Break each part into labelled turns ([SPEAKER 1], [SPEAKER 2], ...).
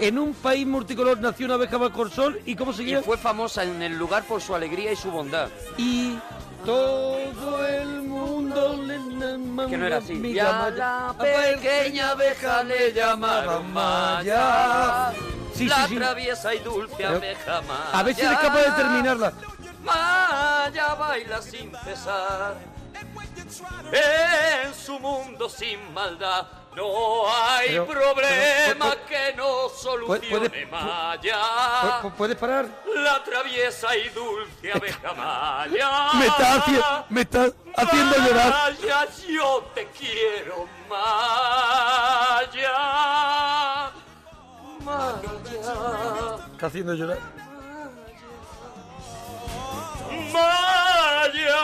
[SPEAKER 1] En un país multicolor nació una abeja bajo el sol y cómo seguía.
[SPEAKER 2] Y fue famosa en el lugar por su alegría y su bondad.
[SPEAKER 1] Y todo el mundo le
[SPEAKER 2] Que no era así.
[SPEAKER 1] Mi
[SPEAKER 2] Y a
[SPEAKER 1] Maya.
[SPEAKER 2] la pequeña abeja le llamaron Maya.
[SPEAKER 1] Ah, Sí,
[SPEAKER 2] la
[SPEAKER 1] sí, sí.
[SPEAKER 2] traviesa y dulce
[SPEAKER 1] Pero-
[SPEAKER 2] abeja Maya.
[SPEAKER 1] A ver si eres capaz de este- terminarla.
[SPEAKER 2] Maya baila sin cesar. En su mundo sin maldad no hay
[SPEAKER 1] Pero-
[SPEAKER 2] problema
[SPEAKER 1] pero-
[SPEAKER 2] que no solucione
[SPEAKER 1] puede- pu-
[SPEAKER 2] Maya.
[SPEAKER 1] Pu- pu- ¿Puedes parar?
[SPEAKER 2] La traviesa y dulce abeja Maya.
[SPEAKER 1] Me está, haci- me está haciendo llorar.
[SPEAKER 2] Maya, yo te quiero, Maya. Maya,
[SPEAKER 1] Está haciendo llorar.
[SPEAKER 2] Maya,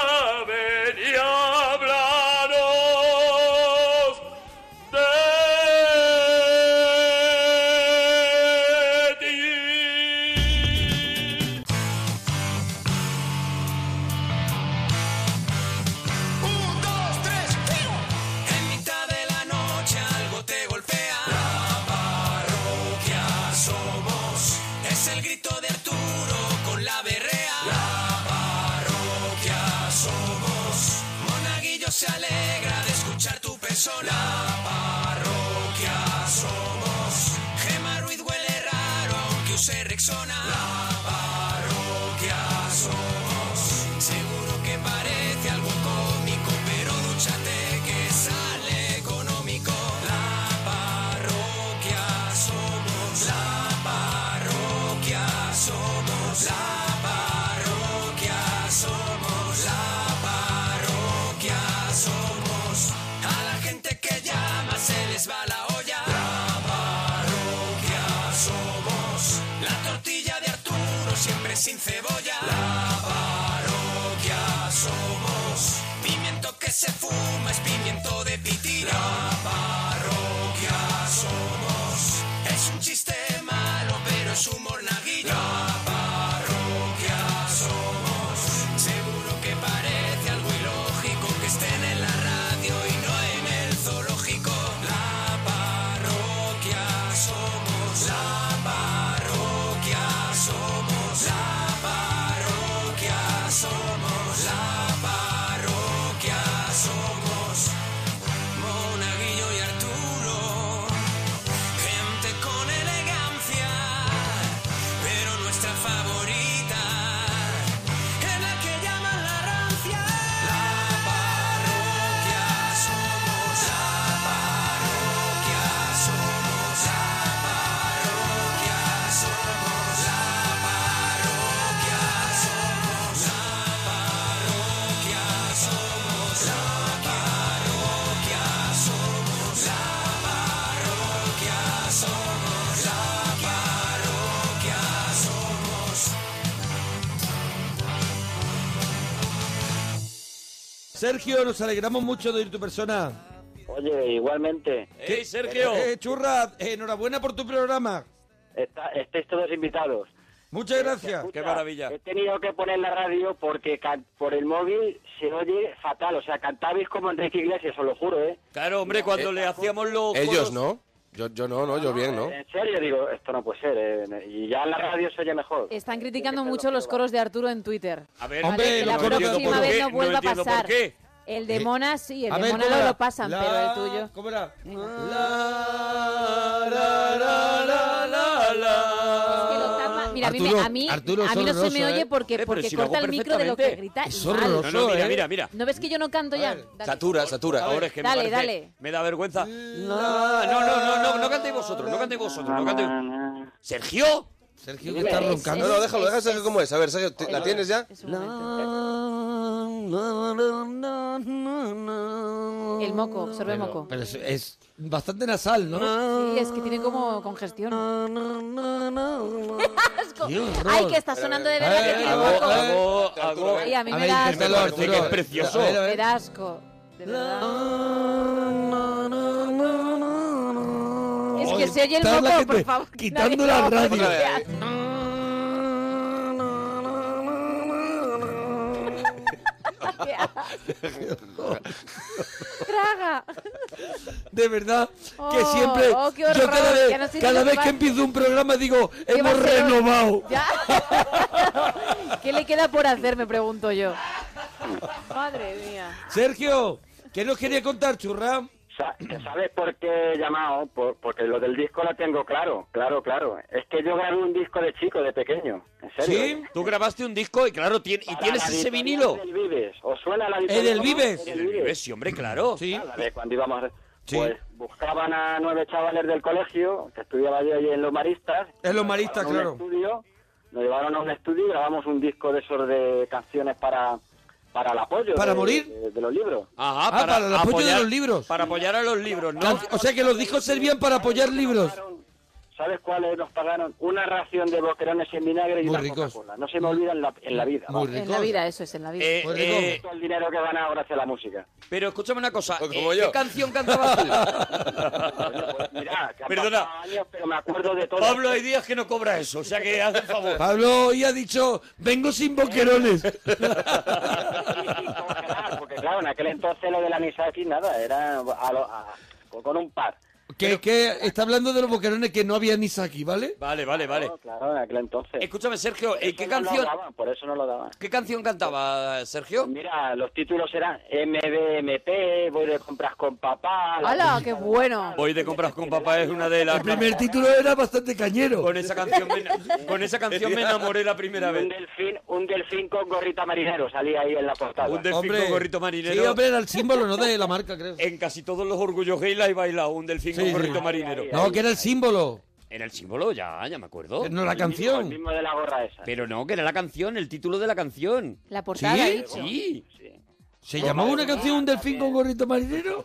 [SPEAKER 2] ven y háblanos de ti.
[SPEAKER 3] Un, dos, tres, ¡fiu! En mitad de la noche algo te golpea. La parroquia somos. Es el grito de Arturo con la berrea. La parroquia somos. Monaguillo se alegra de escuchar tu persona. La parroquia somos. Gema Ruiz huele raro aunque use Rexona. La parroquia somos. Seguro que parece algo cómico, pero dúchate que sale económico. La parroquia somos, la parroquia somos, la parroquia somos, la parroquia somos. A la gente que llama se les va la olla. La parroquia somos, la tortilla de Arturo siempre sin cebolla. La parroquia somos. Pimiento que se fuma es pimiento de pitira. Parroquia somos. Es un chiste malo, pero es humor naguillo. Parroquia somos. Seguro que parece algo ilógico que estén en la radio y no en el zoológico. La parroquia somos. La parroquia somos. La parroquia somos. La parroquia somos. Monaguillo y Arturo. Gente con elegancia. Pero nuestra favorita. Es la que llaman la rancia. La parroquia somos. La parroquia somos. La parroquia somos. La parroquia somos. La parroquia somos. La parroquia somos. La parroquia somos. La parroquia somos.
[SPEAKER 1] Sergio, nos alegramos mucho de ir tu persona.
[SPEAKER 4] Oye, igualmente,
[SPEAKER 2] ¡Ey, Sergio!
[SPEAKER 1] Eh, churra, enhorabuena por tu programa.
[SPEAKER 4] está, este, estáis todos invitados.
[SPEAKER 1] Muchas gracias.
[SPEAKER 4] Escucha,
[SPEAKER 2] Qué maravilla.
[SPEAKER 4] He tenido que poner la radio porque can- por el móvil se oye fatal. O sea, cantabais como Enrique Iglesias, os lo juro, ¿eh?
[SPEAKER 2] Claro, hombre, cuando le hacíamos los...
[SPEAKER 5] Ellos
[SPEAKER 2] coros-
[SPEAKER 5] no. Yo, yo no, no, yo bien, ¿no?
[SPEAKER 4] En serio, digo, esto no puede ser. ¿eh? Y ya en la radio se oye mejor.
[SPEAKER 6] Están criticando mucho los coros de Arturo en Twitter.
[SPEAKER 2] A ver,
[SPEAKER 1] Hombre,
[SPEAKER 6] Vale, que la
[SPEAKER 1] no entiendo
[SPEAKER 6] próxima
[SPEAKER 1] por
[SPEAKER 6] vez
[SPEAKER 2] qué,
[SPEAKER 6] no vuelva a
[SPEAKER 2] entiendo
[SPEAKER 6] pasar.
[SPEAKER 2] por qué.
[SPEAKER 6] El de Mona sí, el
[SPEAKER 1] A
[SPEAKER 6] de
[SPEAKER 1] ver,
[SPEAKER 6] Mona
[SPEAKER 1] ¿cómo
[SPEAKER 6] lo,
[SPEAKER 1] era?
[SPEAKER 6] lo pasan,
[SPEAKER 1] La-
[SPEAKER 6] pero el tuyo.
[SPEAKER 1] ¿Cómo era?
[SPEAKER 6] Es que lo tapa- Mira, a mí, me-
[SPEAKER 5] Arturo,
[SPEAKER 6] a mí,
[SPEAKER 5] Arturo,
[SPEAKER 6] a
[SPEAKER 5] es
[SPEAKER 6] mí no se
[SPEAKER 5] horroroso,
[SPEAKER 6] me oye
[SPEAKER 5] ¿eh?
[SPEAKER 2] Eh,
[SPEAKER 6] porque,
[SPEAKER 2] pero
[SPEAKER 6] porque
[SPEAKER 2] si lo hago
[SPEAKER 6] corta el micro de lo que grita
[SPEAKER 1] Es
[SPEAKER 6] y mal.
[SPEAKER 2] No, no, mira,
[SPEAKER 1] ¿eh?
[SPEAKER 2] mira, mira.
[SPEAKER 6] ¿No ves que yo no canto ya?
[SPEAKER 1] ver.
[SPEAKER 6] Dale.
[SPEAKER 5] Satura, satura.
[SPEAKER 2] Ahora es que
[SPEAKER 6] Dale,
[SPEAKER 2] me, parece-
[SPEAKER 6] dale.
[SPEAKER 2] me da vergüenza. No, no, no, no, no, no cantéis vosotros, no cantéis vosotros, no cantéis. Sergio,
[SPEAKER 1] Sergio, que está
[SPEAKER 6] Es-
[SPEAKER 1] roncando.
[SPEAKER 5] No, no, déjalo, déjalo, Sergio, ¿cómo es? A ver, Sergio, ¿te- ¿la tienes ya?
[SPEAKER 6] Es un momento. El moco, absorbe moco.
[SPEAKER 1] Pero es, es bastante nasal, ¿no?
[SPEAKER 6] Sí, es que tiene como congestión. Asco.
[SPEAKER 1] Qué horror.
[SPEAKER 6] Ay, que está sonando de verdad que
[SPEAKER 1] Eh,
[SPEAKER 6] tiene
[SPEAKER 1] eh,
[SPEAKER 6] moco.
[SPEAKER 1] eh,
[SPEAKER 2] hago, hago...
[SPEAKER 6] Ay, a mí
[SPEAKER 1] A
[SPEAKER 6] me
[SPEAKER 1] ver,
[SPEAKER 6] da
[SPEAKER 1] inténtalo,
[SPEAKER 6] asco.
[SPEAKER 2] Me parece que es
[SPEAKER 1] Arturo.
[SPEAKER 2] precioso.
[SPEAKER 1] A ver, a ver.
[SPEAKER 6] Me da asco. De verdad. Es que se oye el
[SPEAKER 1] Está la
[SPEAKER 6] moco,
[SPEAKER 1] gente
[SPEAKER 6] por favor. que
[SPEAKER 1] quitando la
[SPEAKER 6] nadie lo
[SPEAKER 1] radio.
[SPEAKER 6] vea. Gracias. Traga.
[SPEAKER 1] De verdad, que
[SPEAKER 6] Oh,
[SPEAKER 1] siempre.
[SPEAKER 6] oh, qué
[SPEAKER 1] yo cada
[SPEAKER 6] horror,
[SPEAKER 1] vez,
[SPEAKER 6] ya no sé ni
[SPEAKER 1] cada
[SPEAKER 6] lo que
[SPEAKER 1] vez
[SPEAKER 6] va-
[SPEAKER 1] que empiezo un programa digo,
[SPEAKER 6] va a
[SPEAKER 1] hemos
[SPEAKER 6] ser hoy?"
[SPEAKER 1] renovado.
[SPEAKER 6] Ya. ¿Qué le queda por hacer, me pregunto yo? Madre mía.
[SPEAKER 1] Sergio, ¿qué nos quería contar, churra?
[SPEAKER 4] Sa- ¿Sabes por qué he llamado? Por- porque lo del disco lo tengo claro, claro, claro. Es que yo grabé un disco de chico, de pequeño, en serio.
[SPEAKER 1] ¿Sí?
[SPEAKER 2] Tú grabaste un disco y claro, tien- y
[SPEAKER 4] Para
[SPEAKER 2] tienes
[SPEAKER 4] la
[SPEAKER 2] ese
[SPEAKER 4] editorial
[SPEAKER 2] vinilo.
[SPEAKER 4] del Vives. ¿Os suena la
[SPEAKER 1] ¿En el Vives?
[SPEAKER 4] En
[SPEAKER 2] El Vives, sí, hombre, claro.
[SPEAKER 1] Sí.
[SPEAKER 4] Ah, la de cuando íbamos... a-
[SPEAKER 1] Sí.
[SPEAKER 4] Pues buscaban a nueve chavales del colegio, que estudiaba yo allí en Los Maristas.
[SPEAKER 1] En Los
[SPEAKER 4] Nos
[SPEAKER 1] Maristas,
[SPEAKER 4] llevaron a un estudio, nos llevaron a un estudio y grabamos un disco de esos de canciones para, para el apoyo.
[SPEAKER 1] ¿Para
[SPEAKER 4] de-
[SPEAKER 1] morir?
[SPEAKER 4] De, de los libros.
[SPEAKER 2] Ajá,
[SPEAKER 1] Ah, para el apoyo de los libros.
[SPEAKER 2] Para apoyar a los libros, ¿no?
[SPEAKER 1] Can- O sea que los discos servían para apoyar libros.
[SPEAKER 4] pagaron- ¿Sabes cuáles nos pagaron? Una ración de boquerones en vinagre y
[SPEAKER 1] Muy
[SPEAKER 4] una
[SPEAKER 1] ricos.
[SPEAKER 4] Coca-Cola. No se me olvida en la, en la vida.
[SPEAKER 1] Muy
[SPEAKER 4] vamos.
[SPEAKER 6] En
[SPEAKER 1] rico.
[SPEAKER 6] la vida, eso es, en la vida.
[SPEAKER 2] Eh,
[SPEAKER 1] Pues
[SPEAKER 2] eh,
[SPEAKER 4] Todo el dinero que ganaba gracias a la música.
[SPEAKER 2] pero escúchame una cosa.
[SPEAKER 7] Pues
[SPEAKER 2] eh,
[SPEAKER 7] como yo.
[SPEAKER 2] ¿Qué canción cantabas
[SPEAKER 4] Bueno,
[SPEAKER 2] tú?
[SPEAKER 4] pues mirá, que han
[SPEAKER 2] Perdona.
[SPEAKER 4] pasado años, pero me acuerdo de todo.
[SPEAKER 2] Pablo, hay días que no cobra eso, o sea que haz el favor.
[SPEAKER 1] Pablo hoy ha dicho, vengo sin boquerones.
[SPEAKER 4] Y sin congelar, porque claro, en aquel entonces lo de la misa aquí nada, era a lo- a- con un par.
[SPEAKER 1] que, que está hablando de los boquerones que no había ni aquí, ¿vale?
[SPEAKER 2] Vale, vale, vale.
[SPEAKER 4] No, claro, en aquel entonces.
[SPEAKER 2] Escúchame, Sergio, eh,
[SPEAKER 4] Eso
[SPEAKER 2] ¿qué
[SPEAKER 4] no lo
[SPEAKER 2] canción,
[SPEAKER 4] daban, por eso no lo daban.
[SPEAKER 2] qué canción cantaba Sergio?
[SPEAKER 4] Pues Mira, los títulos eran MDMP, voy de compras con papá. la
[SPEAKER 6] ¡Hala,
[SPEAKER 4] música
[SPEAKER 6] Ah, qué
[SPEAKER 4] de-
[SPEAKER 6] bueno!
[SPEAKER 2] Voy de compras con papá es una de las...
[SPEAKER 1] El primer título era bastante cañero.
[SPEAKER 2] Con esa canción me, con esa canción me enamoré la primera vez.
[SPEAKER 4] Un delfín, un delfín con gorrita marinero salía ahí en la portada.
[SPEAKER 2] Un delfín con gorrito marinero.
[SPEAKER 1] Sí, hombre, era el símbolo, no de la marca, creo.
[SPEAKER 2] En casi todos los orgullos gay la he bailado, un delfín
[SPEAKER 1] Sí,
[SPEAKER 2] con
[SPEAKER 1] sí.
[SPEAKER 2] gorrito marinero.
[SPEAKER 1] No, que era el símbolo,
[SPEAKER 2] Era el símbolo, ya, ya me acuerdo.
[SPEAKER 1] no la
[SPEAKER 4] El
[SPEAKER 1] canción.
[SPEAKER 4] mismo de la gorra esa.
[SPEAKER 2] Pero no, que era la canción, el título de la canción.
[SPEAKER 6] La portada,
[SPEAKER 1] ¿Sí?
[SPEAKER 6] he dicho.
[SPEAKER 2] Sí.
[SPEAKER 4] Sí. Ah,
[SPEAKER 1] ¿Se llamaba una canción un delfín con gorrito marinero?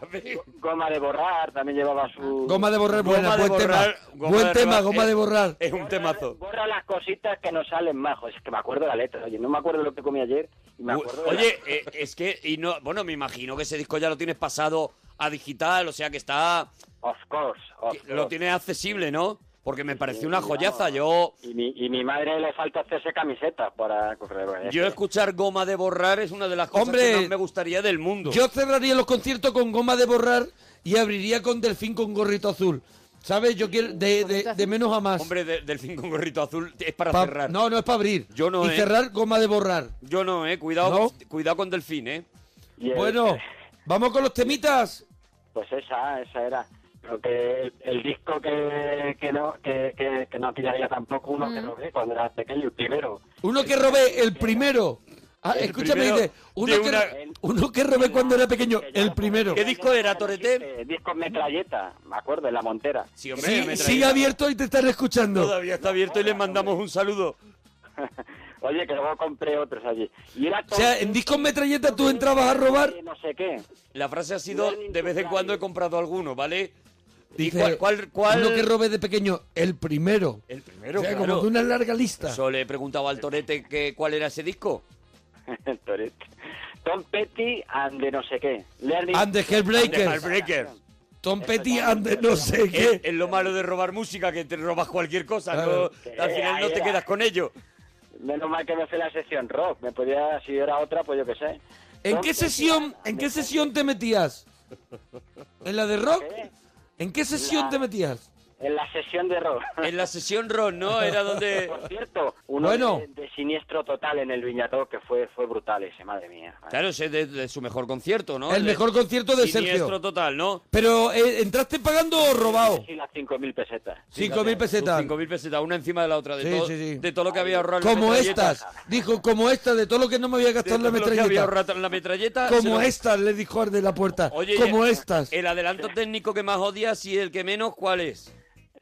[SPEAKER 4] Goma de borrar, también llevaba su...
[SPEAKER 1] Goma de borrar, buena,
[SPEAKER 2] Goma de
[SPEAKER 1] buen tema.
[SPEAKER 2] borrar, goma
[SPEAKER 1] Buen
[SPEAKER 2] de
[SPEAKER 1] tema,
[SPEAKER 2] borrar,
[SPEAKER 1] goma
[SPEAKER 2] eh.
[SPEAKER 1] de borrar.
[SPEAKER 2] Es un temazo.
[SPEAKER 4] Borra las cositas que no salen más. Joder, es que me acuerdo la letra. Oye, no me acuerdo lo que comí ayer. Y me acuerdo de la-
[SPEAKER 2] Oye, eh, es que, y no, bueno, me imagino que ese disco ya lo tienes pasado a digital, o sea que está,
[SPEAKER 4] Of course. of
[SPEAKER 2] que lo
[SPEAKER 4] course.
[SPEAKER 2] tienes accesible, ¿no? Porque me pareció una
[SPEAKER 4] Sí, vamos.
[SPEAKER 2] joyaza. Yo,
[SPEAKER 4] Y mi, y mi madre le falta hacerse camisetas para pues, correr.
[SPEAKER 2] yo escuchar goma de borrar es una de las cosas
[SPEAKER 1] Hombre,
[SPEAKER 2] que más me gustaría del mundo.
[SPEAKER 1] Yo cerraría los conciertos con goma de borrar y abriría con delfín con gorrito azul. ¿Sabes? Yo quiero de, de- de menos a más.
[SPEAKER 2] Hombre, de- delfín con gorrito azul es para
[SPEAKER 1] Pa-
[SPEAKER 2] cerrar.
[SPEAKER 1] No, no es para abrir.
[SPEAKER 2] Yo no,
[SPEAKER 1] y
[SPEAKER 2] eh.
[SPEAKER 1] cerrar goma de borrar.
[SPEAKER 2] Yo no, eh. Cuidado,
[SPEAKER 1] ¿No?
[SPEAKER 2] cuidado con delfín, eh.
[SPEAKER 4] Y el-
[SPEAKER 1] Bueno, vamos con los temitas.
[SPEAKER 4] Pues esa, esa era. Creo que el, el disco que, que no que, que, que no pillaría tampoco uno
[SPEAKER 1] Mm.
[SPEAKER 4] que robé cuando era pequeño, el primero.
[SPEAKER 1] Uno que robé el primero. Ah,
[SPEAKER 2] El
[SPEAKER 1] escúchame,
[SPEAKER 2] primero
[SPEAKER 1] dice,
[SPEAKER 2] de
[SPEAKER 1] uno, que,
[SPEAKER 2] una-
[SPEAKER 1] uno que robé cuando era pequeño, el primero.
[SPEAKER 2] ¿Qué disco era, Torete?
[SPEAKER 4] Eh, disco metralleta, me acuerdo, en la montera.
[SPEAKER 2] Sí,
[SPEAKER 1] Sí,
[SPEAKER 2] me traía-
[SPEAKER 1] sigue abierto y te están escuchando.
[SPEAKER 2] Todavía está abierto y les mandamos un saludo.
[SPEAKER 4] Oye, que luego compré otros allí. Y era
[SPEAKER 1] O
[SPEAKER 4] todo.
[SPEAKER 1] sea, en discos metralleta tú entrabas a robar.
[SPEAKER 4] eh, No sé qué.
[SPEAKER 2] La frase ha sido, de vez en cuando he comprado alguno, ¿vale? ¿Y
[SPEAKER 1] Dice,
[SPEAKER 2] cuál, cuál, cuál-
[SPEAKER 1] Uno que robé de pequeño, el primero.
[SPEAKER 2] El primero,
[SPEAKER 1] o sea,
[SPEAKER 2] claro.
[SPEAKER 1] como de una larga lista.
[SPEAKER 2] Eso le he preguntado al Torete que, cuál era ese disco.
[SPEAKER 4] El Torete. Tom Petty and de no sé qué. Learning-
[SPEAKER 1] And the
[SPEAKER 2] De
[SPEAKER 1] Hellbreakers,
[SPEAKER 2] Heartbreaker.
[SPEAKER 1] Tom Petty and the no sé
[SPEAKER 2] Es,
[SPEAKER 1] qué.
[SPEAKER 2] es lo malo de robar música, que te robas cualquier cosa.
[SPEAKER 1] Claro.
[SPEAKER 2] no- al final no te quedas con ello.
[SPEAKER 4] Menos mal que me fue la sección rock. Me podía, si era otra, pues yo qué sé.
[SPEAKER 1] ¿En
[SPEAKER 4] Tom
[SPEAKER 1] qué
[SPEAKER 4] Petty
[SPEAKER 1] sesión,
[SPEAKER 4] and-
[SPEAKER 1] en qué sesión te metías? ¿En la de rock? ¿En qué sesión
[SPEAKER 4] La-
[SPEAKER 1] te metías?
[SPEAKER 4] En la sesión de rock.
[SPEAKER 2] En la sesión Ron, ¿no? Era donde...
[SPEAKER 4] Por cierto, uno
[SPEAKER 1] Bueno.
[SPEAKER 4] de, de siniestro total en el Viñató que fue fue brutal ese, madre mía.
[SPEAKER 2] Claro, ese es de, de su mejor concierto, ¿no?
[SPEAKER 1] El mejor concierto de
[SPEAKER 2] Siniestro
[SPEAKER 1] Sergio.
[SPEAKER 2] total, ¿no?
[SPEAKER 1] Pero, eh, ¿entraste pagando o robado?
[SPEAKER 4] Y las 5.000 pesetas.
[SPEAKER 1] Cinco mil
[SPEAKER 2] Sus
[SPEAKER 1] pesetas.
[SPEAKER 2] 5.000 pesetas, una encima de la otra, de,
[SPEAKER 1] Sí,
[SPEAKER 2] todo,
[SPEAKER 1] sí, sí.
[SPEAKER 2] de todo lo que había ahorrado. en la
[SPEAKER 1] Como
[SPEAKER 2] metralleta.
[SPEAKER 1] estas. Dijo, como estas, de todo lo que no me había
[SPEAKER 2] De todo
[SPEAKER 1] gastado en la
[SPEAKER 2] lo que había
[SPEAKER 1] metralleta.
[SPEAKER 2] ahorrado en la metralleta. se
[SPEAKER 1] Como
[SPEAKER 2] lo-
[SPEAKER 1] estas, le dijo al de la puerta.
[SPEAKER 2] Oye,
[SPEAKER 1] Como
[SPEAKER 2] y-
[SPEAKER 1] estas.
[SPEAKER 2] El adelanto técnico que más odias y el que menos, ¿cuál es?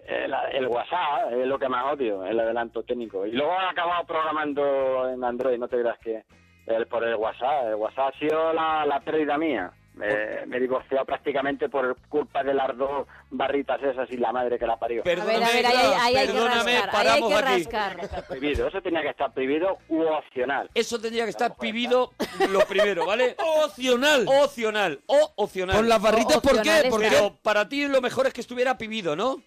[SPEAKER 4] El, el eh. WhatsApp es lo que más odio, el adelanto técnico. Y luego han acabado programando en Android, no te creas que el, por el WhatsApp. El WhatsApp ha sido la, la pérdida mía. Eh, Me, me he divorciado prácticamente por culpa de las dos barritas esas y la madre que la parió.
[SPEAKER 6] A ver,
[SPEAKER 2] Perdóname,
[SPEAKER 6] a ver, ahí,
[SPEAKER 2] Clara,
[SPEAKER 6] ahí hay que
[SPEAKER 2] perdóname,
[SPEAKER 6] rascar. Ahí hay
[SPEAKER 2] paramos
[SPEAKER 6] que
[SPEAKER 2] aquí.
[SPEAKER 6] rascar.
[SPEAKER 4] Está prohibido, eso tenía que estar prohibido u opcional.
[SPEAKER 2] Eso tendría que estar pibido lo primero, ¿vale?
[SPEAKER 1] Opcional.
[SPEAKER 2] Opcional, o opcional.
[SPEAKER 1] Con las barritas, ¿por qué?
[SPEAKER 6] Opcionales,
[SPEAKER 1] ¿Por
[SPEAKER 6] claro.
[SPEAKER 1] qué?
[SPEAKER 2] Pero para ti lo mejor es que estuviera pibido, ¿no?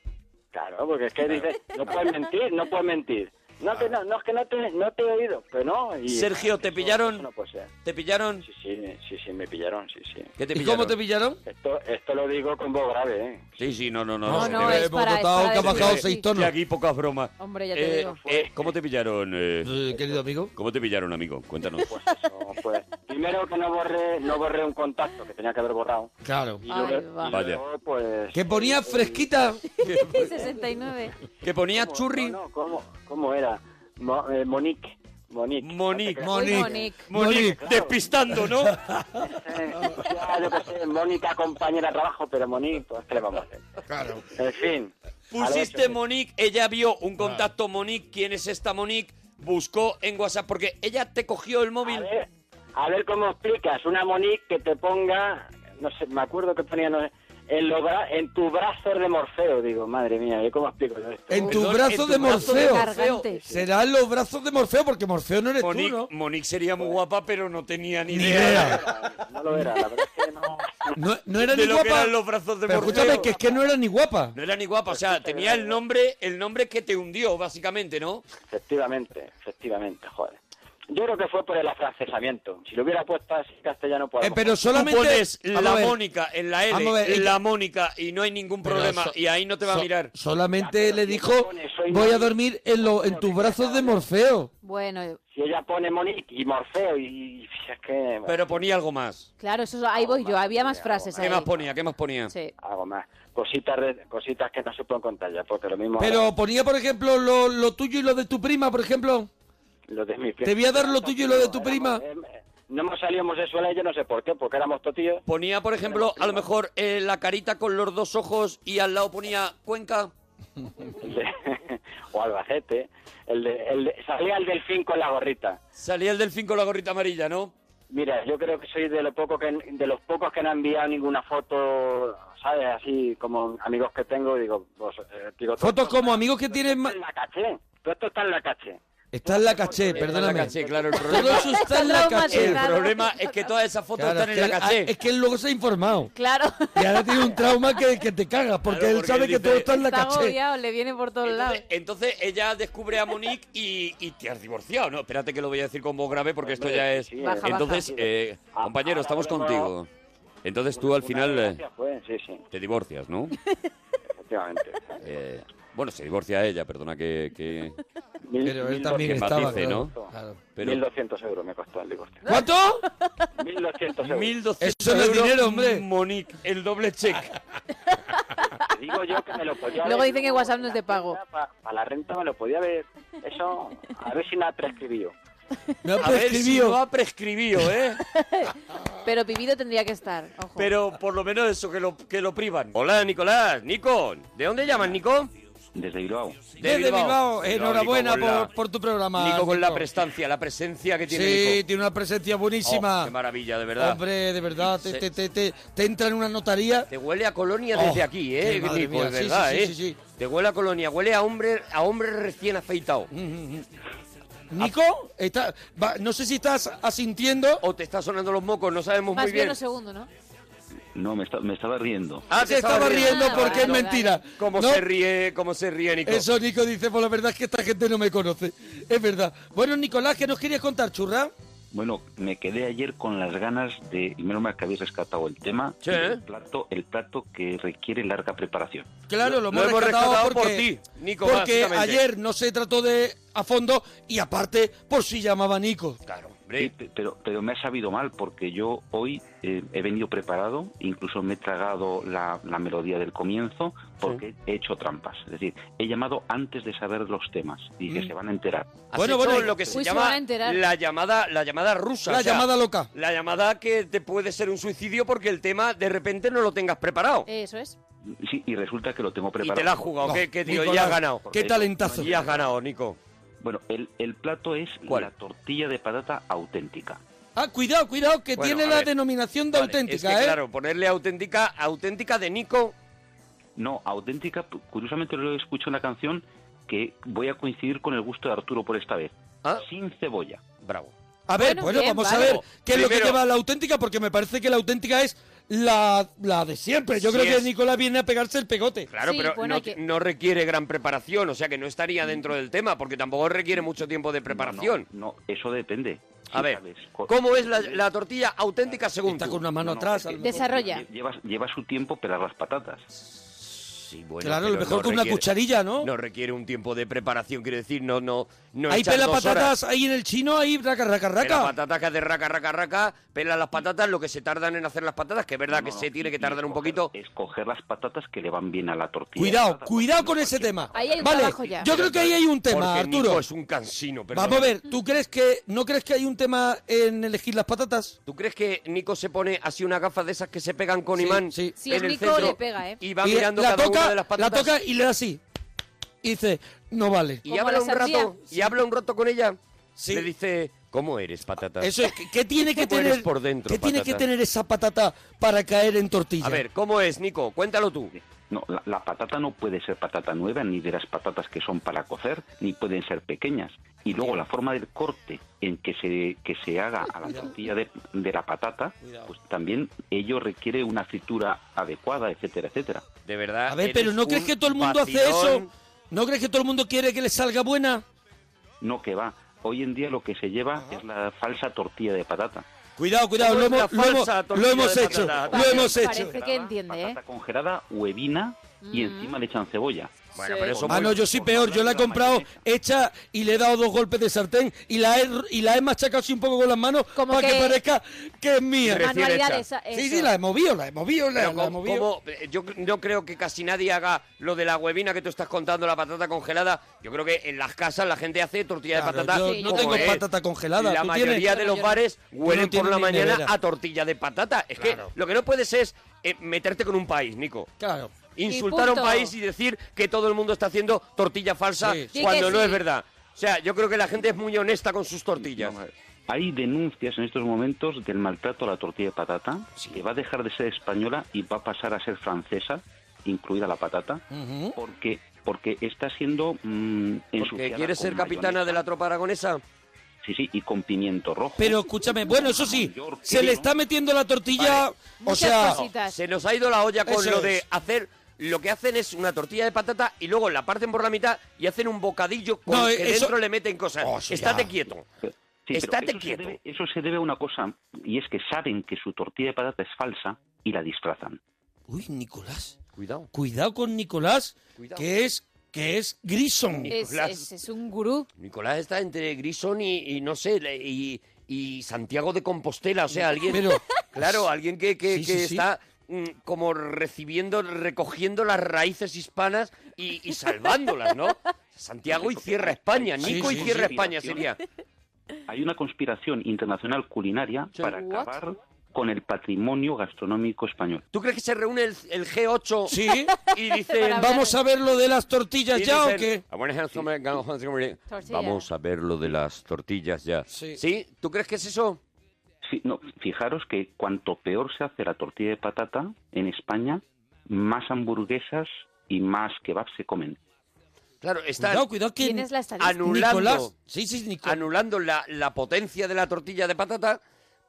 [SPEAKER 4] Claro, porque es que dices, no puedes mentir, no puedes mentir. No,
[SPEAKER 6] Ah.
[SPEAKER 4] que no, no, es que no te, no te he oído, que no. Y,
[SPEAKER 2] Sergio, ¿te
[SPEAKER 4] eso-
[SPEAKER 2] pillaron?
[SPEAKER 4] eso No puede ser.
[SPEAKER 2] ¿Te pillaron?
[SPEAKER 4] Sí, sí, sí, sí, me pillaron, sí, sí.
[SPEAKER 2] ¿Qué te
[SPEAKER 1] ¿Y
[SPEAKER 2] pillaron?
[SPEAKER 1] cómo te pillaron?
[SPEAKER 4] Esto, esto lo digo con voz grave, ¿eh?
[SPEAKER 2] Sí, sí, no, no, no.
[SPEAKER 6] No,
[SPEAKER 2] sí,
[SPEAKER 6] no,
[SPEAKER 2] que-
[SPEAKER 6] es
[SPEAKER 1] hemos
[SPEAKER 6] para- es
[SPEAKER 1] notado
[SPEAKER 6] para
[SPEAKER 1] que ha
[SPEAKER 6] decir-
[SPEAKER 1] bajado
[SPEAKER 6] sí.
[SPEAKER 1] seis
[SPEAKER 2] que
[SPEAKER 1] tonos.
[SPEAKER 2] aquí pocas bromas.
[SPEAKER 6] Hombre, ya te
[SPEAKER 2] Eh,
[SPEAKER 6] digo.
[SPEAKER 2] eh, ¿Cómo te pillaron? eh?
[SPEAKER 1] Eh, Querido amigo.
[SPEAKER 2] ¿Cómo te pillaron, amigo? Cuéntanos.
[SPEAKER 4] Pues eso, pues. Primero que no borré, no borré un contacto que tenía que haber borrado.
[SPEAKER 1] Claro.
[SPEAKER 4] Y
[SPEAKER 6] Ay,
[SPEAKER 4] luego,
[SPEAKER 6] va.
[SPEAKER 4] y luego, pues.
[SPEAKER 1] Que
[SPEAKER 2] eh,
[SPEAKER 1] ponía fresquita.
[SPEAKER 6] 69.
[SPEAKER 2] ¿Que ponía
[SPEAKER 4] ¿cómo-
[SPEAKER 2] churri?
[SPEAKER 4] No, no, ¿cómo, cómo era? Mo- eh, Monique. Monique.
[SPEAKER 2] Monique.
[SPEAKER 4] No
[SPEAKER 6] Muy
[SPEAKER 1] Monique.
[SPEAKER 6] Monique.
[SPEAKER 2] Monique,
[SPEAKER 1] Monique.
[SPEAKER 2] despistando, ¿no?
[SPEAKER 4] te creas, eh, ya, yo qué sé, Mónica compañera de trabajo, pero Monique, pues, ¿qué le vamos a hacer?
[SPEAKER 1] Claro.
[SPEAKER 4] En fin.
[SPEAKER 2] Pusiste
[SPEAKER 4] Al ocho,
[SPEAKER 2] Monique, ella vio
[SPEAKER 4] Ah.
[SPEAKER 2] un contacto Monique, ¿quién es esta Monique? Buscó en WhatsApp, porque ella te cogió el
[SPEAKER 4] A
[SPEAKER 2] móvil.
[SPEAKER 4] ver, a ver cómo explicas una Monique que te ponga, no sé, me acuerdo que ponía no sé, en, los bra- en tu brazo de Morfeo, digo, madre mía, ¿yo ¿cómo explico yo esto?
[SPEAKER 1] En tu
[SPEAKER 2] Perdón, en
[SPEAKER 1] brazo
[SPEAKER 2] tu
[SPEAKER 1] de
[SPEAKER 2] brazo de
[SPEAKER 1] Morfeo.
[SPEAKER 2] Morfeo.
[SPEAKER 6] Cargante.
[SPEAKER 1] Serán los brazos de Morfeo, porque Morfeo no eres
[SPEAKER 2] Monique,
[SPEAKER 1] tú, ¿no?
[SPEAKER 2] Monique sería muy guapa, pero no tenía ni
[SPEAKER 1] Ni
[SPEAKER 2] idea,
[SPEAKER 1] idea.
[SPEAKER 4] No lo era, la verdad es que no.
[SPEAKER 1] No, no era
[SPEAKER 2] de
[SPEAKER 1] ni
[SPEAKER 2] lo que
[SPEAKER 1] guapa.
[SPEAKER 2] eran los brazos de
[SPEAKER 1] Pero
[SPEAKER 2] Morfeo.
[SPEAKER 1] escúchame, que es que no era ni guapa.
[SPEAKER 2] No era ni guapa, o sea, tenía el nombre, el nombre que te hundió, básicamente, ¿no?
[SPEAKER 4] Efectivamente, efectivamente, joder. Yo creo que fue por el afrancesamiento. Si lo hubiera puesto así en castellano, pues. a
[SPEAKER 1] Eh,
[SPEAKER 4] lo
[SPEAKER 1] pero
[SPEAKER 4] mejor-
[SPEAKER 1] solamente.
[SPEAKER 2] Tú pones
[SPEAKER 1] Vamos a
[SPEAKER 2] la
[SPEAKER 1] ver,
[SPEAKER 2] Mónica en la L,
[SPEAKER 1] Vamos a ver,
[SPEAKER 2] la
[SPEAKER 1] ella-
[SPEAKER 2] Mónica, y no hay ningún
[SPEAKER 1] pero
[SPEAKER 2] problema,
[SPEAKER 1] so-
[SPEAKER 2] y ahí no te va a
[SPEAKER 1] so-
[SPEAKER 2] mirar.
[SPEAKER 1] Solamente le dijo:
[SPEAKER 4] Soy
[SPEAKER 1] Voy a
[SPEAKER 4] Monique.
[SPEAKER 1] dormir en, lo- en tus brazos de Morfeo.
[SPEAKER 6] Bueno,
[SPEAKER 4] Si ella pone Monique y Morfeo y. y es que. bueno,
[SPEAKER 2] Pero ponía algo más.
[SPEAKER 6] claro, eso ahí voy yo. Había más frases Pues ahí.
[SPEAKER 2] ¿Qué más ponía? ¿Qué más ponía?
[SPEAKER 6] Sí.
[SPEAKER 4] Algo más. Cositas, de- cositas que no se pueden contar ya, porque lo mismo.
[SPEAKER 1] Pero ponía, por ejemplo, lo, lo tuyo y lo de tu prima, por ejemplo.
[SPEAKER 4] Lo de mi
[SPEAKER 1] Te voy a dar lo tuyo y lo de tu
[SPEAKER 4] Éramos-
[SPEAKER 1] prima.
[SPEAKER 4] eh, No hemos salido homosexuales, yo no sé por qué, porque éramos totillos.
[SPEAKER 2] Ponía, por ejemplo, a lo mejor eh, la carita con los dos ojos y al lado ponía Cuenca.
[SPEAKER 4] el de- o Albacete. El de, el de- salía el delfín con la gorrita.
[SPEAKER 2] Salía el delfín con la gorrita amarilla, ¿no?
[SPEAKER 4] Mira, yo creo que soy de, lo poco que, de los pocos que no han enviado ninguna foto, ¿sabes? Así como amigos que tengo, digo, pues, eh, digo todo
[SPEAKER 1] Fotos
[SPEAKER 4] esto-
[SPEAKER 1] como amigos que tienen.
[SPEAKER 4] todo
[SPEAKER 1] ma-
[SPEAKER 4] esto en la caché. Todo esto está en la caché.
[SPEAKER 1] Está en la caché,
[SPEAKER 2] En la
[SPEAKER 1] perdóname.
[SPEAKER 2] caché, claro, el
[SPEAKER 1] Todo
[SPEAKER 2] problema,
[SPEAKER 1] eso está en la
[SPEAKER 6] Está
[SPEAKER 1] caché.
[SPEAKER 2] el
[SPEAKER 6] traumatizado.
[SPEAKER 2] problema es que todas esas fotos
[SPEAKER 1] Claro,
[SPEAKER 2] están
[SPEAKER 1] es
[SPEAKER 2] en la
[SPEAKER 1] que él- ah,
[SPEAKER 2] caché.
[SPEAKER 1] Es que él luego se ha informado.
[SPEAKER 6] Claro.
[SPEAKER 1] Y ahora tiene un trauma que, que te cagas, porque
[SPEAKER 2] Claro,
[SPEAKER 1] él
[SPEAKER 2] porque
[SPEAKER 1] sabe
[SPEAKER 2] él
[SPEAKER 1] que
[SPEAKER 2] dice-
[SPEAKER 1] todo está en la
[SPEAKER 6] Está
[SPEAKER 1] caché.
[SPEAKER 6] agobiado, le viene por todos lados.
[SPEAKER 2] Entonces, entonces ella descubre a Monique y, y te has divorciado, ¿no? Espérate que lo voy a decir con voz grave porque esto ya es...
[SPEAKER 4] sí,
[SPEAKER 6] Baja,
[SPEAKER 2] Entonces,
[SPEAKER 4] baja.
[SPEAKER 2] eh,
[SPEAKER 4] Ah, ahora
[SPEAKER 2] compañero, estamos
[SPEAKER 4] volvemos.
[SPEAKER 2] contigo. Entonces tú al
[SPEAKER 4] Una
[SPEAKER 2] final eh,
[SPEAKER 4] desgracia fue, sí, sí,
[SPEAKER 2] te divorcias, ¿no?
[SPEAKER 4] efectivamente.
[SPEAKER 2] Eh, bueno, se divorcia ella, perdona que... que-
[SPEAKER 4] Mil-
[SPEAKER 1] Pero él
[SPEAKER 4] 1200
[SPEAKER 1] también
[SPEAKER 2] que
[SPEAKER 1] estaba.
[SPEAKER 2] matice,
[SPEAKER 1] claro.
[SPEAKER 2] ¿no?
[SPEAKER 1] Claro.
[SPEAKER 2] Pero-
[SPEAKER 4] 1.200 euros me costó el divorcio.
[SPEAKER 1] ¿Cuánto?
[SPEAKER 4] 1.200 euros.
[SPEAKER 2] 1.200
[SPEAKER 1] Eso no es
[SPEAKER 2] euros,
[SPEAKER 1] dinero, hombre.
[SPEAKER 2] Monique, el doble cheque.
[SPEAKER 4] Te digo yo que me lo podía
[SPEAKER 6] Luego
[SPEAKER 4] haber-
[SPEAKER 6] dicen que WhatsApp no es de pago.
[SPEAKER 4] Para la renta me lo podía haber. Eso, a ver si me ha prescribido.
[SPEAKER 1] Me ha
[SPEAKER 2] A ver si
[SPEAKER 1] prescribido.
[SPEAKER 2] no ha prescribido, ¿eh?
[SPEAKER 6] Pero vivido tendría que estar. Ojo.
[SPEAKER 2] Pero por lo menos eso, que lo, que lo privan. Hola, Nicolás. Nico, ¿de dónde llamas, Nico?
[SPEAKER 4] Desde Bilbao.
[SPEAKER 1] Ah, Desde Bilbao, enhorabuena
[SPEAKER 2] Nico, con
[SPEAKER 1] por, por tu programa.
[SPEAKER 2] Nico con la
[SPEAKER 1] Nico.
[SPEAKER 2] prestancia, la presencia que tiene
[SPEAKER 1] Sí,
[SPEAKER 2] Nico.
[SPEAKER 1] tiene una presencia
[SPEAKER 2] Oh,
[SPEAKER 1] buenísima.
[SPEAKER 2] qué maravilla, de verdad.
[SPEAKER 1] Hombre, de verdad, te,
[SPEAKER 2] Se-
[SPEAKER 1] te, te, te- te entra en una notaría.
[SPEAKER 2] Te huele a colonia
[SPEAKER 1] Oh,
[SPEAKER 2] desde aquí, ¿eh,
[SPEAKER 1] qué madre
[SPEAKER 2] Nico?
[SPEAKER 1] mía,
[SPEAKER 2] Es
[SPEAKER 1] sí, sí,
[SPEAKER 2] verdad,
[SPEAKER 1] sí,
[SPEAKER 2] ¿eh?
[SPEAKER 1] sí, sí.
[SPEAKER 2] Te huele a colonia, huele a hombre, a hombre recién afeitado.
[SPEAKER 1] Mm, Nico, está, va- no sé si estás asintiendo.
[SPEAKER 2] O te está sonando los mocos, no sabemos
[SPEAKER 6] Más
[SPEAKER 2] Pues muy
[SPEAKER 6] bien
[SPEAKER 2] bien.
[SPEAKER 6] un segundo, ¿no?
[SPEAKER 8] No, me, esta- me estaba riendo.
[SPEAKER 2] Ah,
[SPEAKER 1] se estaba riendo
[SPEAKER 6] Ah,
[SPEAKER 1] porque es
[SPEAKER 6] vale, vale.
[SPEAKER 1] mentira.
[SPEAKER 2] ¿eh? Cómo
[SPEAKER 1] No,
[SPEAKER 2] se ríe, cómo se ríe, Nico.
[SPEAKER 1] Eso Nico dice, pues la verdad es que esta gente no me conoce. Es verdad. Bueno, Nicolás, ¿qué nos querías contar, churra?
[SPEAKER 8] Bueno, me quedé ayer con las ganas de, y menos mal que habéis rescatado el tema,
[SPEAKER 2] Sí.
[SPEAKER 8] el plato, el plato que requiere larga preparación.
[SPEAKER 1] Claro, lo,
[SPEAKER 2] Lo
[SPEAKER 1] hemos
[SPEAKER 2] hemos
[SPEAKER 1] rescatado,
[SPEAKER 2] rescatado por
[SPEAKER 1] porque,
[SPEAKER 2] ti, Nico,
[SPEAKER 1] Porque
[SPEAKER 2] básicamente.
[SPEAKER 1] ayer no se trató de a fondo y aparte por si llamaba Nico.
[SPEAKER 2] Claro, hombre.
[SPEAKER 8] Sí, pe- pero, pero me ha sabido mal porque yo hoy eh, he venido preparado, incluso me he tragado la, la melodía del comienzo porque he hecho trampas. Es decir, he llamado antes de saber los temas y que se van a enterar.
[SPEAKER 2] Has
[SPEAKER 1] Bueno,
[SPEAKER 2] hecho
[SPEAKER 1] bueno,
[SPEAKER 2] Mm. lo que se
[SPEAKER 6] Uy, se van
[SPEAKER 2] llama
[SPEAKER 6] a enterar.
[SPEAKER 2] la llamada, la llamada rusa.
[SPEAKER 1] La
[SPEAKER 2] o sea,
[SPEAKER 1] llamada loca.
[SPEAKER 2] La llamada que te puede ser un suicidio porque el tema de repente no lo tengas preparado.
[SPEAKER 6] Eso es.
[SPEAKER 8] Sí, y resulta que lo tengo
[SPEAKER 2] y
[SPEAKER 8] preparado.
[SPEAKER 2] te la has jugado,
[SPEAKER 1] No,
[SPEAKER 2] ¿qué, qué tío? Y
[SPEAKER 1] Nicolás,
[SPEAKER 2] has ganado.
[SPEAKER 1] Qué talentazo.
[SPEAKER 2] Y has ganado, Nico.
[SPEAKER 8] Bueno, el, el plato es
[SPEAKER 2] ¿Cuál?
[SPEAKER 8] la tortilla de patata auténtica.
[SPEAKER 1] Ah, cuidado, cuidado, que
[SPEAKER 2] Bueno,
[SPEAKER 1] tiene
[SPEAKER 2] a
[SPEAKER 1] la
[SPEAKER 2] ver.
[SPEAKER 1] denominación de
[SPEAKER 2] Vale,
[SPEAKER 1] auténtica,
[SPEAKER 2] es que,
[SPEAKER 1] ¿eh?
[SPEAKER 2] claro, ponerle auténtica, auténtica de Nico.
[SPEAKER 8] No, auténtica, curiosamente lo escucho en la canción que voy a coincidir con el gusto de Arturo por esta vez.
[SPEAKER 2] Ah.
[SPEAKER 8] Sin cebolla.
[SPEAKER 2] Bravo.
[SPEAKER 1] A ver, bueno,
[SPEAKER 6] Bueno, bien,
[SPEAKER 1] vamos a
[SPEAKER 6] vale.
[SPEAKER 1] ver qué es lo que
[SPEAKER 2] Primero-
[SPEAKER 1] lleva la auténtica, porque me parece que la auténtica es la, la de siempre. Yo
[SPEAKER 2] Sí
[SPEAKER 1] creo que
[SPEAKER 2] es.
[SPEAKER 1] Nicolás viene a pegarse el pegote.
[SPEAKER 2] Claro, pero no, no requiere gran preparación, o sea que no estaría dentro del tema, porque tampoco requiere mucho tiempo de preparación.
[SPEAKER 8] No, eso depende.
[SPEAKER 2] A
[SPEAKER 8] Sí,
[SPEAKER 2] ver,
[SPEAKER 8] sabes, co-
[SPEAKER 2] ¿cómo es la, la tortilla auténtica según Está
[SPEAKER 1] con una mano atrás.
[SPEAKER 6] Desarrolla.
[SPEAKER 8] Lleva, lleva su tiempo pelar las patatas.
[SPEAKER 2] Sí, bueno,
[SPEAKER 1] Claro, a
[SPEAKER 2] pero
[SPEAKER 1] lo mejor
[SPEAKER 2] no
[SPEAKER 1] con una
[SPEAKER 2] requiere-
[SPEAKER 1] cucharilla, ¿no?
[SPEAKER 2] No requiere un tiempo de preparación, quiero decir, no, no, no
[SPEAKER 1] ahí
[SPEAKER 2] echar
[SPEAKER 1] pela
[SPEAKER 2] dos
[SPEAKER 1] patatas,
[SPEAKER 2] horas.
[SPEAKER 1] ahí en el chino, ahí raca, raca,
[SPEAKER 2] Pela
[SPEAKER 1] raca.
[SPEAKER 2] patatas que hace raca, raca, raca, pela las patatas, lo que se tardan en hacer las patatas, que es verdad que se tiene que tardar un poquito.
[SPEAKER 8] Escoger las patatas que le van bien a la tortilla.
[SPEAKER 1] Cuidado, cuidado con ese tema.
[SPEAKER 6] Ahí hay un
[SPEAKER 1] vale,
[SPEAKER 6] trabajo ya.
[SPEAKER 1] yo creo que ahí hay un tema,
[SPEAKER 2] Porque
[SPEAKER 1] Arturo.
[SPEAKER 2] Nico es un cansino, perdón.
[SPEAKER 1] Vamos a ver, ¿tú crees que no crees que hay un tema en elegir las patatas?
[SPEAKER 2] ¿Tú crees que Nico se pone así una gafa de esas que se pegan con
[SPEAKER 1] Sí,
[SPEAKER 2] imán
[SPEAKER 1] sí.
[SPEAKER 6] Si es
[SPEAKER 2] en el
[SPEAKER 6] Nico,
[SPEAKER 2] centro
[SPEAKER 6] le pega, ¿eh?
[SPEAKER 2] y va
[SPEAKER 1] Y
[SPEAKER 2] mirando
[SPEAKER 1] la
[SPEAKER 2] cada
[SPEAKER 1] toca,
[SPEAKER 2] una de las patatas?
[SPEAKER 1] la toca y le da así. Y dice, no vale.
[SPEAKER 2] y
[SPEAKER 6] Como
[SPEAKER 2] habla
[SPEAKER 6] la
[SPEAKER 2] un
[SPEAKER 6] sandía.
[SPEAKER 2] rato y habla un rato con ella
[SPEAKER 1] Sí.
[SPEAKER 2] le dice cómo eres patata
[SPEAKER 1] Eso es, ¿qué- ¿qué tiene que
[SPEAKER 2] ¿Cómo eres
[SPEAKER 1] tener
[SPEAKER 2] por dentro,
[SPEAKER 1] qué tiene que
[SPEAKER 2] patata?
[SPEAKER 1] tener esa patata para caer en tortilla?
[SPEAKER 2] a ver cómo es Nico cuéntalo tú
[SPEAKER 8] No, la, la patata no puede ser patata nueva, ni de las patatas que son para cocer, ni pueden ser pequeñas. Y luego la forma del corte en que se, que se haga a la tortilla de, de la patata, pues también ello requiere una fritura adecuada, etcétera, etcétera.
[SPEAKER 2] de verdad
[SPEAKER 1] A ver, pero
[SPEAKER 2] eres
[SPEAKER 1] ¿no crees
[SPEAKER 2] un
[SPEAKER 1] que todo el mundo hace
[SPEAKER 2] vacilón.
[SPEAKER 1] eso? ¿No crees que todo el mundo quiere que le salga buena?
[SPEAKER 8] No que va. Hoy en día lo que se lleva es la falsa tortilla de patata.
[SPEAKER 1] Cuidado, cuidado,
[SPEAKER 2] ¿Cómo
[SPEAKER 1] lo
[SPEAKER 2] es la
[SPEAKER 1] hemos, lo hemos-
[SPEAKER 2] falsa
[SPEAKER 1] lo
[SPEAKER 2] tortilla
[SPEAKER 1] hemos
[SPEAKER 2] de
[SPEAKER 1] hecho,
[SPEAKER 2] patata?
[SPEAKER 1] lo hemos
[SPEAKER 6] Parece
[SPEAKER 1] hecho.
[SPEAKER 6] que entiende, ¿eh?
[SPEAKER 8] Patata congelada, huevina y
[SPEAKER 6] Mm.
[SPEAKER 8] encima le echan cebolla.
[SPEAKER 2] bueno pero eso
[SPEAKER 1] Ah,
[SPEAKER 2] muy-
[SPEAKER 1] no, yo sí peor, yo la he comprado hecha y le he dado dos golpes de sartén y la he, y la he machacado así un poco con las manos
[SPEAKER 6] Como
[SPEAKER 1] para que...
[SPEAKER 6] que-
[SPEAKER 1] parezca que es mía.
[SPEAKER 2] Recién
[SPEAKER 6] Manualidades.
[SPEAKER 2] hecha.
[SPEAKER 6] esa-
[SPEAKER 1] Sí,
[SPEAKER 6] eso.
[SPEAKER 1] sí, la he movido, la he movido, la,
[SPEAKER 2] pero
[SPEAKER 1] la he
[SPEAKER 2] ¿cómo-
[SPEAKER 1] movido.
[SPEAKER 2] cómo- eh, yo no creo que casi nadie haga lo de la huevina que tú estás contando, la patata congelada. Yo creo que en las casas la gente hace tortilla
[SPEAKER 1] Claro,
[SPEAKER 2] de patata.
[SPEAKER 1] yo
[SPEAKER 6] Sí,
[SPEAKER 1] no
[SPEAKER 2] como
[SPEAKER 1] tengo
[SPEAKER 2] es.
[SPEAKER 1] patata congelada.
[SPEAKER 2] La
[SPEAKER 1] ¿tú
[SPEAKER 2] mayoría
[SPEAKER 1] tienes?
[SPEAKER 2] de
[SPEAKER 6] Pero
[SPEAKER 2] los
[SPEAKER 6] yo no-
[SPEAKER 2] bares huelen
[SPEAKER 1] no tiene
[SPEAKER 2] por la
[SPEAKER 1] ni
[SPEAKER 2] mañana
[SPEAKER 1] nevera.
[SPEAKER 2] a tortilla de patata. Es
[SPEAKER 1] Claro.
[SPEAKER 2] que lo que no puedes es eh, meterte con un país, Nico.
[SPEAKER 1] Claro.
[SPEAKER 2] Insultar a un
[SPEAKER 6] punto.
[SPEAKER 2] país y decir que todo el mundo está haciendo tortilla falsa
[SPEAKER 1] Sí.
[SPEAKER 6] Sí
[SPEAKER 2] cuando
[SPEAKER 6] que
[SPEAKER 2] no
[SPEAKER 6] sí.
[SPEAKER 2] es verdad. O sea, yo creo que la gente es muy honesta con sus tortillas.
[SPEAKER 8] Hay denuncias en estos momentos del maltrato a la tortilla de patata, que va a dejar de ser española y va a pasar a ser francesa, incluida la patata,
[SPEAKER 1] Ujú.
[SPEAKER 8] porque porque está siendo mm,
[SPEAKER 2] Porque
[SPEAKER 8] ensuciada
[SPEAKER 2] quieres
[SPEAKER 8] con
[SPEAKER 2] ser capitana
[SPEAKER 8] mayonesa.
[SPEAKER 2] de la tropa aragonesa.
[SPEAKER 8] Sí, sí, y con pimiento rojo.
[SPEAKER 1] Pero escúchame, bueno, eso sí,
[SPEAKER 8] Yo
[SPEAKER 1] se le
[SPEAKER 8] creo-
[SPEAKER 1] está metiendo la tortilla, o
[SPEAKER 6] Muchas
[SPEAKER 1] sea,
[SPEAKER 6] cositas.
[SPEAKER 2] Se nos ha ido la olla con
[SPEAKER 1] Eso
[SPEAKER 2] lo de
[SPEAKER 1] es.
[SPEAKER 2] hacer. Lo que hacen es una tortilla de patata y luego la parten por la mitad y hacen un bocadillo con
[SPEAKER 1] No, eh,
[SPEAKER 2] que
[SPEAKER 1] eso-
[SPEAKER 2] dentro le meten cosas.
[SPEAKER 1] Oh, sí,
[SPEAKER 2] Estate
[SPEAKER 1] ya.
[SPEAKER 2] quieto.
[SPEAKER 8] Pero- pero
[SPEAKER 2] Estate
[SPEAKER 8] eso se
[SPEAKER 2] quieto.
[SPEAKER 8] debe- eso se debe a una cosa, y es que saben que su tortilla de patata es falsa y la disfrazan.
[SPEAKER 1] uy, Nicolás,
[SPEAKER 2] Cuidado.
[SPEAKER 1] cuidado con Nicolás,
[SPEAKER 2] Cuidado.
[SPEAKER 1] que es que es Grison.
[SPEAKER 6] Es,
[SPEAKER 2] Nicolás.
[SPEAKER 6] es- es un gurú.
[SPEAKER 2] Nicolás está entre Grison y, y no sé, le- y, y Santiago de Compostela, o sea, alguien...
[SPEAKER 1] Pero-
[SPEAKER 2] claro, alguien que, que-
[SPEAKER 1] Sí,
[SPEAKER 2] que
[SPEAKER 1] sí, sí.
[SPEAKER 2] está mm, como recibiendo, recogiendo las raíces hispanas y, y salvándolas, ¿no? Santiago y cierra España,
[SPEAKER 1] Sí,
[SPEAKER 2] Nico
[SPEAKER 1] sí,
[SPEAKER 2] y cierra
[SPEAKER 8] sí.
[SPEAKER 2] España sería.
[SPEAKER 8] Hay una conspiración internacional culinaria
[SPEAKER 2] Sí.
[SPEAKER 8] para
[SPEAKER 6] What?
[SPEAKER 8] acabar con el patrimonio gastronómico español.
[SPEAKER 2] ¿Tú crees que se reúne el, el G8
[SPEAKER 1] Sí,
[SPEAKER 2] y dicen...
[SPEAKER 6] Para
[SPEAKER 1] vamos a ver lo de las tortillas
[SPEAKER 2] y Ah,
[SPEAKER 1] ya o
[SPEAKER 2] dicen,
[SPEAKER 1] qué?
[SPEAKER 2] "I wanna have some-
[SPEAKER 6] Tortilla.
[SPEAKER 2] Vamos a ver lo de las tortillas ya.
[SPEAKER 1] Sí.
[SPEAKER 2] ¿Sí? ¿Tú crees que es eso?
[SPEAKER 8] Sí, no, fijaros que cuanto peor se hace la tortilla de patata en España, más hamburguesas y más kebabs se comen.
[SPEAKER 2] Claro, está...
[SPEAKER 1] Cuidado, cuidado que
[SPEAKER 6] ¿Quién es la estadística?
[SPEAKER 2] anulando.
[SPEAKER 1] Nicolás, sí, sí, Nicolás.
[SPEAKER 2] anulando la, la potencia de la tortilla de patata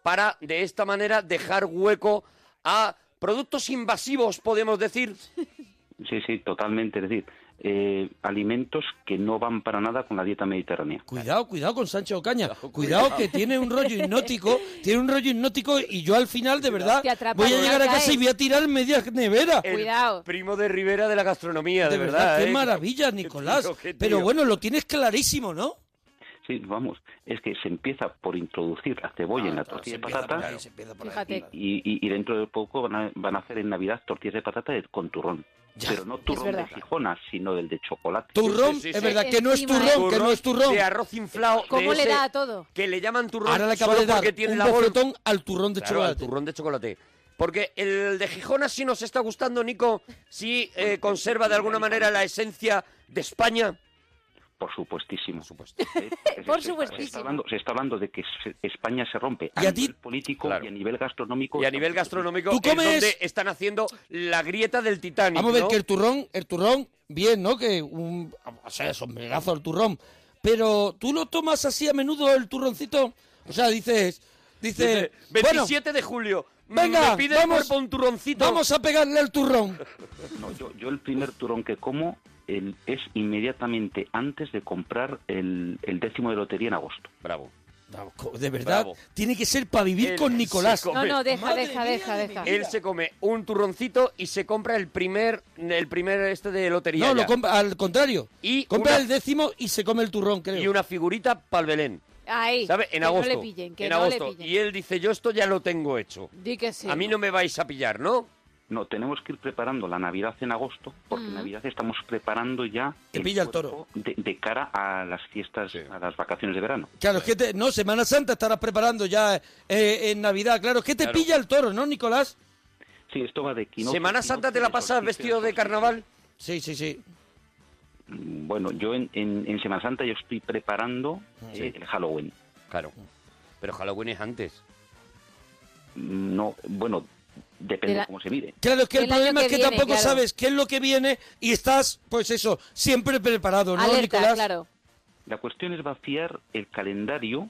[SPEAKER 2] para de esta manera dejar hueco a productos invasivos, podemos decir.
[SPEAKER 8] Sí, sí, totalmente. Es decir, eh, alimentos que no van para nada con la dieta mediterránea.
[SPEAKER 1] Cuidado, cuidado con Sancho Ocaña. Cuidado que tiene un rollo hipnótico, tiene un rollo hipnótico y yo al final, de verdad,
[SPEAKER 6] Te atrapa,
[SPEAKER 1] voy a
[SPEAKER 6] no
[SPEAKER 1] llegar a casa
[SPEAKER 6] caes.
[SPEAKER 1] y voy a tirar media nevera.
[SPEAKER 2] El
[SPEAKER 6] Cuidado.
[SPEAKER 2] primo de Rivera de la gastronomía, de,
[SPEAKER 1] de verdad, qué
[SPEAKER 2] ¿eh?
[SPEAKER 1] maravilla,
[SPEAKER 2] Qué
[SPEAKER 1] Nicolás.
[SPEAKER 2] tío, qué tío.
[SPEAKER 1] Pero bueno, lo tienes clarísimo, ¿no?
[SPEAKER 8] Sí, vamos, es que se empieza por introducir la cebolla
[SPEAKER 1] Ah,
[SPEAKER 8] en la tortilla de patata
[SPEAKER 6] Fíjate.
[SPEAKER 8] y, y- y dentro de poco van a, van a hacer en Navidad tortillas de patata de- con turrón.
[SPEAKER 1] Ya.
[SPEAKER 8] Pero no turrón de
[SPEAKER 6] verdad.
[SPEAKER 8] Gijona, sino del de chocolate.
[SPEAKER 1] Turrón,
[SPEAKER 2] Sí, sí, sí.
[SPEAKER 1] es verdad, que no es
[SPEAKER 6] Encima,
[SPEAKER 1] turrón,
[SPEAKER 6] ¿eh?
[SPEAKER 1] que no es turrón.
[SPEAKER 2] De arroz inflado. de
[SPEAKER 6] ¿Cómo le
[SPEAKER 2] ese
[SPEAKER 6] da a todo?
[SPEAKER 2] Que le llaman turrón
[SPEAKER 1] Ahora le acabo
[SPEAKER 2] solo
[SPEAKER 1] de dar
[SPEAKER 2] porque tiene
[SPEAKER 1] un
[SPEAKER 2] la bol-
[SPEAKER 1] bofetón al turrón de
[SPEAKER 2] Claro, al
[SPEAKER 1] chocolate.
[SPEAKER 2] turrón de chocolate. Porque el de Gijona sí nos está gustando, Nico. Sí eh, conserva de alguna manera la esencia de España.
[SPEAKER 8] Por supuestísimo.
[SPEAKER 2] supuesto.
[SPEAKER 8] Eh, se-
[SPEAKER 6] Por
[SPEAKER 8] se- Se
[SPEAKER 6] supuestísimo.
[SPEAKER 8] está, hablando, se está hablando de que se- España se rompe a,
[SPEAKER 1] ¿Y a ti?
[SPEAKER 8] nivel político
[SPEAKER 2] Claro.
[SPEAKER 8] y a nivel gastronómico.
[SPEAKER 2] Y a nivel gastronómico
[SPEAKER 1] ¿Tú
[SPEAKER 2] es
[SPEAKER 1] comes-
[SPEAKER 2] donde están haciendo la grieta del Titanic,
[SPEAKER 1] Vamos a ver
[SPEAKER 2] ¿no?
[SPEAKER 1] que el turrón, el turrón, bien, ¿no? Que un, o sea, sombrerazo el turrón. Pero tú lo tomas así a menudo el turroncito. O sea, dices, Dice,
[SPEAKER 2] 27 de julio. Mm,
[SPEAKER 1] Venga,
[SPEAKER 2] me pide el
[SPEAKER 1] vamos,
[SPEAKER 2] cuerpo un turroncito.
[SPEAKER 1] vamos a pegarle el turrón.
[SPEAKER 8] No, yo, yo el primer turón que como el- es inmediatamente antes de comprar el, el décimo de lotería en agosto.
[SPEAKER 2] Bravo.
[SPEAKER 1] De verdad,
[SPEAKER 2] Bravo.
[SPEAKER 1] tiene que ser para vivir
[SPEAKER 2] Él
[SPEAKER 1] con
[SPEAKER 2] se
[SPEAKER 1] Nicolás.
[SPEAKER 2] come-
[SPEAKER 6] No, no, deja,
[SPEAKER 1] Madre
[SPEAKER 6] deja,
[SPEAKER 1] mía
[SPEAKER 6] deja,
[SPEAKER 1] de mi
[SPEAKER 6] deja.
[SPEAKER 1] vida.
[SPEAKER 2] Él se come un turroncito y se compra el primer, el primer este de lotería.
[SPEAKER 1] No, lo
[SPEAKER 2] ya.
[SPEAKER 1] compra, al contrario.
[SPEAKER 2] Y
[SPEAKER 1] compra
[SPEAKER 2] una-
[SPEAKER 1] el décimo y se come el turrón, creo.
[SPEAKER 2] y una figurita para el Belén.
[SPEAKER 6] Ahí.
[SPEAKER 2] ¿Sabe? En
[SPEAKER 6] que
[SPEAKER 2] agosto.
[SPEAKER 6] No le pillen, que
[SPEAKER 2] en
[SPEAKER 6] no
[SPEAKER 2] agosto.
[SPEAKER 6] le pillen.
[SPEAKER 2] Y él dice, yo esto ya lo tengo hecho.
[SPEAKER 6] Di que sí.
[SPEAKER 2] A mí no me vais a pillar, ¿no?
[SPEAKER 8] No, tenemos que ir preparando la Navidad en agosto, porque en Navidad estamos preparando ya
[SPEAKER 1] Que pilla el toro.
[SPEAKER 8] cuerpo De, de cara a las fiestas, a las vacaciones de verano.
[SPEAKER 1] Claro, es que te- no, Semana Santa estarás preparando ya eh, en Navidad. Claro, es que te
[SPEAKER 2] Claro.
[SPEAKER 1] pilla el toro, ¿no, Nicolás?
[SPEAKER 8] Sí, esto va de equinoccio,
[SPEAKER 2] ¿Semana Santa te la
[SPEAKER 8] equinoccio,
[SPEAKER 2] pasas
[SPEAKER 8] solsticio,
[SPEAKER 2] vestido de
[SPEAKER 8] solsticio.
[SPEAKER 2] carnaval?
[SPEAKER 1] Sí, sí, sí.
[SPEAKER 8] Mm, Bueno, yo en, en- en Semana Santa yo estoy preparando
[SPEAKER 1] Ah,
[SPEAKER 8] eh, el Halloween.
[SPEAKER 2] Claro. Pero Halloween es antes.
[SPEAKER 8] Mm, No, bueno, depende
[SPEAKER 6] De la-
[SPEAKER 8] de cómo se mire.
[SPEAKER 1] Claro, es que el,
[SPEAKER 6] El año
[SPEAKER 1] problema es
[SPEAKER 6] que
[SPEAKER 1] que
[SPEAKER 6] viene,
[SPEAKER 1] tampoco
[SPEAKER 6] claro.
[SPEAKER 1] sabes qué es lo que viene y estás, pues eso, siempre preparado, ¿no,
[SPEAKER 6] Alerta,
[SPEAKER 1] Nicolás?
[SPEAKER 6] claro.
[SPEAKER 8] La cuestión es vaciar el calendario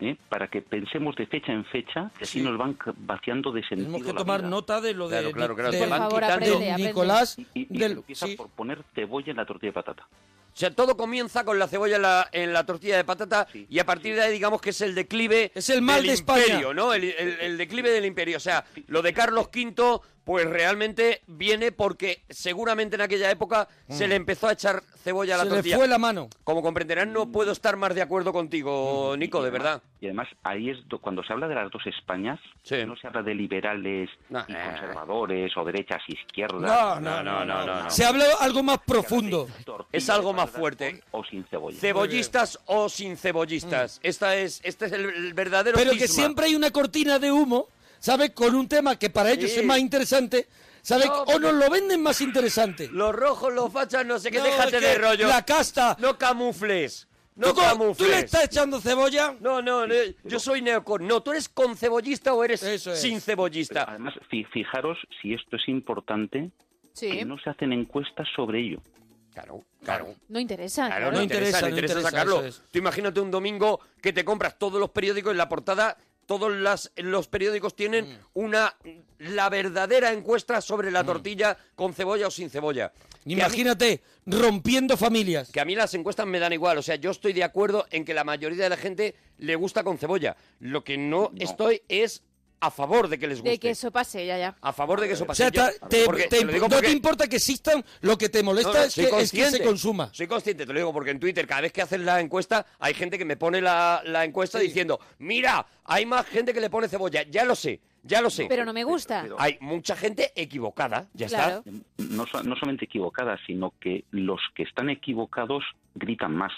[SPEAKER 8] ¿eh? para que pensemos de fecha en fecha, que así nos van ca- vaciando de sentido.
[SPEAKER 1] Tenemos que
[SPEAKER 8] la
[SPEAKER 1] tomar
[SPEAKER 8] vida.
[SPEAKER 1] nota de lo de,
[SPEAKER 2] Claro, claro, claro,
[SPEAKER 1] de-
[SPEAKER 2] te
[SPEAKER 6] Por
[SPEAKER 2] van
[SPEAKER 6] favor,
[SPEAKER 2] quitando-
[SPEAKER 1] de
[SPEAKER 6] aprende, aprende.
[SPEAKER 1] Nicolás.
[SPEAKER 8] Y, y
[SPEAKER 1] del-
[SPEAKER 8] empieza
[SPEAKER 1] sí.
[SPEAKER 8] por poner cebolla en la tortilla de patata.
[SPEAKER 2] O sea, todo comienza con la cebolla en la, en la tortilla de patata
[SPEAKER 8] Sí.
[SPEAKER 2] y a partir de ahí digamos que es el declive
[SPEAKER 1] Es el mal
[SPEAKER 2] del
[SPEAKER 1] de España.
[SPEAKER 2] imperio, ¿no? El, el- el declive del imperio. O sea, lo de Carlos V pues realmente viene porque seguramente en aquella época se le empezó a echar cebolla a la
[SPEAKER 1] Mm. Se le
[SPEAKER 2] tortilla.
[SPEAKER 1] fue la mano.
[SPEAKER 2] Como comprenderán, no puedo estar más de acuerdo contigo, Nico,
[SPEAKER 8] Y
[SPEAKER 2] de
[SPEAKER 8] además-
[SPEAKER 2] verdad.
[SPEAKER 8] Y además ahí es do- cuando se habla de las dos Españas,
[SPEAKER 2] Sí.
[SPEAKER 8] no se habla de liberales
[SPEAKER 2] No,
[SPEAKER 8] y
[SPEAKER 2] eh.
[SPEAKER 8] conservadores o derechas e izquierdas.
[SPEAKER 1] No,
[SPEAKER 2] no,
[SPEAKER 1] no,
[SPEAKER 2] no, no, no, no.
[SPEAKER 1] Se habla algo más profundo.
[SPEAKER 8] Tortilla
[SPEAKER 2] Es algo
[SPEAKER 8] de
[SPEAKER 2] más
[SPEAKER 8] patata
[SPEAKER 2] fuerte. ¿eh?
[SPEAKER 8] con O sin cebolla.
[SPEAKER 2] Cebollistas o sin cebollistas. Esta es, este es el, el verdadero
[SPEAKER 1] Mm. Pero que
[SPEAKER 2] cisma.
[SPEAKER 1] siempre hay una cortina de humo, ¿sabes? Con un tema que para ellos
[SPEAKER 2] Sí.
[SPEAKER 1] es más interesante, ¿sabes?
[SPEAKER 2] No,
[SPEAKER 1] o
[SPEAKER 2] porque-
[SPEAKER 1] nos lo venden más interesante.
[SPEAKER 2] Los rojos, los fachas, no sé qué,
[SPEAKER 1] No,
[SPEAKER 2] déjate
[SPEAKER 1] es que
[SPEAKER 2] de rollo.
[SPEAKER 1] La casta.
[SPEAKER 2] No camufles. No
[SPEAKER 1] ¿Tú, co-
[SPEAKER 2] camufles.
[SPEAKER 1] tú le estás echando cebolla?
[SPEAKER 2] No, no, no, yo soy neocon. No, tú eres con cebollista o eres
[SPEAKER 1] Eso es.
[SPEAKER 2] sin
[SPEAKER 8] Pero
[SPEAKER 2] cebollista.
[SPEAKER 8] Además, fi- fijaros si esto es importante,
[SPEAKER 6] Sí.
[SPEAKER 8] que
[SPEAKER 6] No,
[SPEAKER 8] no se hacen encuestas sobre ello.
[SPEAKER 2] Claro, claro.
[SPEAKER 6] interesa.
[SPEAKER 2] Claro,
[SPEAKER 6] claro.
[SPEAKER 2] no
[SPEAKER 1] No
[SPEAKER 2] interesa,
[SPEAKER 1] interesa, no
[SPEAKER 2] no interesa
[SPEAKER 1] interesa,
[SPEAKER 2] sacarlo.
[SPEAKER 1] eso
[SPEAKER 2] Tú imagínate un domingo que te compras todos los periódicos en la portada, todos las, los periódicos tienen
[SPEAKER 1] Mm.
[SPEAKER 2] una la verdadera encuesta sobre la tortilla con cebolla o sin cebolla. Que a mí-
[SPEAKER 1] Imagínate, rompiendo familias.
[SPEAKER 2] que a mí las encuestas me dan igual. O sea, yo estoy de acuerdo en que la mayoría de la gente le gusta con cebolla. Lo que
[SPEAKER 8] No.
[SPEAKER 2] no, estoy es a favor de que les guste.
[SPEAKER 6] De que eso pase, ya, ya.
[SPEAKER 2] A favor de que eso
[SPEAKER 1] O
[SPEAKER 2] pase.
[SPEAKER 1] sea,
[SPEAKER 2] Yo-
[SPEAKER 1] ta- te-
[SPEAKER 2] porque-
[SPEAKER 1] te-
[SPEAKER 2] te lo digo
[SPEAKER 1] no
[SPEAKER 2] porque-
[SPEAKER 1] te importa que existan, lo que te molesta
[SPEAKER 2] no, no,
[SPEAKER 1] es,
[SPEAKER 2] soy
[SPEAKER 1] que, es que se
[SPEAKER 2] consciente.
[SPEAKER 1] consuma.
[SPEAKER 2] Soy consciente, te lo digo, porque en Twitter cada vez que haces la encuesta hay gente que me pone la, la encuesta diciendo, mira, hay más gente que le pone cebolla. Ya lo sé, ya lo sé.
[SPEAKER 6] Pero no me gusta.
[SPEAKER 8] pero-
[SPEAKER 2] Hay mucha gente equivocada, ya
[SPEAKER 6] Claro.
[SPEAKER 2] está.
[SPEAKER 8] No, so- no solamente equivocadas, sino que los que están equivocados gritan más.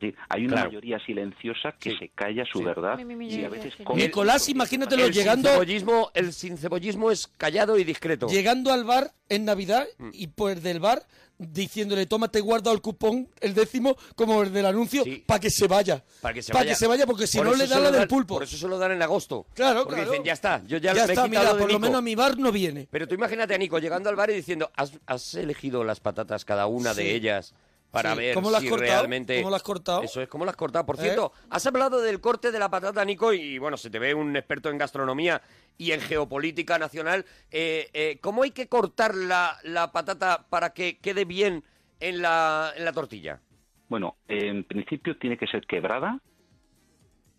[SPEAKER 8] Sí, Hay una
[SPEAKER 2] Claro.
[SPEAKER 8] mayoría silenciosa que
[SPEAKER 2] Sí.
[SPEAKER 8] se calla su
[SPEAKER 2] Sí.
[SPEAKER 8] verdad
[SPEAKER 6] Mi, mi, mi,
[SPEAKER 8] y
[SPEAKER 6] yo-
[SPEAKER 8] a veces
[SPEAKER 6] yo-
[SPEAKER 8] come-
[SPEAKER 1] Nicolás, imagínatelo
[SPEAKER 2] El
[SPEAKER 1] llegando,
[SPEAKER 2] sincebollismo, el sincebollismo es callado y discreto. Mm.
[SPEAKER 1] llegando al bar en Navidad y pues del bar diciéndole, tómate, guarda el cupón, el décimo, como el del anuncio,
[SPEAKER 2] Sí.
[SPEAKER 1] para que se vaya.
[SPEAKER 2] Para que se
[SPEAKER 1] Pa'
[SPEAKER 2] vaya.
[SPEAKER 1] porque si
[SPEAKER 2] Por
[SPEAKER 1] no
[SPEAKER 2] eso
[SPEAKER 1] le
[SPEAKER 2] se
[SPEAKER 1] da
[SPEAKER 2] lo
[SPEAKER 1] la del
[SPEAKER 2] dan-
[SPEAKER 1] pulpo.
[SPEAKER 2] Por eso se lo dan en agosto.
[SPEAKER 1] Claro,
[SPEAKER 2] Porque
[SPEAKER 1] claro.
[SPEAKER 2] dicen, ya está, yo ya,
[SPEAKER 1] ya
[SPEAKER 2] me he
[SPEAKER 1] está,
[SPEAKER 2] quitado
[SPEAKER 1] mira,
[SPEAKER 2] de
[SPEAKER 1] por lo
[SPEAKER 2] Nico".
[SPEAKER 1] menos a mi bar no viene.
[SPEAKER 2] Pero tú imagínate a Nico llegando al bar y diciendo, has, has elegido las patatas cada una
[SPEAKER 1] Sí.
[SPEAKER 2] de ellas para
[SPEAKER 1] Sí.
[SPEAKER 2] ver
[SPEAKER 1] ¿Cómo las
[SPEAKER 2] si
[SPEAKER 1] has cortado?
[SPEAKER 2] realmente...
[SPEAKER 1] ¿Cómo las has cortado?
[SPEAKER 2] Eso es, ¿cómo las has cortado? Por
[SPEAKER 1] ¿Eh?
[SPEAKER 2] cierto, has hablado del corte de la patata, Nico, y bueno, se te ve un experto en gastronomía y en geopolítica nacional. Eh, eh, ¿Cómo hay que cortar la, la patata para que quede bien en la, en la tortilla?
[SPEAKER 8] Bueno, en principio tiene que ser quebrada.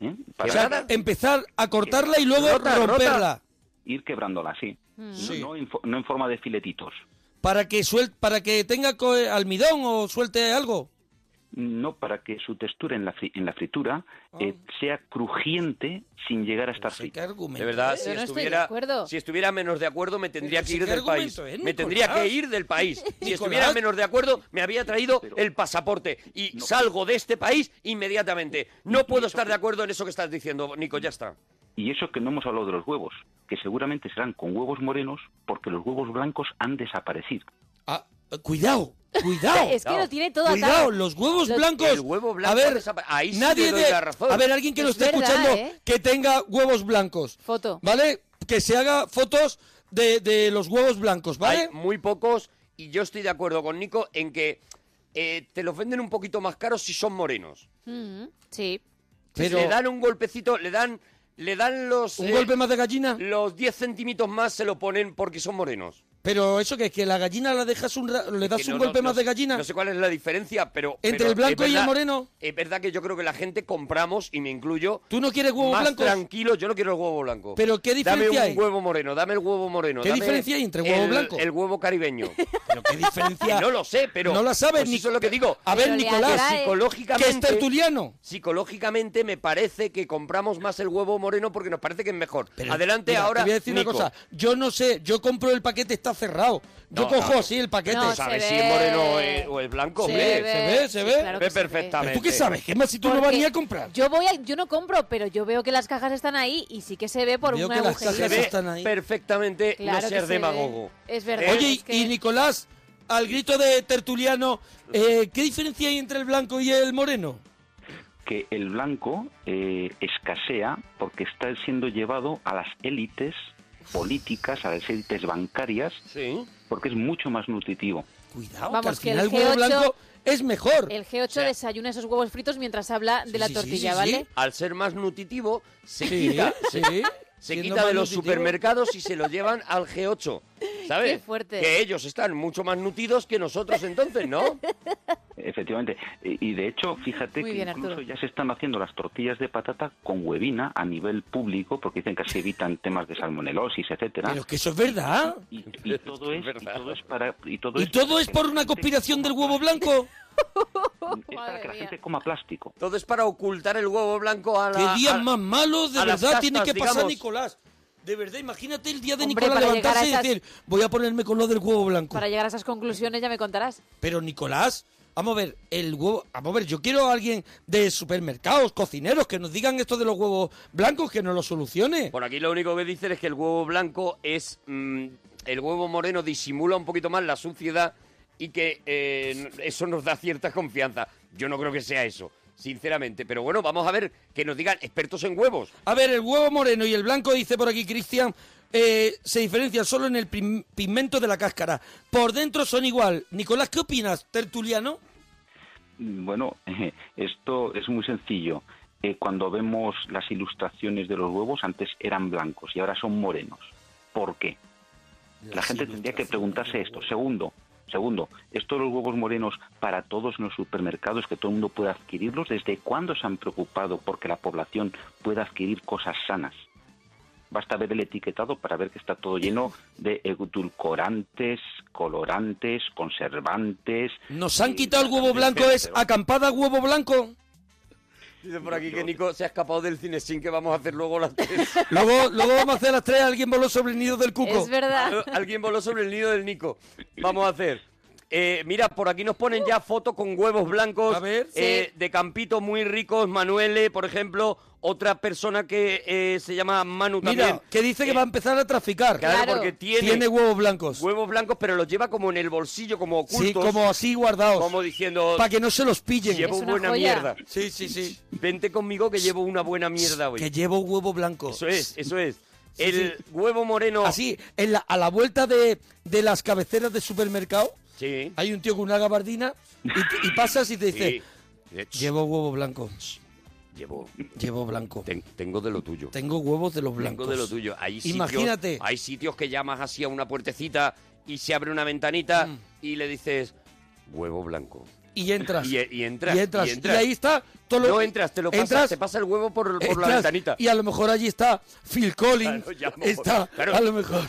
[SPEAKER 8] ¿eh? Para
[SPEAKER 1] O sea,
[SPEAKER 2] ¿Quebrada?
[SPEAKER 1] empezar a cortarla y luego
[SPEAKER 2] Rota, rota.
[SPEAKER 1] romperla.
[SPEAKER 8] ir quebrándola, sí. No-
[SPEAKER 1] Sí.
[SPEAKER 8] No, en fo- no en forma de filetitos.
[SPEAKER 1] Para que suel- para que tenga co- almidón o suelte algo.
[SPEAKER 8] No para que su textura en la, fri- en la fritura
[SPEAKER 1] Ah.
[SPEAKER 8] eh, sea crujiente sin llegar a estar
[SPEAKER 1] No sé qué
[SPEAKER 8] frita.
[SPEAKER 1] argumento
[SPEAKER 2] De verdad,
[SPEAKER 1] es.
[SPEAKER 2] si,
[SPEAKER 6] Yo no estoy de
[SPEAKER 2] estuviera,
[SPEAKER 6] acuerdo.
[SPEAKER 2] si estuviera menos de acuerdo, me tendría
[SPEAKER 1] Pero
[SPEAKER 2] que
[SPEAKER 1] si
[SPEAKER 2] ir
[SPEAKER 1] qué
[SPEAKER 2] del país.
[SPEAKER 1] argumento es,
[SPEAKER 2] me tendría que
[SPEAKER 1] Nicolás.
[SPEAKER 2] ir del país. Si
[SPEAKER 1] Nicolás.
[SPEAKER 2] estuviera menos de acuerdo, me había traído
[SPEAKER 8] Pero-
[SPEAKER 2] el pasaporte y salgo de este país inmediatamente. No puedo estar de acuerdo en eso que estás diciendo, Nico, ya está.
[SPEAKER 8] Y eso que no hemos hablado de los huevos, que seguramente serán con huevos morenos porque los huevos blancos han desaparecido.
[SPEAKER 1] Ah, cuidado, cuidado.
[SPEAKER 6] Es que lo tiene todo
[SPEAKER 1] Cuidado,
[SPEAKER 6] atado.
[SPEAKER 1] los huevos
[SPEAKER 6] Los-
[SPEAKER 1] blancos.
[SPEAKER 2] El huevo blanco
[SPEAKER 1] a ver,
[SPEAKER 2] desapa- ahí sí
[SPEAKER 1] nadie
[SPEAKER 2] le doy
[SPEAKER 1] de-
[SPEAKER 2] la razón.
[SPEAKER 1] A ver, alguien que nos
[SPEAKER 6] Es
[SPEAKER 1] esté
[SPEAKER 6] verdad,
[SPEAKER 1] escuchando
[SPEAKER 6] ¿eh?
[SPEAKER 1] que tenga huevos blancos.
[SPEAKER 6] Foto.
[SPEAKER 1] ¿Vale? Que se haga fotos de, de los huevos blancos, ¿vale?
[SPEAKER 2] Hay muy pocos y yo estoy de acuerdo con Nico en que eh, te los venden un poquito más caros si son morenos.
[SPEAKER 6] Mm, sí.
[SPEAKER 1] Pero-
[SPEAKER 2] Le dan un golpecito, le dan le dan los... eh,
[SPEAKER 1] ¿Un golpe más de gallina?
[SPEAKER 2] Los 10 centímetros más se lo ponen porque son morenos.
[SPEAKER 1] Pero eso que es que la gallina la dejas un ra- le das
[SPEAKER 2] Que no,
[SPEAKER 1] un
[SPEAKER 2] no,
[SPEAKER 1] golpe
[SPEAKER 2] no
[SPEAKER 1] más de
[SPEAKER 2] sé-
[SPEAKER 1] gallina.
[SPEAKER 2] No sé cuál es la diferencia, pero...
[SPEAKER 1] ¿Entre
[SPEAKER 2] pero
[SPEAKER 1] el blanco
[SPEAKER 2] es
[SPEAKER 1] y el moreno?
[SPEAKER 2] Es verdad que yo creo que la gente compramos, y me incluyo...
[SPEAKER 1] ¿Tú no quieres huevos
[SPEAKER 2] más
[SPEAKER 1] blancos?
[SPEAKER 2] tranquilo, yo no quiero el huevo blanco.
[SPEAKER 1] ¿Pero qué
[SPEAKER 2] Dame
[SPEAKER 1] diferencia
[SPEAKER 2] un
[SPEAKER 1] hay?
[SPEAKER 2] huevo moreno, dame el huevo moreno.
[SPEAKER 1] ¿Qué
[SPEAKER 2] dame
[SPEAKER 1] diferencia hay entre huevo
[SPEAKER 2] el-
[SPEAKER 1] blanco?
[SPEAKER 2] El huevo caribeño.
[SPEAKER 1] ¿Qué diferencia?
[SPEAKER 2] no lo sé, pero...
[SPEAKER 1] No la sabes,
[SPEAKER 2] pues
[SPEAKER 1] ni-
[SPEAKER 2] Eso es lo que digo.
[SPEAKER 1] A ver,
[SPEAKER 6] Pero le ¿eh?
[SPEAKER 1] Nicolás,
[SPEAKER 6] atrae.
[SPEAKER 1] que
[SPEAKER 2] Psicológicamente...
[SPEAKER 1] es tertuliano.
[SPEAKER 2] Psicológicamente me parece que compramos más el huevo moreno porque nos parece que es mejor.
[SPEAKER 1] Pero,
[SPEAKER 2] Adelante
[SPEAKER 1] mira,
[SPEAKER 2] ahora.
[SPEAKER 1] Te voy a decir
[SPEAKER 2] Nico.
[SPEAKER 1] una cosa. Yo no sé, yo compro el paquete, está cerrado. Yo
[SPEAKER 2] No,
[SPEAKER 1] cojo
[SPEAKER 2] claro.
[SPEAKER 1] así el paquete.
[SPEAKER 6] No,
[SPEAKER 2] Tú sabes
[SPEAKER 6] se
[SPEAKER 2] si
[SPEAKER 6] ve.
[SPEAKER 2] es moreno o es, o es blanco,
[SPEAKER 6] Se
[SPEAKER 2] hombre.
[SPEAKER 1] ve, se ve.
[SPEAKER 6] sí, claro
[SPEAKER 2] Ve
[SPEAKER 6] que se
[SPEAKER 2] perfectamente.
[SPEAKER 1] ¿Tú qué sabes, Gemma, si tú no vas
[SPEAKER 6] Porque
[SPEAKER 1] ni a comprar?
[SPEAKER 6] Yo voy a- yo no compro, pero yo veo que las cajas están ahí y sí que se ve por
[SPEAKER 1] Veo
[SPEAKER 6] una
[SPEAKER 1] que las
[SPEAKER 2] Se
[SPEAKER 6] agujerita.
[SPEAKER 1] cajas
[SPEAKER 2] ve
[SPEAKER 1] están ahí.
[SPEAKER 2] perfectamente,
[SPEAKER 6] Claro
[SPEAKER 2] no
[SPEAKER 6] que
[SPEAKER 2] seas
[SPEAKER 6] se ve.
[SPEAKER 2] demagogo.
[SPEAKER 6] Es verdad.
[SPEAKER 2] Eh,
[SPEAKER 1] Oye, y-
[SPEAKER 6] es que-
[SPEAKER 1] y Nicolás, al grito de tertuliano, eh, ¿qué diferencia hay entre el blanco y el moreno?
[SPEAKER 8] que el blanco eh, escasea porque está siendo llevado a las élites políticas, a las élites bancarias,
[SPEAKER 2] sí.
[SPEAKER 8] porque es mucho más nutritivo.
[SPEAKER 1] Cuidado,
[SPEAKER 6] Vamos,
[SPEAKER 1] que
[SPEAKER 6] que
[SPEAKER 1] al
[SPEAKER 6] el
[SPEAKER 1] final el huevo
[SPEAKER 6] G8
[SPEAKER 1] blanco es mejor.
[SPEAKER 6] El G8
[SPEAKER 2] sea-
[SPEAKER 6] desayuna esos huevos fritos mientras habla de
[SPEAKER 1] Sí,
[SPEAKER 6] la
[SPEAKER 1] sí, sí,
[SPEAKER 6] tortilla,
[SPEAKER 1] sí,
[SPEAKER 6] ¿vale?
[SPEAKER 1] sí.
[SPEAKER 2] Al ser más nutritivo, se
[SPEAKER 1] Sí,
[SPEAKER 2] quita, se,
[SPEAKER 1] sí.
[SPEAKER 2] se
[SPEAKER 1] Siendo
[SPEAKER 2] quita de
[SPEAKER 1] más
[SPEAKER 2] los
[SPEAKER 1] nutritivo.
[SPEAKER 2] supermercados y se lo llevan al G8. ¿Sabes?
[SPEAKER 6] Qué fuerte.
[SPEAKER 2] Que ellos están mucho más nutridos que nosotros entonces, ¿no?
[SPEAKER 8] Efectivamente. E, Y y de hecho, fíjate
[SPEAKER 6] Muy
[SPEAKER 8] que
[SPEAKER 6] bien,
[SPEAKER 8] incluso
[SPEAKER 6] Arturo.
[SPEAKER 8] ya se están haciendo las tortillas de patata con huevina a nivel público, porque dicen que así evitan temas de salmonelosis, etcétera.
[SPEAKER 1] Pero es que eso es verdad.
[SPEAKER 8] Y, y todo es, y
[SPEAKER 2] verdad.
[SPEAKER 8] todo es para y todo
[SPEAKER 1] ¿Y
[SPEAKER 8] es
[SPEAKER 1] todo es por una conspiración del huevo blanco?
[SPEAKER 8] es para
[SPEAKER 6] Madre
[SPEAKER 8] que la
[SPEAKER 6] mía.
[SPEAKER 8] gente coma plástico.
[SPEAKER 2] Todo es para ocultar el huevo blanco a la...
[SPEAKER 1] ¿Qué
[SPEAKER 2] a-
[SPEAKER 1] días más malos de
[SPEAKER 2] a
[SPEAKER 1] verdad
[SPEAKER 2] las
[SPEAKER 1] tiene
[SPEAKER 2] castas,
[SPEAKER 1] que pasar
[SPEAKER 2] digamos.
[SPEAKER 1] Nicolás? De verdad, imagínate el día de
[SPEAKER 6] Hombre,
[SPEAKER 1] Nicolás
[SPEAKER 6] para llegar a
[SPEAKER 1] levantarse y
[SPEAKER 6] esas-
[SPEAKER 1] decir, voy a ponerme con lo del huevo blanco.
[SPEAKER 6] Para llegar a esas conclusiones ya me contarás.
[SPEAKER 1] Pero Nicolás, vamos a ver, el huevo, vamos a ver, yo quiero a alguien de supermercados, cocineros, que nos digan esto de los huevos blancos, que nos lo solucione.
[SPEAKER 2] Por aquí lo único que dicen es que el huevo blanco es... mm, el huevo moreno disimula un poquito más la suciedad y que eh, eso nos da cierta confianza. Yo no creo que sea eso, sinceramente. Pero bueno, vamos a ver que nos digan expertos en huevos.
[SPEAKER 1] A ver, el huevo moreno y el blanco, dice por aquí Cristian, eh, se diferencian solo en el pim- pigmento de la cáscara. Por dentro son igual. Nicolás, ¿qué opinas, tertuliano?
[SPEAKER 8] Bueno, esto es muy sencillo. Eh, cuando vemos las ilustraciones de los huevos, antes eran blancos y ahora son morenos. ¿Por qué? La gente tendría que preguntarse esto. Segundo, segundo, ¿estos los huevos morenos para todos los supermercados que todo el mundo pueda adquirirlos? ¿Desde cuándo se han preocupado porque la población pueda adquirir cosas sanas? Basta ver el etiquetado para ver que está todo lleno de edulcorantes, colorantes, conservantes.
[SPEAKER 1] Nos han
[SPEAKER 8] y-
[SPEAKER 1] quitado el huevo blanco, es acampada huevo blanco.
[SPEAKER 2] Dice por aquí que Nico se ha escapado del cine sin que vamos a hacer luego las tres.
[SPEAKER 1] Luego, luego vamos a hacer a las tres, alguien voló sobre el nido del cuco.
[SPEAKER 6] Es verdad.
[SPEAKER 2] Alguien voló sobre el nido del Nico. Vamos a hacer. Eh, mira, por aquí nos ponen ya fotos con huevos blancos
[SPEAKER 1] A ver.
[SPEAKER 2] eh, de campitos muy ricos. Manuele, por ejemplo, otra persona que eh, se llama Manu también.
[SPEAKER 1] Mira, que dice que
[SPEAKER 2] Eh,
[SPEAKER 1] va a empezar a traficar.
[SPEAKER 2] Claro,
[SPEAKER 6] Claro.
[SPEAKER 2] porque tiene,
[SPEAKER 1] Tiene huevos blancos.
[SPEAKER 2] huevos blancos, pero los lleva como en el bolsillo, como ocultos.
[SPEAKER 1] Sí, como así guardados.
[SPEAKER 2] como diciendo,
[SPEAKER 1] Para que no se los pillen.
[SPEAKER 2] llevo
[SPEAKER 6] Es una
[SPEAKER 2] buena
[SPEAKER 6] joya.
[SPEAKER 2] mierda.
[SPEAKER 1] Sí, sí, sí.
[SPEAKER 2] Vente conmigo que llevo una buena mierda hoy.
[SPEAKER 1] Que llevo huevo blanco.
[SPEAKER 2] Eso es, eso es.
[SPEAKER 1] Sí,
[SPEAKER 2] El huevo moreno...
[SPEAKER 1] Así, en la- a la vuelta de, de las cabeceras de supermercado,
[SPEAKER 2] Sí.
[SPEAKER 1] hay un tío con una gabardina y, te- y pasas y te dice,
[SPEAKER 2] Sí.
[SPEAKER 1] llevo huevo blanco,
[SPEAKER 2] Llevo.
[SPEAKER 1] llevo blanco.
[SPEAKER 2] ten- tengo de lo tuyo.
[SPEAKER 1] Tengo huevos de los blancos.
[SPEAKER 2] Tengo de lo tuyo. Hay sitios-
[SPEAKER 1] Imagínate.
[SPEAKER 2] hay sitios que llamas así a una puertecita y se abre una ventanita
[SPEAKER 1] Mm.
[SPEAKER 2] y le dices huevo blanco.
[SPEAKER 1] Y entras.
[SPEAKER 2] Y, y entras,
[SPEAKER 1] Y entras.
[SPEAKER 2] y entras.
[SPEAKER 1] Y ahí está. todo lo-
[SPEAKER 2] No entras, te lo pasas,
[SPEAKER 1] entras,
[SPEAKER 2] te pasa el huevo por, por la
[SPEAKER 1] entras,
[SPEAKER 2] ventanita.
[SPEAKER 1] Y a lo mejor allí está Phil Collins.
[SPEAKER 2] Claro, ya a lo mejor,
[SPEAKER 1] está,
[SPEAKER 2] claro.
[SPEAKER 1] a lo mejor,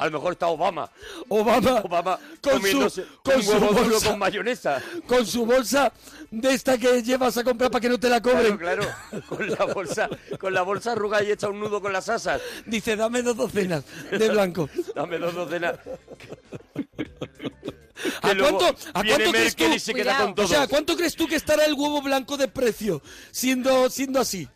[SPEAKER 2] A lo mejor está Obama.
[SPEAKER 1] Obama.
[SPEAKER 2] Obama
[SPEAKER 1] con
[SPEAKER 2] comiéndose
[SPEAKER 1] su, con
[SPEAKER 2] un
[SPEAKER 1] su
[SPEAKER 2] huevo duro
[SPEAKER 1] bolsa.
[SPEAKER 2] con mayonesa.
[SPEAKER 1] con su bolsa de esta que llevas a comprar para que no te la cobren.
[SPEAKER 2] Claro, claro, con la bolsa, con la bolsa arrugada y hecha un nudo con las asas.
[SPEAKER 1] Dice, dame dos docenas de blanco.
[SPEAKER 2] Dame dos docenas.
[SPEAKER 1] ¿A
[SPEAKER 2] Que luego
[SPEAKER 1] cuánto, ¿a
[SPEAKER 2] viene
[SPEAKER 1] cuánto crees tú?
[SPEAKER 2] Merkel y se queda con
[SPEAKER 1] O sea,
[SPEAKER 2] todo.
[SPEAKER 1] ¿a ¿cuánto crees tú que estará el huevo blanco de precio siendo, siendo así?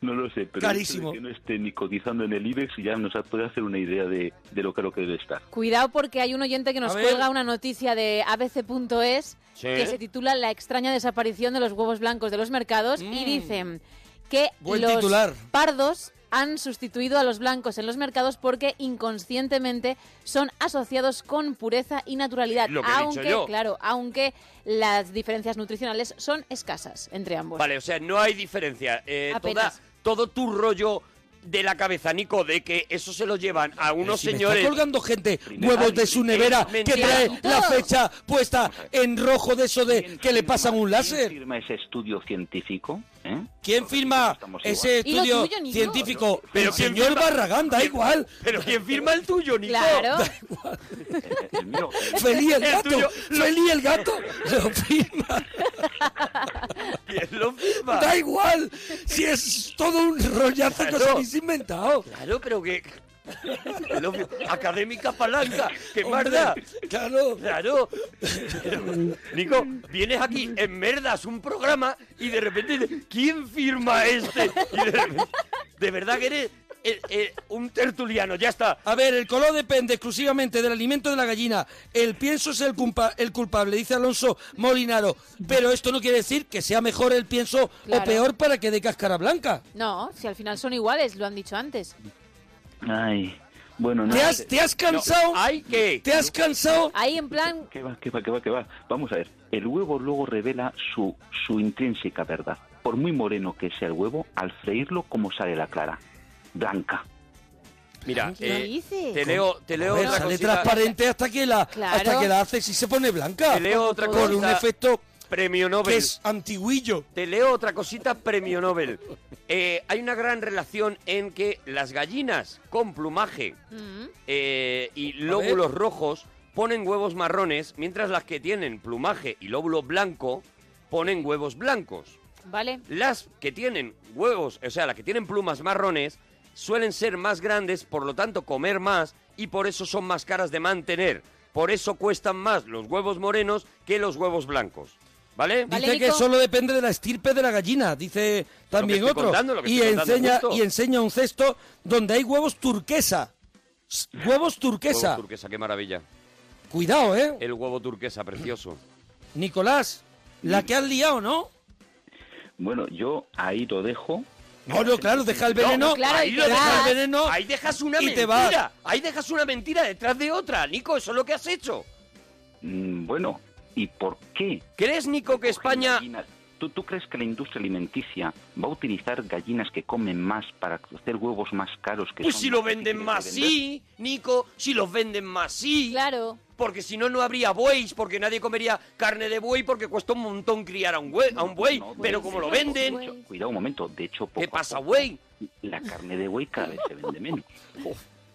[SPEAKER 8] No lo sé, pero
[SPEAKER 1] Carísimo.
[SPEAKER 8] el hecho de que no esté ni cotizando en el IBEX ya nos puede hacer una idea de, de lo que lo que debe estar.
[SPEAKER 6] Cuidado porque hay un oyente que nos
[SPEAKER 1] A ver.
[SPEAKER 6] cuelga una noticia de abc.es
[SPEAKER 2] Sí.
[SPEAKER 6] que se titula La extraña desaparición de los huevos blancos de los mercados
[SPEAKER 2] Mm.
[SPEAKER 6] y dicen que
[SPEAKER 1] Buen
[SPEAKER 6] los
[SPEAKER 1] titular.
[SPEAKER 6] pardos han sustituido a los blancos en los mercados porque inconscientemente son asociados con pureza y naturalidad,
[SPEAKER 2] Lo que he dicho
[SPEAKER 6] aunque
[SPEAKER 2] yo.
[SPEAKER 6] claro, aunque las diferencias nutricionales son escasas entre ambos.
[SPEAKER 2] Vale, o sea, no hay diferencia. Eh, toda-
[SPEAKER 6] Pues- Apenas.
[SPEAKER 2] todo tu rollo de la cabeza, Nico, de que eso se lo llevan a unos
[SPEAKER 1] Pues Si me
[SPEAKER 2] señores.
[SPEAKER 1] está colgando gente huevos de su nevera que
[SPEAKER 2] mentira.
[SPEAKER 1] trae la
[SPEAKER 6] Todo.
[SPEAKER 1] fecha puesta en rojo de eso de que le pasan un láser.
[SPEAKER 8] firma ese estudio científico? ¿Eh?
[SPEAKER 1] ¿Quién firma
[SPEAKER 8] Estamos
[SPEAKER 1] ese
[SPEAKER 6] igual. Y lo
[SPEAKER 1] estudio
[SPEAKER 6] tuyo, ni yo.
[SPEAKER 1] científico?
[SPEAKER 2] Pero
[SPEAKER 1] el
[SPEAKER 2] ¿quién
[SPEAKER 1] señor
[SPEAKER 2] firma?
[SPEAKER 1] Barragán, da igual.
[SPEAKER 2] Pero ¿quién firma el tuyo, Nico?
[SPEAKER 6] Claro.
[SPEAKER 8] El mío, el-
[SPEAKER 1] Feliz el
[SPEAKER 2] El
[SPEAKER 1] gato,
[SPEAKER 2] tuyo, lo-
[SPEAKER 1] Feliz el gato, lo firma,
[SPEAKER 2] ¿Quién lo firma?
[SPEAKER 1] da igual. Si es todo un rollazo que os
[SPEAKER 2] Claro.
[SPEAKER 1] habéis inventado.
[SPEAKER 2] Claro, pero que. ¿Quién lo firma? Académica palanca, que
[SPEAKER 1] Hombre,
[SPEAKER 2] marda.
[SPEAKER 1] Claro.
[SPEAKER 2] Claro. Pero, Nico, vienes aquí, enmerdas un programa y de repente dices, ¿quién firma este? Y de, repente- de verdad que eres eh, eh, un tertuliano, ya está.
[SPEAKER 1] A ver, el color depende exclusivamente del alimento de la gallina. El pienso es el, culpa- el culpable, dice Alonso Molinaro. Pero esto no quiere decir que sea mejor el pienso o
[SPEAKER 6] Claro.
[SPEAKER 1] peor para que dé cáscara blanca.
[SPEAKER 6] No, si al final son iguales, lo han dicho antes.
[SPEAKER 8] Ay, bueno, no.
[SPEAKER 1] ¿Te has, te has
[SPEAKER 2] No,
[SPEAKER 1] cansado?
[SPEAKER 2] hay que.
[SPEAKER 1] ¿Te has cansado?
[SPEAKER 6] Ahí en plan,
[SPEAKER 8] ¿Qué va, qué va, qué va, qué va? Vamos a ver. El huevo luego revela su, su intrínseca verdad. Por muy moreno que sea el huevo, al freírlo, ¿cómo sale la clara? Blanca.
[SPEAKER 2] Mira,
[SPEAKER 6] ¿qué
[SPEAKER 2] eh,
[SPEAKER 6] dices?
[SPEAKER 2] te leo, te leo
[SPEAKER 1] A ver,
[SPEAKER 2] otra
[SPEAKER 1] sale
[SPEAKER 2] cosita.
[SPEAKER 1] transparente hasta que la
[SPEAKER 6] Claro.
[SPEAKER 1] hasta que la haces y se pone blanca.
[SPEAKER 2] Te leo otra
[SPEAKER 1] Por un
[SPEAKER 2] cosa.
[SPEAKER 1] efecto
[SPEAKER 2] Premio Nobel.
[SPEAKER 1] que es antiguillo.
[SPEAKER 2] Te leo otra cosita, premio Nobel. Eh, hay una gran relación en que las gallinas con plumaje
[SPEAKER 6] Mm.
[SPEAKER 2] eh, y lóbulos rojos ponen huevos marrones, mientras las que tienen plumaje y lóbulo blanco ponen huevos blancos.
[SPEAKER 6] Vale.
[SPEAKER 2] Las que tienen huevos, o sea, las que tienen plumas marrones, suelen ser más grandes, por lo tanto comer más y por eso son más caras de mantener. Por eso cuestan más los huevos morenos que los huevos blancos. ¿Vale?
[SPEAKER 6] Vale,
[SPEAKER 1] dice que
[SPEAKER 6] Nico.
[SPEAKER 1] solo depende de la estirpe de la gallina, dice también
[SPEAKER 2] estoy
[SPEAKER 1] otro.
[SPEAKER 2] contando, lo que
[SPEAKER 1] y,
[SPEAKER 2] estoy contando,
[SPEAKER 1] enseña,
[SPEAKER 2] justo.
[SPEAKER 1] y enseña un cesto donde hay huevos turquesa. S- Huevos turquesa.
[SPEAKER 2] Huevo turquesa, qué maravilla.
[SPEAKER 1] Cuidado, ¿eh?
[SPEAKER 2] El huevo turquesa, precioso.
[SPEAKER 1] Nicolás, la que has liado, ¿no?
[SPEAKER 8] Bueno, yo ahí lo dejo.
[SPEAKER 1] No, no, claro, deja el veneno.
[SPEAKER 6] No, Pues claro,
[SPEAKER 2] ahí
[SPEAKER 6] y
[SPEAKER 2] lo
[SPEAKER 6] te
[SPEAKER 2] dejas.
[SPEAKER 1] deja
[SPEAKER 6] vas.
[SPEAKER 1] el veneno.
[SPEAKER 2] Ahí dejas una
[SPEAKER 1] y te
[SPEAKER 2] mentira.
[SPEAKER 1] vas.
[SPEAKER 2] Ahí dejas una mentira detrás de otra. Nico, eso es lo que has hecho.
[SPEAKER 8] Mm, Bueno, ¿y por qué?
[SPEAKER 2] ¿Crees, Nico, que España...
[SPEAKER 8] Gallinas. ¿Tú, ¿Tú crees que la industria alimenticia va a utilizar gallinas que comen más para hacer huevos más caros que
[SPEAKER 2] Pues
[SPEAKER 8] son
[SPEAKER 2] si lo
[SPEAKER 8] más
[SPEAKER 2] venden
[SPEAKER 8] difíciles de
[SPEAKER 2] más,
[SPEAKER 8] vender?
[SPEAKER 2] sí, Nico, si los venden más, sí.
[SPEAKER 6] Claro.
[SPEAKER 2] Porque si no, no habría bueyes, porque nadie comería carne de buey, porque cuesta un montón criar a un buey, a un buey.
[SPEAKER 8] No, no,
[SPEAKER 2] pero
[SPEAKER 8] de-
[SPEAKER 2] como
[SPEAKER 8] de
[SPEAKER 2] lo
[SPEAKER 8] hecho,
[SPEAKER 2] venden,
[SPEAKER 8] de hecho, Cuidado un momento, de hecho, poco
[SPEAKER 2] ¿qué
[SPEAKER 8] a
[SPEAKER 2] pasa,
[SPEAKER 8] poco,
[SPEAKER 2] buey?
[SPEAKER 8] La carne de buey cada vez se vende menos.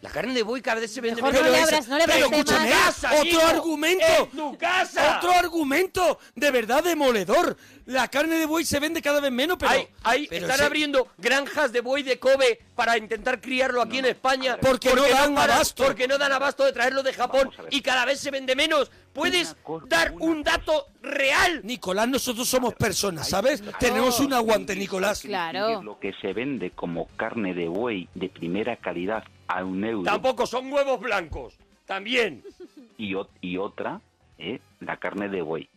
[SPEAKER 2] La carne de buey cada vez se vende
[SPEAKER 6] Mejor
[SPEAKER 2] menos.
[SPEAKER 6] no le
[SPEAKER 2] Pero
[SPEAKER 6] abras,
[SPEAKER 2] es-
[SPEAKER 6] no le abras
[SPEAKER 2] pero
[SPEAKER 6] temas.
[SPEAKER 2] escúchame, casa,
[SPEAKER 1] Otro
[SPEAKER 2] Nico,
[SPEAKER 1] argumento.
[SPEAKER 2] ¡En tu casa!
[SPEAKER 1] Otro argumento de verdad demoledor. La carne de buey se vende cada vez menos, pero.
[SPEAKER 2] Ahí- ahí
[SPEAKER 1] pero
[SPEAKER 2] están
[SPEAKER 1] ese-
[SPEAKER 2] abriendo granjas de buey de Kobe para intentar criarlo aquí en España.
[SPEAKER 1] Porque no dan abasto.
[SPEAKER 2] Porque no dan abasto de traerlo de Japón
[SPEAKER 8] Vamos a ver.
[SPEAKER 2] y cada vez se vende menos. ¿Puedes
[SPEAKER 8] Una cosa,
[SPEAKER 2] dar
[SPEAKER 8] una
[SPEAKER 2] un dato real?
[SPEAKER 1] Nicolás, nosotros somos personas, ¿sabes? Tenemos un aguante, Nicolás.
[SPEAKER 6] Claro.
[SPEAKER 8] Lo que se vende como carne de buey de primera calidad a un euro
[SPEAKER 2] Tampoco son huevos blancos. También.
[SPEAKER 8] y, o- y otra, ¿eh? la carne de buey.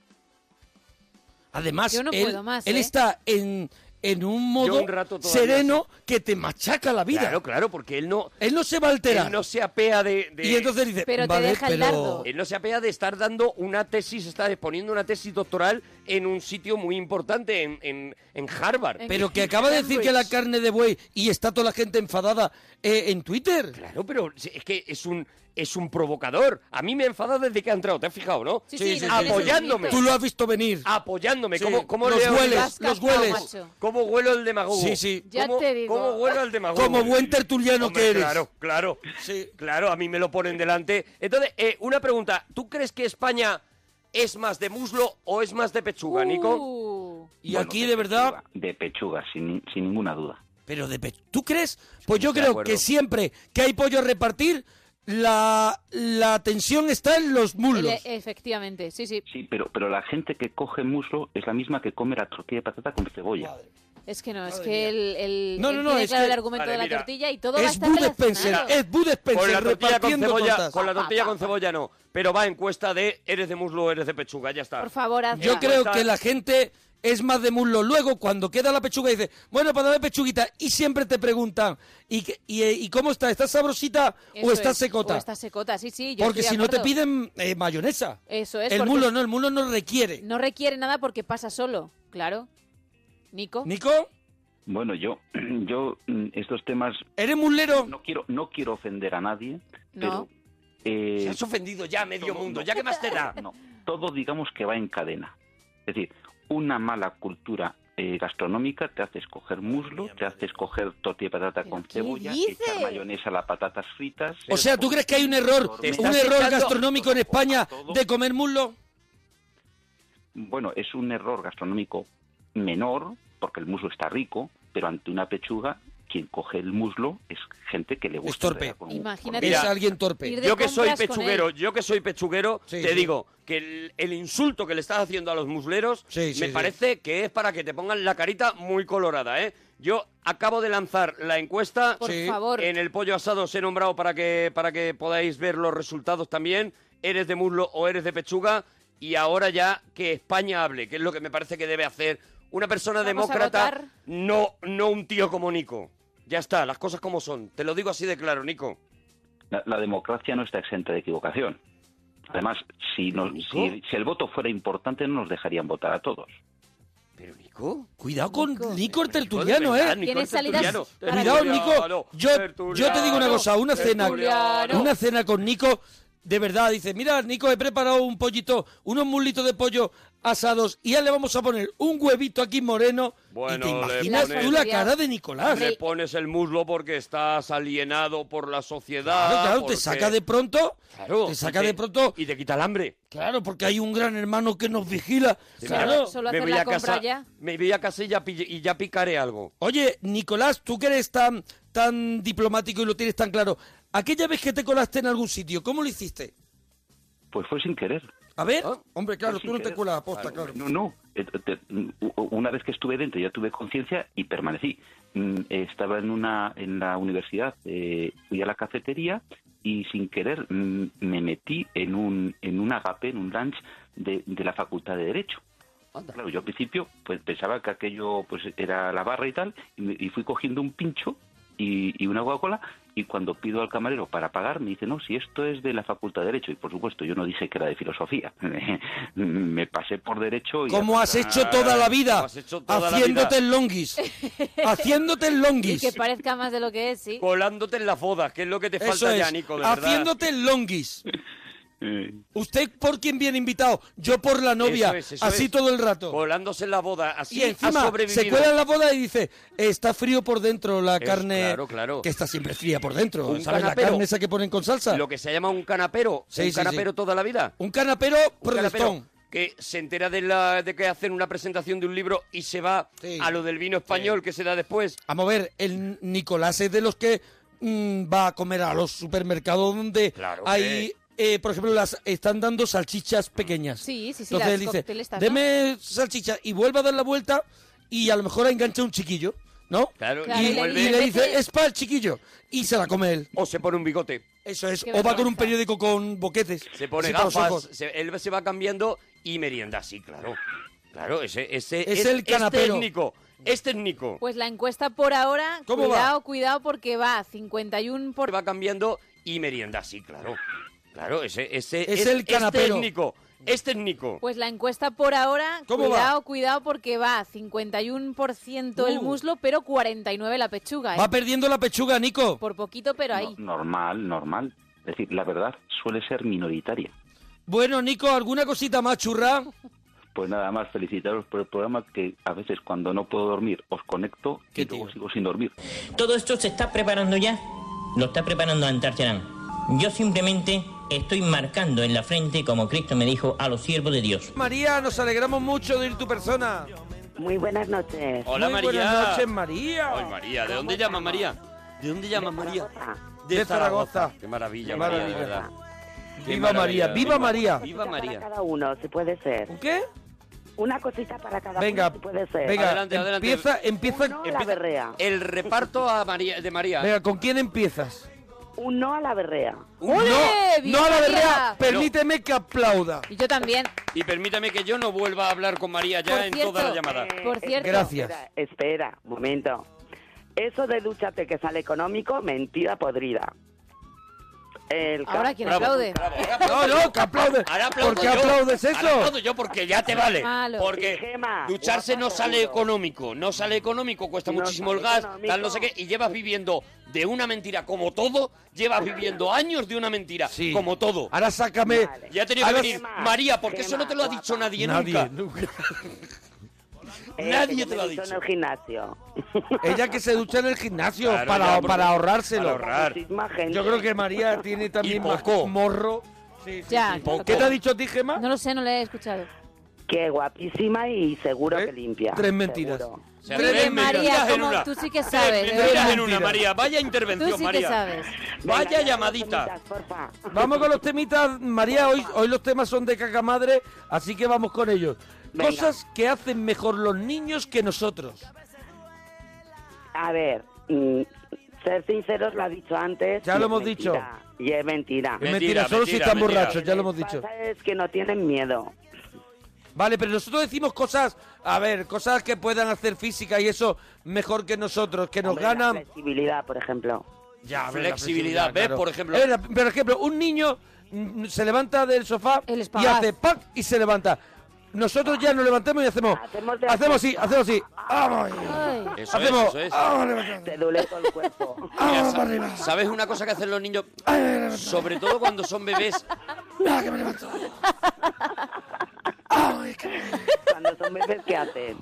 [SPEAKER 1] Además,
[SPEAKER 6] Yo no
[SPEAKER 1] él,
[SPEAKER 6] puedo más,
[SPEAKER 1] él
[SPEAKER 6] ¿eh?
[SPEAKER 1] está en, en un modo
[SPEAKER 2] un rato todavía
[SPEAKER 1] sereno que te machaca la vida.
[SPEAKER 2] Claro, claro, porque él no,
[SPEAKER 1] Él no se va a alterar.
[SPEAKER 2] él no se apea de... de-
[SPEAKER 1] Y entonces dice,
[SPEAKER 6] Pero te
[SPEAKER 1] vale,
[SPEAKER 6] deja el
[SPEAKER 1] pero...
[SPEAKER 6] dardo.
[SPEAKER 2] Él no se apea de estar dando una tesis, está exponiendo una tesis doctoral en un sitio muy importante, en, en- en Harvard.
[SPEAKER 1] Pero que acaba de decir que la carne de buey y está toda la gente enfadada eh, en Twitter.
[SPEAKER 2] Claro, pero si- es que es un es un provocador. A mí me enfada desde que ha entrado, ¿te has fijado, no?
[SPEAKER 6] Sí, sí,
[SPEAKER 1] Sí, sí,
[SPEAKER 6] no tienes un
[SPEAKER 2] Apoyándome.
[SPEAKER 1] Tú
[SPEAKER 6] mito.
[SPEAKER 1] lo has visto venir.
[SPEAKER 2] Apoyándome.
[SPEAKER 1] Sí,
[SPEAKER 2] ¿Cómo, cómo
[SPEAKER 1] los
[SPEAKER 2] leo-
[SPEAKER 1] hueles,
[SPEAKER 6] Te has
[SPEAKER 1] los
[SPEAKER 6] cascado,
[SPEAKER 1] hueles.
[SPEAKER 6] macho.
[SPEAKER 2] ¿Cómo huelo el demagogo?
[SPEAKER 1] Sí, sí.
[SPEAKER 6] Ya
[SPEAKER 2] ¿Cómo-
[SPEAKER 6] te digo.
[SPEAKER 2] ¿Cómo huelo el demagogo?
[SPEAKER 1] Como buen tertuliano
[SPEAKER 2] Hombre,
[SPEAKER 1] que eres.
[SPEAKER 2] Claro, claro.
[SPEAKER 1] Sí.
[SPEAKER 2] Claro, a mí me lo ponen delante. Entonces, eh, una pregunta. ¿Tú crees que España es más de muslo o es más de pechuga, Nico?
[SPEAKER 6] Uh,
[SPEAKER 1] Y
[SPEAKER 8] Bueno,
[SPEAKER 1] aquí, de verdad,
[SPEAKER 8] pechuga, De pechuga, sin, sin ninguna duda.
[SPEAKER 1] Pero de pe- ¿Tú crees? Pues yo
[SPEAKER 2] De
[SPEAKER 1] creo
[SPEAKER 2] acuerdo.
[SPEAKER 1] que siempre que hay pollo a repartir, la, la tensión está en los
[SPEAKER 6] ele-
[SPEAKER 1] muslos.
[SPEAKER 6] Eh, efectivamente, sí, sí.
[SPEAKER 8] Sí, pero, pero la gente que coge muslo es la misma que come la tortilla de patata con cebolla.
[SPEAKER 6] Es que no, es
[SPEAKER 1] Madre
[SPEAKER 6] que
[SPEAKER 1] mía.
[SPEAKER 6] el, el,
[SPEAKER 1] No,
[SPEAKER 6] él
[SPEAKER 1] no, no,
[SPEAKER 6] tiene
[SPEAKER 1] es
[SPEAKER 6] claro
[SPEAKER 1] que-
[SPEAKER 6] el argumento
[SPEAKER 2] Vale,
[SPEAKER 6] de la
[SPEAKER 2] mira,
[SPEAKER 6] tortilla y todo va a
[SPEAKER 1] Es
[SPEAKER 6] estar
[SPEAKER 1] Bud Spencer,
[SPEAKER 6] relacionado.
[SPEAKER 1] es Bud
[SPEAKER 2] Con
[SPEAKER 1] Spencer
[SPEAKER 2] la tortilla con
[SPEAKER 1] repartiendo
[SPEAKER 2] cebolla,
[SPEAKER 1] tortas.
[SPEAKER 2] con la tortilla con cebolla no. Pero va encuesta de eres de muslo o eres de pechuga, ya está.
[SPEAKER 6] Por favor, hazla.
[SPEAKER 1] Yo creo
[SPEAKER 2] Está-
[SPEAKER 1] que la gente es más de muslo. Luego, cuando queda la pechuga, dice, bueno, para darle pechuguita. Y siempre te preguntan, ¿y, qué- y, eh, ¿y cómo está? ¿Está sabrosita
[SPEAKER 6] Eso
[SPEAKER 1] o está
[SPEAKER 6] es,
[SPEAKER 1] secota?
[SPEAKER 6] O está secota, sí, sí. yo
[SPEAKER 1] porque si
[SPEAKER 6] estoy de
[SPEAKER 1] no te
[SPEAKER 6] acuerdo.
[SPEAKER 1] piden eh, mayonesa.
[SPEAKER 6] Eso es,
[SPEAKER 1] el
[SPEAKER 6] porque
[SPEAKER 1] muslo no, el muslo no requiere.
[SPEAKER 6] No requiere nada porque pasa solo, claro. Nico.
[SPEAKER 1] ¿Nico?
[SPEAKER 8] Bueno, yo, yo mm, estos temas
[SPEAKER 1] ¿Eres mulero?
[SPEAKER 8] no quiero, no quiero ofender a nadie,
[SPEAKER 6] No.
[SPEAKER 8] pero eh,
[SPEAKER 2] Se has ofendido ya a medio
[SPEAKER 8] no,
[SPEAKER 2] mundo,
[SPEAKER 8] no.
[SPEAKER 2] ya que más te da.
[SPEAKER 8] no, todo digamos que va en cadena. Es decir, una mala cultura eh, gastronómica te hace escoger muslo, te hace escoger tortilla de patata
[SPEAKER 6] ¿Pero
[SPEAKER 8] con
[SPEAKER 6] qué
[SPEAKER 8] cebolla,
[SPEAKER 6] dices?
[SPEAKER 8] echar mayonesa a las patatas fritas.
[SPEAKER 1] O sea, ¿tú crees que hay un error,
[SPEAKER 2] Te
[SPEAKER 1] un
[SPEAKER 2] estás
[SPEAKER 1] error
[SPEAKER 2] quitando-
[SPEAKER 1] gastronómico en España
[SPEAKER 8] Todo.
[SPEAKER 1] de comer muslo?
[SPEAKER 8] Bueno, es un error gastronómico menor, porque el muslo está rico, pero ante una pechuga, quien coge el muslo es gente que le gusta.
[SPEAKER 1] torpe.
[SPEAKER 8] hacer con-
[SPEAKER 6] Imagínate.
[SPEAKER 1] Es
[SPEAKER 2] Mira,
[SPEAKER 1] alguien torpe.
[SPEAKER 6] ir de
[SPEAKER 2] Yo que soy
[SPEAKER 6] compras con
[SPEAKER 2] pechuguero,
[SPEAKER 6] él.
[SPEAKER 2] yo que soy pechuguero,
[SPEAKER 1] Sí,
[SPEAKER 2] te
[SPEAKER 1] sí.
[SPEAKER 2] digo que el, el insulto que le estás haciendo a los musleros
[SPEAKER 1] Sí, sí,
[SPEAKER 2] me
[SPEAKER 1] sí.
[SPEAKER 2] parece que es para que te pongan la carita muy colorada, ¿eh? Yo acabo de lanzar la encuesta
[SPEAKER 6] Por
[SPEAKER 1] Sí.
[SPEAKER 6] favor.
[SPEAKER 2] en el pollo asado os he nombrado para que para que podáis ver los resultados también. ¿Eres de muslo o eres de pechuga? Y ahora ya que España hable, que es lo que me parece que debe hacer una persona
[SPEAKER 6] Vamos a votar.
[SPEAKER 2] demócrata, no no un tío como Nico. Ya está, las cosas como son. Te lo digo así de claro, Nico.
[SPEAKER 8] La, la democracia no está exenta de equivocación.
[SPEAKER 6] Ah,
[SPEAKER 8] Además, si, nos- si, si el voto fuera importante, no nos dejarían votar a todos.
[SPEAKER 2] Pero Nico,
[SPEAKER 1] Cuidado con Nico
[SPEAKER 6] Nico.
[SPEAKER 1] el
[SPEAKER 2] Nico, de
[SPEAKER 1] tertuliano,
[SPEAKER 2] verdad,
[SPEAKER 1] ¿eh?
[SPEAKER 2] Nico,
[SPEAKER 6] Tienes
[SPEAKER 2] el
[SPEAKER 6] salidas
[SPEAKER 2] tertuliano.
[SPEAKER 6] para-
[SPEAKER 1] Cuidado,
[SPEAKER 2] Tertuliano,
[SPEAKER 1] Nico. Yo, yo te digo una
[SPEAKER 2] tertuliano,
[SPEAKER 1] cosa, una cena,
[SPEAKER 2] tertuliano.
[SPEAKER 1] una cena con Nico, de verdad, dice, mira, Nico, he preparado un pollito, unos muslitos de pollo asados y ya le vamos a poner un huevito aquí moreno.
[SPEAKER 2] Bueno,
[SPEAKER 1] y te
[SPEAKER 2] le
[SPEAKER 1] imaginas
[SPEAKER 2] pones-
[SPEAKER 1] tú la cara de Nicolás.
[SPEAKER 2] Le pones el muslo porque estás alienado por la sociedad.
[SPEAKER 1] Claro, claro,
[SPEAKER 2] porque-
[SPEAKER 1] te saca de pronto,
[SPEAKER 2] Claro,
[SPEAKER 1] te saca
[SPEAKER 2] y
[SPEAKER 1] de pronto,
[SPEAKER 2] Y te quita el hambre.
[SPEAKER 1] claro, porque hay un gran hermano que nos vigila,
[SPEAKER 2] Mira,
[SPEAKER 1] claro.
[SPEAKER 6] Solo
[SPEAKER 2] me
[SPEAKER 6] hacer
[SPEAKER 2] voy
[SPEAKER 6] la
[SPEAKER 2] a
[SPEAKER 6] compra
[SPEAKER 2] casa,
[SPEAKER 6] ya.
[SPEAKER 2] Me voy a casa y ya, pille- y ya picaré algo.
[SPEAKER 1] Oye, Nicolás, tú que eres tan, tan diplomático y lo tienes tan claro, aquella vez que te colaste en algún sitio, ¿cómo lo hiciste?
[SPEAKER 8] Pues fue sin querer.
[SPEAKER 1] A ver,
[SPEAKER 2] ¿Ah?
[SPEAKER 1] hombre, claro,
[SPEAKER 8] Fue sin
[SPEAKER 1] tú no te
[SPEAKER 8] querer.
[SPEAKER 1] cuelas aposta,
[SPEAKER 8] Claro,
[SPEAKER 1] claro.
[SPEAKER 8] No, no. Eh, te- u- u- Una vez que estuve dentro, ya tuve conciencia y permanecí. Mm, Estaba en, una, en la universidad, eh, fui a la cafetería y sin querer mm, me metí en un, en un agape, en un lunch de, de la Facultad de Derecho. Claro, yo al principio pues pensaba que aquello pues era la barra y tal, y, me- y fui cogiendo un pincho y, y una Coca-Cola, y cuando pido al camarero para pagar, me dice, no, si esto es de la Facultad de Derecho, y por supuesto yo no dije que era de filosofía, me pasé por derecho y...
[SPEAKER 1] Como has hecho toda la vida,
[SPEAKER 2] como has hecho toda la
[SPEAKER 1] haciéndote
[SPEAKER 2] vida.
[SPEAKER 1] el longuis, haciéndote el
[SPEAKER 6] Y
[SPEAKER 1] longuis,
[SPEAKER 6] que parezca más de lo que es, sí.
[SPEAKER 2] Colándote en las bodas, que es lo que te
[SPEAKER 1] eso
[SPEAKER 2] falta
[SPEAKER 1] es,
[SPEAKER 2] ya, Nico, de verdad.
[SPEAKER 1] pues, haciéndote el longuis.
[SPEAKER 8] Eh,
[SPEAKER 1] ¿Usted por quién viene invitado? Yo por la novia,
[SPEAKER 2] Eso es, eso
[SPEAKER 1] así
[SPEAKER 2] es.
[SPEAKER 1] todo el rato.
[SPEAKER 2] Colándose en la boda, así
[SPEAKER 1] y
[SPEAKER 2] has
[SPEAKER 1] encima
[SPEAKER 2] sobrevivido.
[SPEAKER 1] se cuela en la boda y dice, está frío por dentro la
[SPEAKER 2] Es-
[SPEAKER 1] carne,
[SPEAKER 2] claro, claro.
[SPEAKER 1] que está siempre fría por dentro,
[SPEAKER 2] Un
[SPEAKER 1] ¿sabes?
[SPEAKER 2] canapero.
[SPEAKER 1] La carne esa que ponen con salsa.
[SPEAKER 2] Lo que se llama un canapero.
[SPEAKER 1] Sí,
[SPEAKER 2] un
[SPEAKER 1] sí,
[SPEAKER 2] canapero
[SPEAKER 1] sí.
[SPEAKER 2] toda la vida.
[SPEAKER 1] Un canapero
[SPEAKER 2] Un canapero
[SPEAKER 1] protestón.
[SPEAKER 2] que se entera de, la, de que hacen una presentación de un libro y se va
[SPEAKER 1] Sí.
[SPEAKER 2] a lo del vino español que se da después.
[SPEAKER 1] Vamos a ver, el Nicolás es de los que mm, va a comer a los supermercados donde
[SPEAKER 2] Claro
[SPEAKER 1] hay, eh, por ejemplo, las están dando salchichas pequeñas.
[SPEAKER 6] Sí, sí, sí,
[SPEAKER 1] Entonces
[SPEAKER 6] las
[SPEAKER 1] él dice,
[SPEAKER 6] cocteles estas, ¿no?
[SPEAKER 1] deme salchicha y vuelve a dar la vuelta y a lo mejor engancha un chiquillo, ¿no?
[SPEAKER 2] Claro,
[SPEAKER 6] Claro,
[SPEAKER 1] y,
[SPEAKER 2] y
[SPEAKER 6] le-
[SPEAKER 2] vuelve-
[SPEAKER 1] y le dice,
[SPEAKER 6] mete-
[SPEAKER 1] es para el chiquillo. Y se la come él.
[SPEAKER 2] o se pone un bigote.
[SPEAKER 1] Eso es.
[SPEAKER 6] Qué
[SPEAKER 1] O va con un
[SPEAKER 6] vergüenza.
[SPEAKER 1] periódico con boquetes.
[SPEAKER 2] Se pone
[SPEAKER 1] así para los
[SPEAKER 2] gafas,
[SPEAKER 1] ojos.
[SPEAKER 2] se- él se va cambiando y merienda, sí, claro. Claro, ese, ese
[SPEAKER 1] Es el canapero.
[SPEAKER 2] técnico, es técnico.
[SPEAKER 6] Pues la encuesta por ahora,
[SPEAKER 1] ¿Cómo va?
[SPEAKER 6] cuidado, cuidado, porque va 51 por...
[SPEAKER 2] Va cambiando y merienda, sí, claro. Claro, ese, ese este
[SPEAKER 1] Es el canapero.
[SPEAKER 2] técnico, es técnico.
[SPEAKER 6] Pues la encuesta por ahora,
[SPEAKER 1] ¿Cómo
[SPEAKER 6] cuidado,
[SPEAKER 1] va?
[SPEAKER 6] cuidado, porque va 51% el
[SPEAKER 1] Uh.
[SPEAKER 6] muslo, pero 49 la pechuga, ¿eh?
[SPEAKER 1] Va perdiendo la pechuga, Nico.
[SPEAKER 6] Por poquito, pero ahí.
[SPEAKER 8] no- normal, normal. Es decir, la verdad suele ser minoritaria.
[SPEAKER 1] Bueno, Nico, ¿alguna cosita más churra?
[SPEAKER 8] Pues nada más, felicitaros por el programa que a veces cuando no puedo dormir os conecto
[SPEAKER 1] Qué
[SPEAKER 8] y luego
[SPEAKER 1] tío.
[SPEAKER 8] sigo sin dormir.
[SPEAKER 9] Todo esto se está preparando ya. Lo está preparando Antarcharán. Yo simplemente estoy marcando en la frente, como Cristo me dijo, a los siervos de Dios.
[SPEAKER 1] María, nos alegramos mucho de ir tu persona.
[SPEAKER 10] Muy buenas noches.
[SPEAKER 2] Hola,
[SPEAKER 1] Muy
[SPEAKER 2] María.
[SPEAKER 1] buenas noches, María.
[SPEAKER 2] Ay, María, ¿de dónde llamas, María? ¿De dónde llamas, María?
[SPEAKER 10] Zaragoza.
[SPEAKER 1] De Zaragoza.
[SPEAKER 2] Qué maravilla,
[SPEAKER 1] Qué
[SPEAKER 2] María, de
[SPEAKER 1] maravilla.
[SPEAKER 2] verdad. Qué
[SPEAKER 1] Viva María,
[SPEAKER 2] maravilla,
[SPEAKER 1] viva María.
[SPEAKER 2] Viva
[SPEAKER 10] Una cosita
[SPEAKER 2] María.
[SPEAKER 10] Para cada uno, si puede ser.
[SPEAKER 1] ¿Un qué?
[SPEAKER 10] Una cosita para cada
[SPEAKER 1] Venga,
[SPEAKER 10] uno, si puede ser.
[SPEAKER 1] venga,
[SPEAKER 2] Adelante, adelante.
[SPEAKER 1] empieza, empieza,
[SPEAKER 10] Un no a la
[SPEAKER 1] empieza.
[SPEAKER 10] berrea.
[SPEAKER 2] El reparto a María, de María.
[SPEAKER 1] Venga, ¿con quién empiezas?
[SPEAKER 10] Un no a la berrea.
[SPEAKER 1] no,
[SPEAKER 6] ¡Viva
[SPEAKER 1] no a la
[SPEAKER 6] María!
[SPEAKER 1] berrea. Permíteme que aplauda.
[SPEAKER 6] Y yo también.
[SPEAKER 2] Y permítame que yo no vuelva a hablar con María ya
[SPEAKER 6] Por
[SPEAKER 2] en
[SPEAKER 6] cierto,
[SPEAKER 2] toda la llamada.
[SPEAKER 10] Eh,
[SPEAKER 6] Por cierto.
[SPEAKER 1] Gracias.
[SPEAKER 10] Espera, espera, un momento. Eso de dúchate que sale económico, mentira podrida. El
[SPEAKER 6] Ahora quien aplaude.
[SPEAKER 1] No, no, que aplaude.
[SPEAKER 2] Ahora aplaudo
[SPEAKER 1] ¿Por qué
[SPEAKER 2] yo.
[SPEAKER 1] aplaudes eso?
[SPEAKER 2] Ahora aplaudo yo porque ya te vale.
[SPEAKER 6] Malo.
[SPEAKER 2] Porque
[SPEAKER 10] Gema,
[SPEAKER 2] ducharse no sale económico, no sale económico, cuesta
[SPEAKER 10] Ah, No
[SPEAKER 2] muchísimo el
[SPEAKER 10] sale
[SPEAKER 2] gas,
[SPEAKER 10] económico.
[SPEAKER 2] tal no sé qué, y llevas viviendo de una mentira como todo, llevas viviendo años de una mentira
[SPEAKER 1] Sí.
[SPEAKER 2] como todo.
[SPEAKER 1] Ahora sácame.
[SPEAKER 10] Vale.
[SPEAKER 2] Ya ha tenido que
[SPEAKER 1] Ahora-
[SPEAKER 2] venir
[SPEAKER 10] Gema,
[SPEAKER 2] María, porque eso
[SPEAKER 10] Gema,
[SPEAKER 2] no te lo ha dicho
[SPEAKER 10] guapa.
[SPEAKER 2] nadie,
[SPEAKER 1] Nadie,
[SPEAKER 2] nunca.
[SPEAKER 1] nunca.
[SPEAKER 2] Nadie
[SPEAKER 10] que yo
[SPEAKER 2] te
[SPEAKER 10] me
[SPEAKER 2] lo ha
[SPEAKER 10] ducho
[SPEAKER 2] dicho.
[SPEAKER 10] Eh, en el gimnasio.
[SPEAKER 1] Ella que se ducha en el gimnasio
[SPEAKER 2] Claro,
[SPEAKER 1] para,
[SPEAKER 2] ya, porque-
[SPEAKER 1] para ahorrárselo.
[SPEAKER 2] para ahorrar.
[SPEAKER 10] Muchísima gente.
[SPEAKER 1] Yo creo que María tiene también más
[SPEAKER 2] poco.
[SPEAKER 1] morro. Sí, sí,
[SPEAKER 6] Ya,
[SPEAKER 1] sí.
[SPEAKER 6] poco.
[SPEAKER 1] ¿Qué te ha dicho a ti, Gemma?
[SPEAKER 6] No lo sé, no le he escuchado.
[SPEAKER 10] Qué guapísima y seguro
[SPEAKER 1] ¿Eh?
[SPEAKER 10] que limpia.
[SPEAKER 1] Tres mentiras.
[SPEAKER 10] seguro.
[SPEAKER 2] O sea,
[SPEAKER 1] Tres
[SPEAKER 2] tres
[SPEAKER 1] mentiras
[SPEAKER 2] mentiras
[SPEAKER 6] María,
[SPEAKER 2] en
[SPEAKER 6] ¿cómo?
[SPEAKER 2] una.
[SPEAKER 6] tú sí que
[SPEAKER 2] Tres
[SPEAKER 6] sabes. de
[SPEAKER 2] mentiras
[SPEAKER 6] verdad.
[SPEAKER 2] en una, María. Vaya intervención,
[SPEAKER 6] Tú sí que
[SPEAKER 2] María.
[SPEAKER 6] sabes.
[SPEAKER 10] Venga,
[SPEAKER 2] Vaya
[SPEAKER 10] ya,
[SPEAKER 2] llamadita.
[SPEAKER 10] dos semitas, porfa.
[SPEAKER 1] Vamos con los temitas, María. Hoy, hoy los temas son de caca madre, así que vamos con ellos.
[SPEAKER 10] Venga.
[SPEAKER 1] Cosas que hacen mejor los niños que nosotros.
[SPEAKER 10] A ver, mm, ser sinceros lo ha dicho antes.
[SPEAKER 1] Ya
[SPEAKER 10] y
[SPEAKER 1] lo
[SPEAKER 10] es
[SPEAKER 1] hemos
[SPEAKER 10] mentira, Y es mentira.
[SPEAKER 1] Es
[SPEAKER 2] Mentira,
[SPEAKER 1] mentira, solo si
[SPEAKER 2] mentira,
[SPEAKER 1] están
[SPEAKER 2] mentira.
[SPEAKER 1] borrachos, ya lo hemos
[SPEAKER 10] que
[SPEAKER 1] dicho.
[SPEAKER 10] pasa es que no tienen miedo.
[SPEAKER 1] Vale, pero nosotros decimos cosas, a ver, cosas que puedan hacer física y eso mejor que nosotros, que nos
[SPEAKER 10] Hombre,
[SPEAKER 1] ganan.
[SPEAKER 10] La flexibilidad, por ejemplo.
[SPEAKER 1] Ya,
[SPEAKER 2] Flexibilidad, ¿ves? Por ejemplo-
[SPEAKER 1] Eh, la- por ejemplo, un niño mm, se levanta del sofá
[SPEAKER 6] El
[SPEAKER 1] y
[SPEAKER 6] espagaz.
[SPEAKER 1] hace pac y se levanta. Nosotros ya nos levantamos y hacemos.
[SPEAKER 10] Hacemos de-
[SPEAKER 1] Hacemos así, hacemos así. ¡Vamos!
[SPEAKER 6] Ay.
[SPEAKER 2] Eso es,
[SPEAKER 1] Hacemos.
[SPEAKER 2] eso es.
[SPEAKER 1] ¡Vamos, levantando!
[SPEAKER 10] Te duele todo el cuerpo.
[SPEAKER 2] Mira,
[SPEAKER 1] ¡Vamos
[SPEAKER 2] sa-
[SPEAKER 1] para arriba!
[SPEAKER 2] ¿Sabes una cosa que hacen los niños? Sobre todo cuando son bebés.
[SPEAKER 1] ¡Ah, que me levanto! ¡Ay, que me
[SPEAKER 10] Cuando son bebés, ¿qué hacen?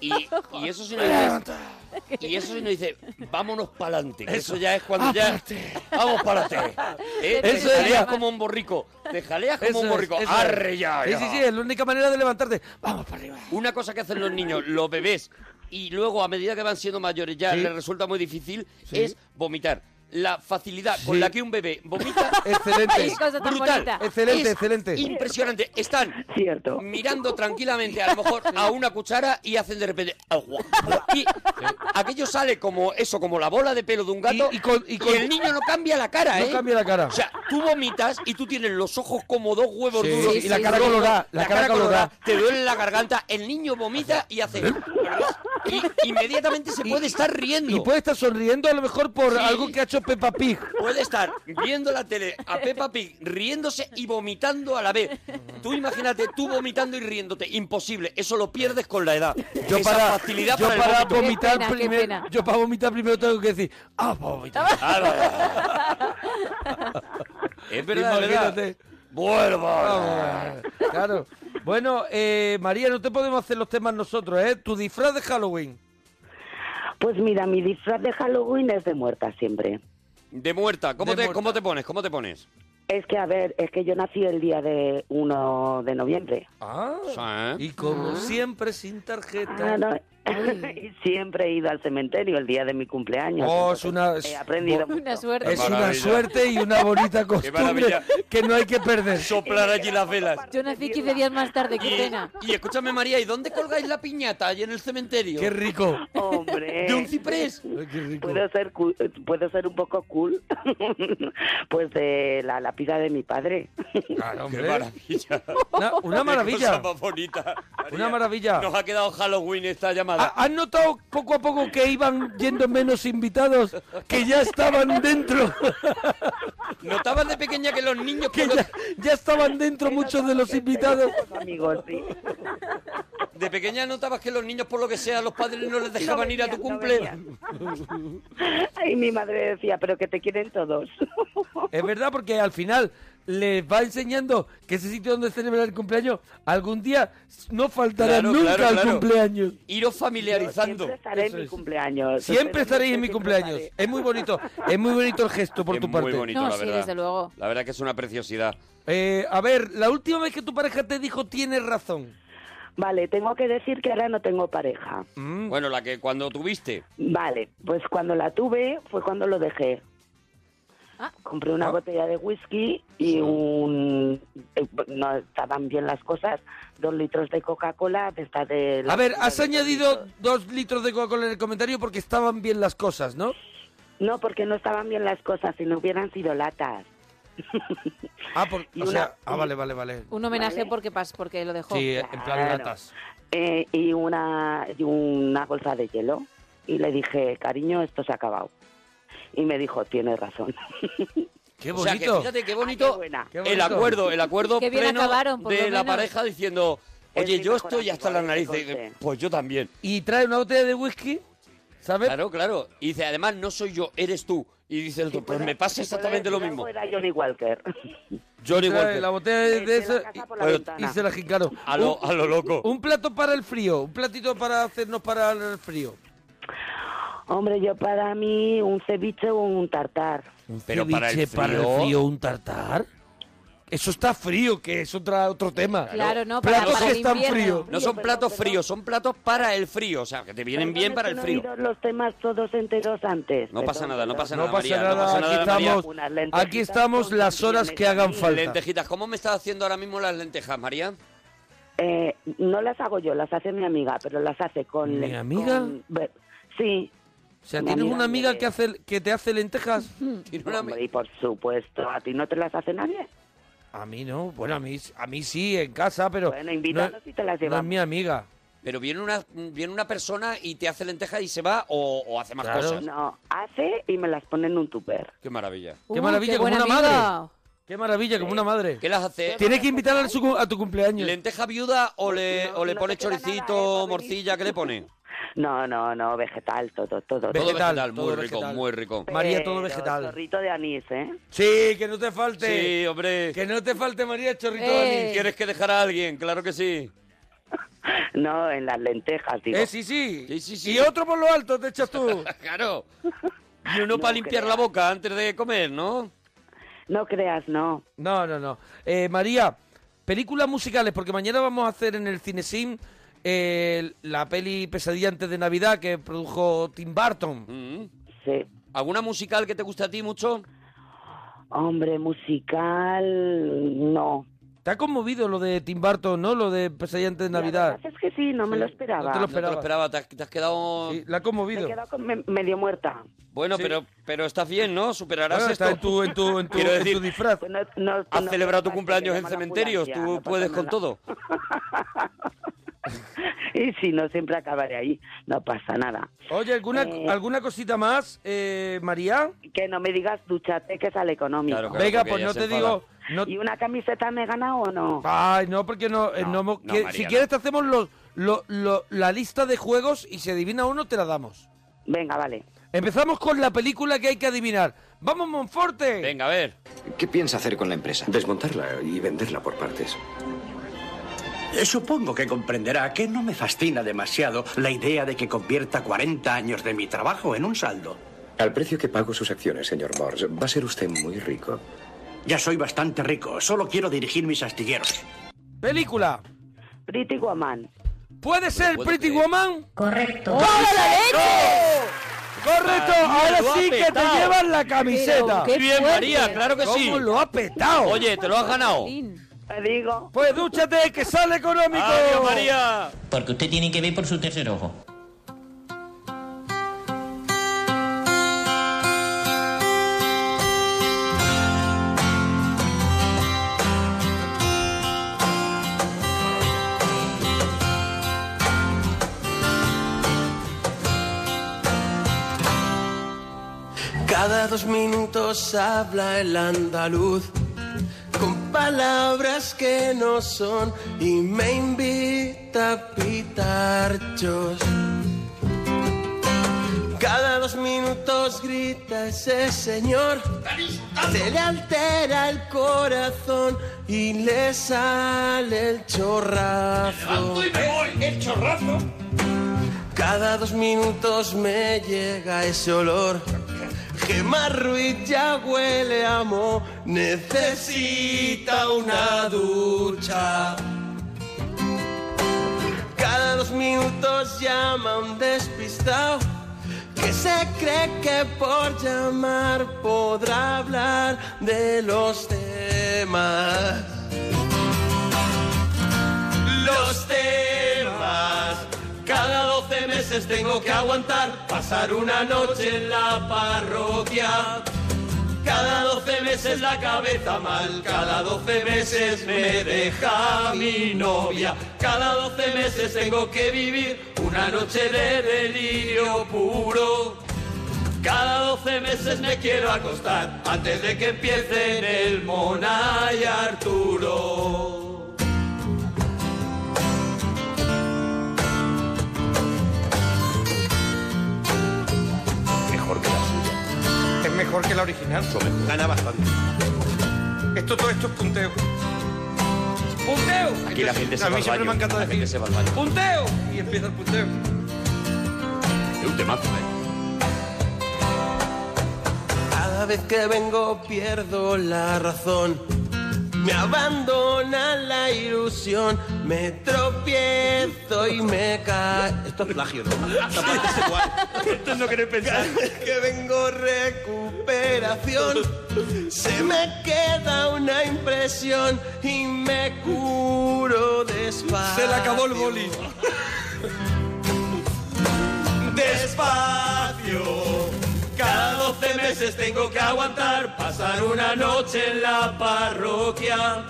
[SPEAKER 2] Y, y eso si no dices, y eso si no dices, vámonos para adelante. Eso ya es cuando ya. Vamos para adelante. ¿Eh?
[SPEAKER 1] Eso
[SPEAKER 2] Te
[SPEAKER 1] es
[SPEAKER 2] jaleas
[SPEAKER 1] ya.
[SPEAKER 2] como un borrico. Te jaleas como
[SPEAKER 1] Eso
[SPEAKER 2] un
[SPEAKER 1] es,
[SPEAKER 2] borrico.
[SPEAKER 1] eso es.
[SPEAKER 2] Arre ya,
[SPEAKER 1] Sí,
[SPEAKER 2] ya.
[SPEAKER 1] sí, sí, es la única manera de levantarte. ¡Vamos para arriba!
[SPEAKER 2] Una cosa que hacen los niños, los bebés, y luego a medida que van siendo mayores ya
[SPEAKER 1] Sí.
[SPEAKER 2] les resulta muy difícil,
[SPEAKER 1] Sí.
[SPEAKER 2] es vomitar. La facilidad
[SPEAKER 1] Sí.
[SPEAKER 2] con la que un bebé vomita
[SPEAKER 1] Excelente.
[SPEAKER 2] es
[SPEAKER 6] Qué cosa tan
[SPEAKER 2] brutal.
[SPEAKER 6] bonita.
[SPEAKER 1] Excelente,
[SPEAKER 2] Es
[SPEAKER 1] excelente.
[SPEAKER 2] Impresionante. Están
[SPEAKER 10] Cierto.
[SPEAKER 2] mirando tranquilamente a lo mejor a una cuchara y hacen de repente agua. y aquello sale como eso como la bola de pelo de un gato
[SPEAKER 1] Y- y con- y con-
[SPEAKER 2] el niño no cambia la cara
[SPEAKER 1] No
[SPEAKER 2] ¿eh?
[SPEAKER 1] cambia la cara.
[SPEAKER 2] o sea tú vomitas y tú tienes los ojos como dos huevos
[SPEAKER 1] Sí,
[SPEAKER 2] duros
[SPEAKER 1] y la cara colorada, la cara colorada.
[SPEAKER 2] te duele la garganta el niño vomita y hace y inmediatamente se puede estar riendo
[SPEAKER 1] Y puede estar sonriendo a lo mejor por
[SPEAKER 2] Sí.
[SPEAKER 1] algo que ha hecho Peppa Pig.
[SPEAKER 2] Puede estar viendo la tele a Peppa Pig riéndose y vomitando a la vez. Tú imagínate, tú vomitando y riéndote. Imposible. Eso lo pierdes con la edad.
[SPEAKER 1] Yo
[SPEAKER 2] Esa
[SPEAKER 1] para,
[SPEAKER 2] facilidad
[SPEAKER 1] yo
[SPEAKER 2] para el
[SPEAKER 1] para
[SPEAKER 2] vómito.
[SPEAKER 6] Qué
[SPEAKER 1] vomitar
[SPEAKER 6] pena, qué
[SPEAKER 1] primero,
[SPEAKER 6] pena.
[SPEAKER 1] yo para vomitar primero tengo que decir, ah, para vomitar.
[SPEAKER 2] Ah, va, va. es verdad, es verdad.
[SPEAKER 1] Imagínate.
[SPEAKER 2] Vuelva.
[SPEAKER 1] Claro. Bueno, eh, María, no te podemos hacer los temas nosotros, ¿eh? Tu disfraz de Halloween.
[SPEAKER 10] Pues mira, mi disfraz de Halloween es de muerta siempre.
[SPEAKER 2] De muerta. ¿Cómo,
[SPEAKER 1] De
[SPEAKER 2] te,
[SPEAKER 1] muerta.
[SPEAKER 2] ¿Cómo te pones? ¿Cómo te pones?
[SPEAKER 10] Es que, a ver, es que yo nací el día de 1 de noviembre.
[SPEAKER 1] Ah.
[SPEAKER 2] Sí.
[SPEAKER 1] Y como siempre, sin tarjeta.
[SPEAKER 10] Ah, no. Y siempre he ido al cementerio el día de mi cumpleaños.
[SPEAKER 1] Oh, es una-
[SPEAKER 10] Entonces, He aprendido.
[SPEAKER 6] Una
[SPEAKER 10] mucho.
[SPEAKER 6] suerte.
[SPEAKER 1] Es una
[SPEAKER 2] maravilla.
[SPEAKER 1] suerte y una bonita costumbre
[SPEAKER 2] maravilla.
[SPEAKER 1] que no hay que perder.
[SPEAKER 2] Soplar allí las velas.
[SPEAKER 6] Yo nací 15 días más tarde, qué pena.
[SPEAKER 2] Y, y escúchame, María, ¿y dónde colgáis la piñata? Allí en el cementerio.
[SPEAKER 1] Qué rico.
[SPEAKER 10] Hombre.
[SPEAKER 2] ¿De un ciprés?
[SPEAKER 1] Ay, qué rico.
[SPEAKER 10] Puedo ser, cu- puedo ser un poco cool, pues de la lápida de mi padre.
[SPEAKER 1] Claro,
[SPEAKER 2] Qué
[SPEAKER 1] Ah, hombre.
[SPEAKER 2] maravilla.
[SPEAKER 1] ¿Eh? Una, una
[SPEAKER 2] Qué
[SPEAKER 1] maravilla.
[SPEAKER 2] cosa más bonita.
[SPEAKER 1] Una maravilla. Ah.
[SPEAKER 2] Nos ha quedado Halloween esta llamada.
[SPEAKER 1] ¿Ha- ¿Has notado poco a poco que iban yendo menos invitados? Que ya estaban dentro.
[SPEAKER 2] Notabas de pequeña que los niños
[SPEAKER 1] Que
[SPEAKER 2] cuando-
[SPEAKER 1] ya, ya estaban dentro muchos de los invitados.
[SPEAKER 10] Amigos, sí.
[SPEAKER 2] de pequeña notabas que los niños por lo que sea los padres no les dejaban ir a tu
[SPEAKER 10] venían, no
[SPEAKER 2] cumple.
[SPEAKER 10] venían. Y mi madre decía, pero que te quieren todos.
[SPEAKER 1] Es verdad, porque al final les va enseñando que ese sitio donde celebrar el cumpleaños algún día no faltará
[SPEAKER 2] Claro,
[SPEAKER 1] nunca
[SPEAKER 2] claro,
[SPEAKER 1] al
[SPEAKER 2] claro.
[SPEAKER 1] cumpleaños.
[SPEAKER 2] Iros familiarizando.
[SPEAKER 10] Siempre estaré en mi cumpleaños.
[SPEAKER 1] Siempre estaréis en mi
[SPEAKER 10] Siempre
[SPEAKER 1] cumpleaños.
[SPEAKER 10] estaré.
[SPEAKER 1] Es muy bonito. Es muy bonito el gesto por
[SPEAKER 2] es
[SPEAKER 1] tu
[SPEAKER 2] muy
[SPEAKER 1] parte.
[SPEAKER 2] bonito,
[SPEAKER 6] No,
[SPEAKER 2] la
[SPEAKER 6] sí,
[SPEAKER 2] verdad.
[SPEAKER 6] desde luego.
[SPEAKER 2] La verdad que es una preciosidad.
[SPEAKER 1] Eh, a ver, la última vez que tu pareja te dijo tienes razón.
[SPEAKER 10] Vale, tengo que decir que ahora no tengo pareja.
[SPEAKER 1] Mm,
[SPEAKER 2] Bueno, la que cuando tuviste.
[SPEAKER 10] Vale, pues cuando la tuve fue cuando lo dejé.
[SPEAKER 6] Ah.
[SPEAKER 10] Compré una
[SPEAKER 1] Ah.
[SPEAKER 10] botella de whisky y un... eh, No estaban bien las cosas. Dos litros de Coca-Cola, de esta de... la-
[SPEAKER 1] A ver,
[SPEAKER 10] de
[SPEAKER 1] has
[SPEAKER 10] dos
[SPEAKER 1] añadido
[SPEAKER 10] litros.
[SPEAKER 1] dos litros de Coca-Cola en el comentario porque estaban bien las cosas, ¿no?
[SPEAKER 10] No, porque no estaban bien las cosas, si no hubieran sido latas.
[SPEAKER 1] Ah, por-
[SPEAKER 10] Y
[SPEAKER 1] o
[SPEAKER 10] una-
[SPEAKER 1] sea, ah, vale, vale, vale.
[SPEAKER 6] Un homenaje
[SPEAKER 10] Vale.
[SPEAKER 6] porque, pas, porque lo dejó.
[SPEAKER 1] Sí, en plan
[SPEAKER 10] Claro.
[SPEAKER 1] latas.
[SPEAKER 10] Eh, y, una, y una bolsa de hielo. Y le dije, cariño, esto se ha acabado. Y me dijo, tienes razón.
[SPEAKER 1] Qué
[SPEAKER 2] O sea, que
[SPEAKER 1] bonito.
[SPEAKER 2] fíjate qué bonito,
[SPEAKER 1] Qué
[SPEAKER 2] el
[SPEAKER 1] bonito.
[SPEAKER 2] acuerdo, el acuerdo
[SPEAKER 11] Qué bien
[SPEAKER 2] pleno
[SPEAKER 11] acabaron, por
[SPEAKER 2] de
[SPEAKER 11] lo
[SPEAKER 2] la
[SPEAKER 11] menos.
[SPEAKER 2] pareja diciendo, oye,
[SPEAKER 1] mi
[SPEAKER 2] yo
[SPEAKER 1] mejor
[SPEAKER 2] estoy
[SPEAKER 1] amigo,
[SPEAKER 10] ¿eh?
[SPEAKER 2] hasta las narices.
[SPEAKER 1] entonces.
[SPEAKER 2] Y dice, Pues yo también.
[SPEAKER 1] Y trae una botella de whisky, ¿sabes?
[SPEAKER 2] Claro, claro. Y dice, además, no soy yo, eres tú. Y dice el otro, pues me pasa exactamente lo mismo.
[SPEAKER 10] Era Johnny Walker.
[SPEAKER 2] Johnny
[SPEAKER 1] Trae
[SPEAKER 2] Walker.
[SPEAKER 1] La botella de, de eso y,
[SPEAKER 10] la
[SPEAKER 1] pero-
[SPEAKER 10] ventana.
[SPEAKER 1] y se la jincaron.
[SPEAKER 2] A lo- a lo loco.
[SPEAKER 1] Un plato para el frío, un platito para hacernos para el frío.
[SPEAKER 10] Hombre, yo para mí un ceviche o un tartar.
[SPEAKER 2] Pero para el
[SPEAKER 1] ceviche, para el
[SPEAKER 2] frío-
[SPEAKER 1] frío, un tartar. Eso está frío, que es otra, otro tema.
[SPEAKER 11] Claro, no, para-
[SPEAKER 1] Platos
[SPEAKER 11] para el
[SPEAKER 1] que están
[SPEAKER 11] invierno.
[SPEAKER 1] fríos.
[SPEAKER 2] No son platos fríos, son platos para el frío. O sea, que te vienen bien para el
[SPEAKER 10] No he
[SPEAKER 2] frío.
[SPEAKER 10] oído los temas todos enteros antes.
[SPEAKER 2] No pasa nada, no pasa
[SPEAKER 1] No
[SPEAKER 2] nada,
[SPEAKER 1] pasa
[SPEAKER 2] María.
[SPEAKER 1] nada,
[SPEAKER 2] no pasa
[SPEAKER 1] aquí
[SPEAKER 2] nada, María.
[SPEAKER 1] estamos,
[SPEAKER 10] Unas lentejitas
[SPEAKER 1] aquí estamos
[SPEAKER 10] con
[SPEAKER 1] las horas que hagan falta.
[SPEAKER 2] Lentejitas, ¿cómo me estás haciendo ahora mismo las lentejas, María?
[SPEAKER 10] Eh, no las hago yo, las hace mi amiga, pero las hace con...
[SPEAKER 1] ¿Mi
[SPEAKER 10] con-
[SPEAKER 1] amiga?
[SPEAKER 10] ver- sí.
[SPEAKER 1] O sea,
[SPEAKER 10] Mi
[SPEAKER 1] ¿tienes
[SPEAKER 10] amiga
[SPEAKER 1] una amiga
[SPEAKER 10] me-
[SPEAKER 1] que, hace, que te hace lentejas?
[SPEAKER 2] Tiene una-
[SPEAKER 10] Hombre, y por supuesto, ¿a ti no te eh, las hace nadie?
[SPEAKER 1] A mí no, bueno, a mí, a mí sí, en casa, pero
[SPEAKER 10] Bueno,
[SPEAKER 1] no-
[SPEAKER 10] invítanos y te las
[SPEAKER 1] no es
[SPEAKER 10] llevamos.
[SPEAKER 1] mi amiga.
[SPEAKER 2] Pero viene una, viene una persona y te hace lentejas y se va o, o hace más
[SPEAKER 1] Claro.
[SPEAKER 2] cosas.
[SPEAKER 10] No, hace y me las pone en un tupper.
[SPEAKER 2] Qué maravilla.
[SPEAKER 1] Qué
[SPEAKER 11] Uh,
[SPEAKER 1] maravilla,
[SPEAKER 11] qué
[SPEAKER 1] como
[SPEAKER 11] buen
[SPEAKER 1] una
[SPEAKER 11] amigo.
[SPEAKER 1] madre. Qué maravilla, como una madre.
[SPEAKER 2] ¿Qué las hace?
[SPEAKER 1] Tienes que invitar a, su- a tu cumpleaños.
[SPEAKER 2] ¿Lenteja viuda
[SPEAKER 1] Pues
[SPEAKER 2] o le,
[SPEAKER 10] No,
[SPEAKER 2] o le
[SPEAKER 10] no
[SPEAKER 2] pone
[SPEAKER 10] te queda nada,
[SPEAKER 2] choricito,
[SPEAKER 10] ¿eh? Va a venir.
[SPEAKER 2] morcilla? ¿Qué le pone?
[SPEAKER 10] No, no, no, vegetal, todo, todo.
[SPEAKER 2] Todo
[SPEAKER 1] Vegetal,
[SPEAKER 2] vegetal,
[SPEAKER 1] todo
[SPEAKER 2] muy rico,
[SPEAKER 1] vegetal.
[SPEAKER 2] muy rico.
[SPEAKER 1] Eh. María, todo
[SPEAKER 10] Pero
[SPEAKER 1] vegetal.
[SPEAKER 10] Chorrito de anís, ¿eh?
[SPEAKER 1] Sí, que no te falte.
[SPEAKER 2] Sí, hombre.
[SPEAKER 1] Que no te falte, María Chorrito.
[SPEAKER 11] Eh.
[SPEAKER 1] Dani.
[SPEAKER 2] ¿Tienes que dejar a alguien? Claro que sí.
[SPEAKER 10] No, en las lentejas, digo.
[SPEAKER 1] Eh, sí, sí.
[SPEAKER 2] Sí, sí, sí.
[SPEAKER 1] Y otro por lo alto te echas tú.
[SPEAKER 2] Claro. Y uno para limpiar
[SPEAKER 10] creas.
[SPEAKER 2] la boca antes de comer, ¿no?
[SPEAKER 10] No creas, no.
[SPEAKER 1] No, no, no. Eh, María, películas musicales, porque mañana vamos a hacer en el Cinesim eh, la peli Pesadilla antes de Navidad que produjo Tim Burton.
[SPEAKER 2] Mm.
[SPEAKER 10] Sí.
[SPEAKER 2] ¿Alguna musical que te guste a ti mucho?
[SPEAKER 10] Hombre, musical, no.
[SPEAKER 1] ¿Te ha conmovido lo de Tim Burton, no? Lo de Pesadilla antes de
[SPEAKER 10] La
[SPEAKER 1] Navidad.
[SPEAKER 10] verdad es que sí, no me lo
[SPEAKER 1] Sí, no te
[SPEAKER 10] esperaba.
[SPEAKER 1] lo
[SPEAKER 2] No te lo esperaba, te has, te has quedado...
[SPEAKER 1] Sí, la ha
[SPEAKER 10] Me
[SPEAKER 1] conmovido.
[SPEAKER 10] he quedado con- me- medio muerta.
[SPEAKER 2] Bueno,
[SPEAKER 1] Sí.
[SPEAKER 2] pero, pero estás bien, ¿no? Superarás
[SPEAKER 1] Bueno,
[SPEAKER 2] esto.
[SPEAKER 1] está en tu, en tu, en tu,
[SPEAKER 2] Quiero
[SPEAKER 1] en
[SPEAKER 2] decir,
[SPEAKER 1] tu disfraz.
[SPEAKER 10] Pues no- no-
[SPEAKER 2] Has
[SPEAKER 10] no-
[SPEAKER 2] celebrado tu
[SPEAKER 10] no-
[SPEAKER 2] cumpleaños en
[SPEAKER 10] llama la
[SPEAKER 2] cementerios,
[SPEAKER 10] ambulancia,
[SPEAKER 2] tú
[SPEAKER 10] no pasa
[SPEAKER 2] puedes con
[SPEAKER 10] nada.
[SPEAKER 2] todo.
[SPEAKER 10] y si no, siempre acabaré ahí. No pasa nada.
[SPEAKER 1] Oye, ¿alguna,
[SPEAKER 10] Eh.
[SPEAKER 1] ¿alguna cosita más, eh, María?
[SPEAKER 10] Que no me digas, duchate, que sale económico.
[SPEAKER 2] Claro, claro.
[SPEAKER 1] Venga,
[SPEAKER 2] porque
[SPEAKER 1] pues
[SPEAKER 2] ya
[SPEAKER 1] no
[SPEAKER 2] se
[SPEAKER 1] te
[SPEAKER 2] enfada.
[SPEAKER 1] digo... No,
[SPEAKER 10] ¿Y una camiseta me he ganado o no?
[SPEAKER 1] Ay, no, porque no... eh,
[SPEAKER 2] No,
[SPEAKER 1] no hemos-
[SPEAKER 2] no,
[SPEAKER 1] que-
[SPEAKER 2] María,
[SPEAKER 1] si
[SPEAKER 2] no.
[SPEAKER 1] quieres te hacemos los, lo- lo- la lista de juegos y si adivina uno te la damos.
[SPEAKER 10] Venga, vale.
[SPEAKER 1] Empezamos con la película que hay que adivinar. ¡Vamos, Monforte!
[SPEAKER 2] Venga, a ver.
[SPEAKER 12] ¿Qué piensa hacer con la empresa?
[SPEAKER 5] Desmontarla y venderla por partes.
[SPEAKER 12] Eh, Supongo que comprenderá que no me fascina demasiado la idea de que convierta 40 años de mi trabajo en un saldo.
[SPEAKER 5] Al precio que pago sus acciones, señor Morse, va a ser usted muy rico.
[SPEAKER 12] Ya soy bastante rico, solo quiero dirigir mis astilleros.
[SPEAKER 1] Película.
[SPEAKER 10] Pretty Woman.
[SPEAKER 1] ¿Puede ser
[SPEAKER 2] puedo
[SPEAKER 1] Pretty
[SPEAKER 2] creer.
[SPEAKER 1] Woman?
[SPEAKER 8] Correcto.
[SPEAKER 1] ¡Hola, la leche! Correcto,
[SPEAKER 2] María,
[SPEAKER 1] ahora
[SPEAKER 2] lo ha
[SPEAKER 1] sí que te
[SPEAKER 2] petado.
[SPEAKER 1] llevas la
[SPEAKER 11] Pero,
[SPEAKER 1] camiseta.
[SPEAKER 11] qué
[SPEAKER 2] Bien,
[SPEAKER 11] fuerte.
[SPEAKER 2] María, claro que sí.
[SPEAKER 1] ¿Cómo lo ha petado?
[SPEAKER 2] Oye, te lo has ganado.
[SPEAKER 11] Jolín.
[SPEAKER 10] Te digo.
[SPEAKER 1] Pues dúchate, que sale económico.
[SPEAKER 2] ¡Adiós, María!
[SPEAKER 8] Porque usted tiene que ver por su tercer ojo.
[SPEAKER 5] Cada dos minutos habla el andaluz con palabras que no son y me invita a pitarchos. Cada dos minutos grita ese señor, se le altera el corazón y le sale el chorrazo. Cada dos minutos me llega ese olor. Gemma Ruiz ya huele a mo, necesita una ducha. Cada dos minutos llama un despistado que se cree que por llamar podrá hablar de los temas. Los temas. Cada 12 meses tengo que aguantar pasar una noche en la parroquia. Cada 12 meses la cabeza mal, cada 12 meses me deja mi novia. Cada 12 meses tengo que vivir una noche de delirio puro. Cada 12 meses me quiero acostar antes de que empiecen el Mona y Arturo.
[SPEAKER 7] Mejor que la suya. Es mejor que la original. Gana bastante. Esto, todo esto es punteo. ¡Punteo!
[SPEAKER 2] Aquí la gente se
[SPEAKER 7] a
[SPEAKER 2] va
[SPEAKER 7] mí
[SPEAKER 2] al baño.
[SPEAKER 7] siempre me ha encantado
[SPEAKER 2] La
[SPEAKER 7] decir
[SPEAKER 2] gente se va al baño.
[SPEAKER 7] ¡Punteo! Y empieza el punteo.
[SPEAKER 2] Es un temazo, ¿eh?
[SPEAKER 5] Cada vez que vengo pierdo la razón. Me abandona la ilusión, me tropiezo y me cae. Esto es plagio, ¿no? Esto no queréis pensar. Cada vez que vengo recuperación, se me queda una impresión y me curo despacio.
[SPEAKER 1] Se le acabó el boli.
[SPEAKER 5] Despacio, cada 12 meses tengo que aguantar pasar una noche en la parroquia.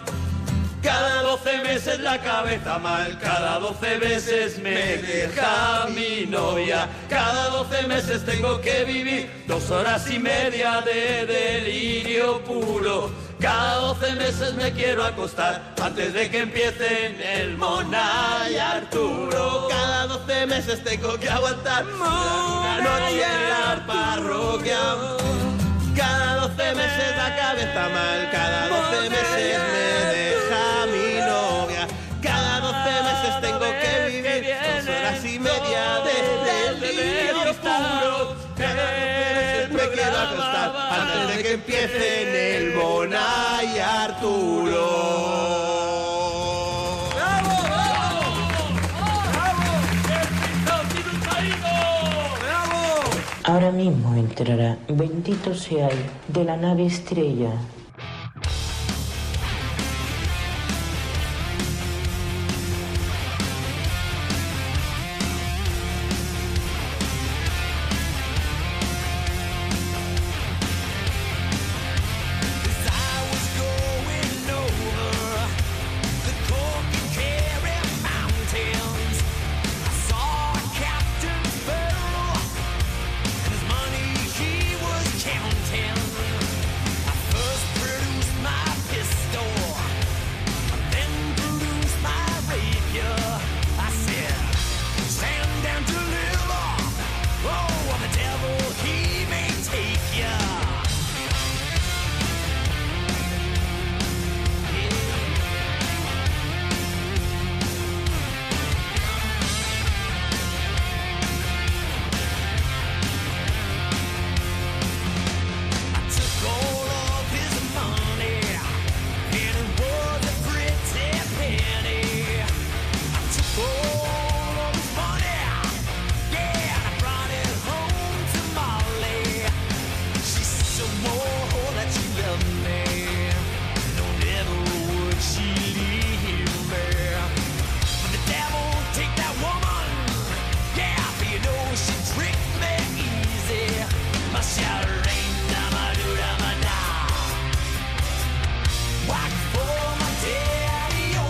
[SPEAKER 5] Cada 12 meses la cabeza mal, cada 12 meses me deja mi novia. Cada 12 meses tengo que vivir dos horas y media de delirio puro. Cada 12 meses me quiero acostar antes de que empiecen el Mona y Arturo. Cada 12 meses tengo que aguantar una noche en la parroquia. Cada 12 meses la cabeza mal, cada 12 meses me deja mi novia. Cada 12 meses tengo que vivir dos horas y media de delirio puro. Cada 12 meses me quiero acostar antes de que empiecen el Bona y Arturo. ¡Bravo, bravo! ¡Bravo!
[SPEAKER 10] Ahora mismo entrará, bendito seáis, de la nave estrella.
[SPEAKER 3] Stand down to live off. Oh, the devil, he may take ya. I took all of his money, and it was a pretty penny. I took all of his money, yeah, and I brought it home to Molly. She said, "Oh, that you love me, no, never would she leave me." But the devil take that woman, yeah, for you know she tricked me easy. My sharina, my dura, my da. Whack for my daddy, yo.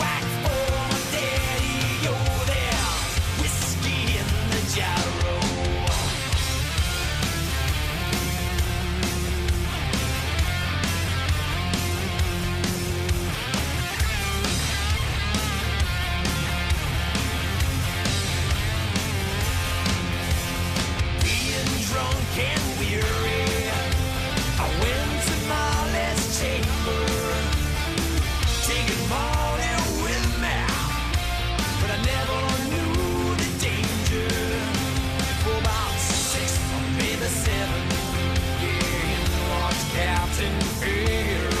[SPEAKER 3] Whack for my daddy, yo. There's whiskey in the jarro. Being drunk and weary, I went to my last chamber, taking Molly with me, but I never knew the danger. For about six, maybe seven, yeah, in Lord Captain Hero.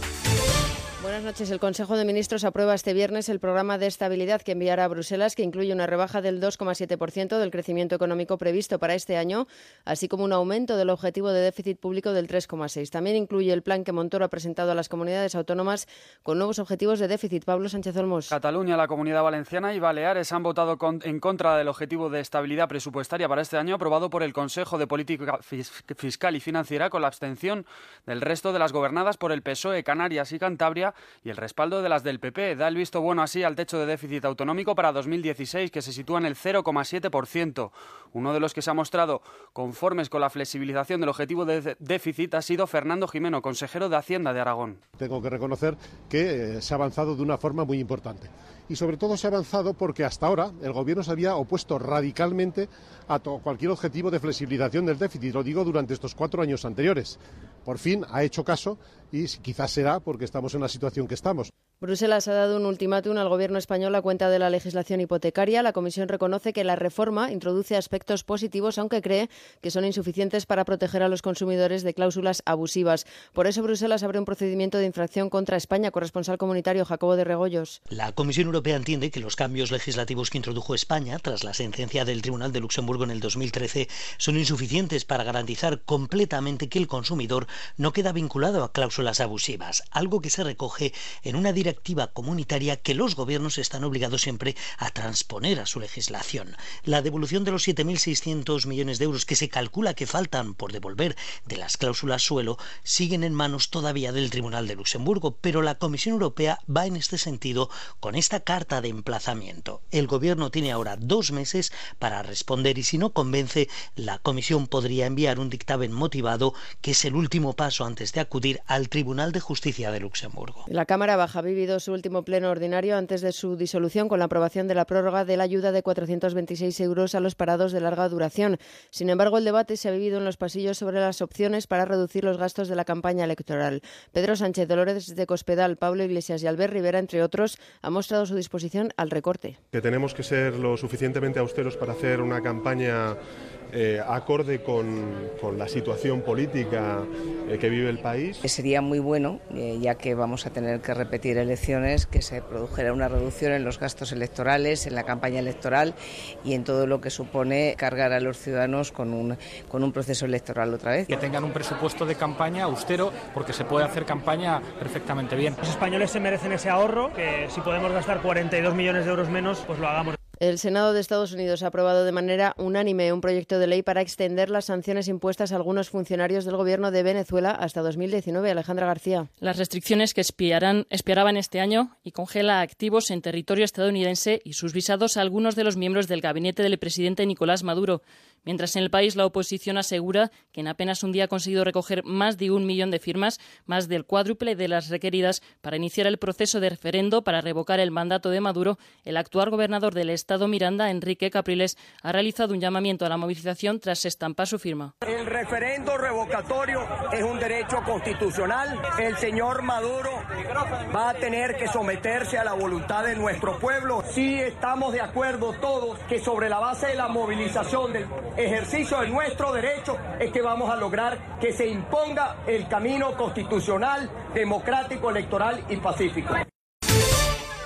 [SPEAKER 13] Buenas noches. El Consejo de Ministros aprueba este viernes el programa de estabilidad que enviará a Bruselas, que incluye una rebaja del 2,7% del crecimiento económico previsto para este año, así como un aumento del objetivo de déficit público del 3,6%. También incluye el plan que Montoro ha presentado a las comunidades autónomas con nuevos objetivos de déficit. Pablo Sánchez Olmos.
[SPEAKER 14] Cataluña, la Comunidad Valenciana y Baleares han votado con- en contra del objetivo de estabilidad presupuestaria para este año aprobado por el Consejo de Política Fis- Fiscal y Financiera con la abstención del resto de las gobernadas por el PSOE, E, Canarias y Cantabria y el respaldo de las del PP. Da el visto bueno así al techo de déficit autonómico para 2016 que se sitúa en el 0,7%. Uno de los que se ha mostrado conformes con la flexibilización del objetivo de déficit ha sido Fernando Jimeno, consejero de Hacienda de Aragón.
[SPEAKER 15] Tengo que reconocer que eh, se ha avanzado de una forma muy importante. Y sobre todo se ha avanzado porque hasta ahora el Gobierno se había opuesto radicalmente a to- cualquier objetivo de flexibilización del déficit. Lo digo durante estos cuatro años anteriores. Por fin ha hecho caso y s- quizás será porque estamos en la situación que estamos.
[SPEAKER 13] Bruselas ha dado un ultimátum al gobierno español a cuenta de la legislación hipotecaria. La comisión reconoce que la reforma introduce aspectos positivos, aunque cree que son insuficientes para proteger a los consumidores de cláusulas abusivas. Por eso Bruselas abre un procedimiento de infracción contra España, corresponsal comunitario Jacobo de Regoyos.
[SPEAKER 11] La Comisión Europea entiende que los cambios legislativos que introdujo España tras la sentencia del Tribunal de Luxemburgo en el 2013 son insuficientes para garantizar completamente que el consumidor no queda vinculado a cláusulas abusivas, algo que se recoge en una directiva comunitaria que los gobiernos están obligados siempre a transponer a su legislación. La devolución de los 7.600 millones de euros que se calcula que faltan por devolver de las cláusulas suelo siguen en manos todavía del Tribunal de Luxemburgo, pero la Comisión Europea va en este sentido con esta carta de emplazamiento. El Gobierno tiene ahora dos meses para responder y si no convence, la Comisión podría enviar un dictamen motivado, que es el último paso antes de acudir al Tribunal de Justicia de Luxemburgo.
[SPEAKER 13] La Cámara Baja ha vivido su último pleno ordinario antes de su disolución con la aprobación de la prórroga de la ayuda de 426 euros a los parados de larga duración. Sin embargo, el debate se ha vivido en los pasillos sobre las opciones para reducir los gastos de la campaña electoral. Pedro Sánchez Dolores de Cospedal, Pablo Iglesias y Albert Rivera, entre otros, han mostrado su disposición al recorte.
[SPEAKER 16] que tenemos que ser lo suficientemente austeros para hacer una campaña eh, acorde con, con la situación política eh, que vive el país.
[SPEAKER 17] Que sería muy bueno, eh, ya que vamos a tener que repetir elecciones, que se produjera una reducción en los gastos electorales, en la campaña electoral y en todo lo que supone cargar a los ciudadanos con un, con un proceso electoral otra vez.
[SPEAKER 18] que tengan un presupuesto de campaña austero, porque se puede hacer campaña perfectamente bien.
[SPEAKER 19] Los españoles se merecen ese ahorro, que si podemos gastar 42 millones de euros menos, pues lo hagamos.
[SPEAKER 13] El Senado de Estados Unidos ha aprobado de manera unánime un proyecto de ley para extender las sanciones impuestas a algunos funcionarios del gobierno de Venezuela hasta 2019. Alejandra García.
[SPEAKER 20] las restricciones que expiarán, expirarán este año y congela activos en territorio estadounidense y sus visados a algunos de los miembros del gabinete del presidente Nicolás Maduro, mientras en el país la oposición asegura que en apenas un día ha conseguido recoger más de un millón de firmas, más del cuádruple de las requeridas para iniciar el proceso de referendo para revocar el mandato de Maduro, el actual gobernador del estado Miranda, Enrique Capriles, ha realizado un llamamiento a la movilización tras estampar su firma.
[SPEAKER 21] El referendo revocatorio es un derecho constitucional. El señor Maduro va a tener que someterse a la voluntad de nuestro pueblo. Sí estamos de acuerdo todos que sobre la base de la movilización, del ejercicio de nuestro derecho, es que vamos a lograr que se imponga el camino constitucional, democrático, electoral y pacífico.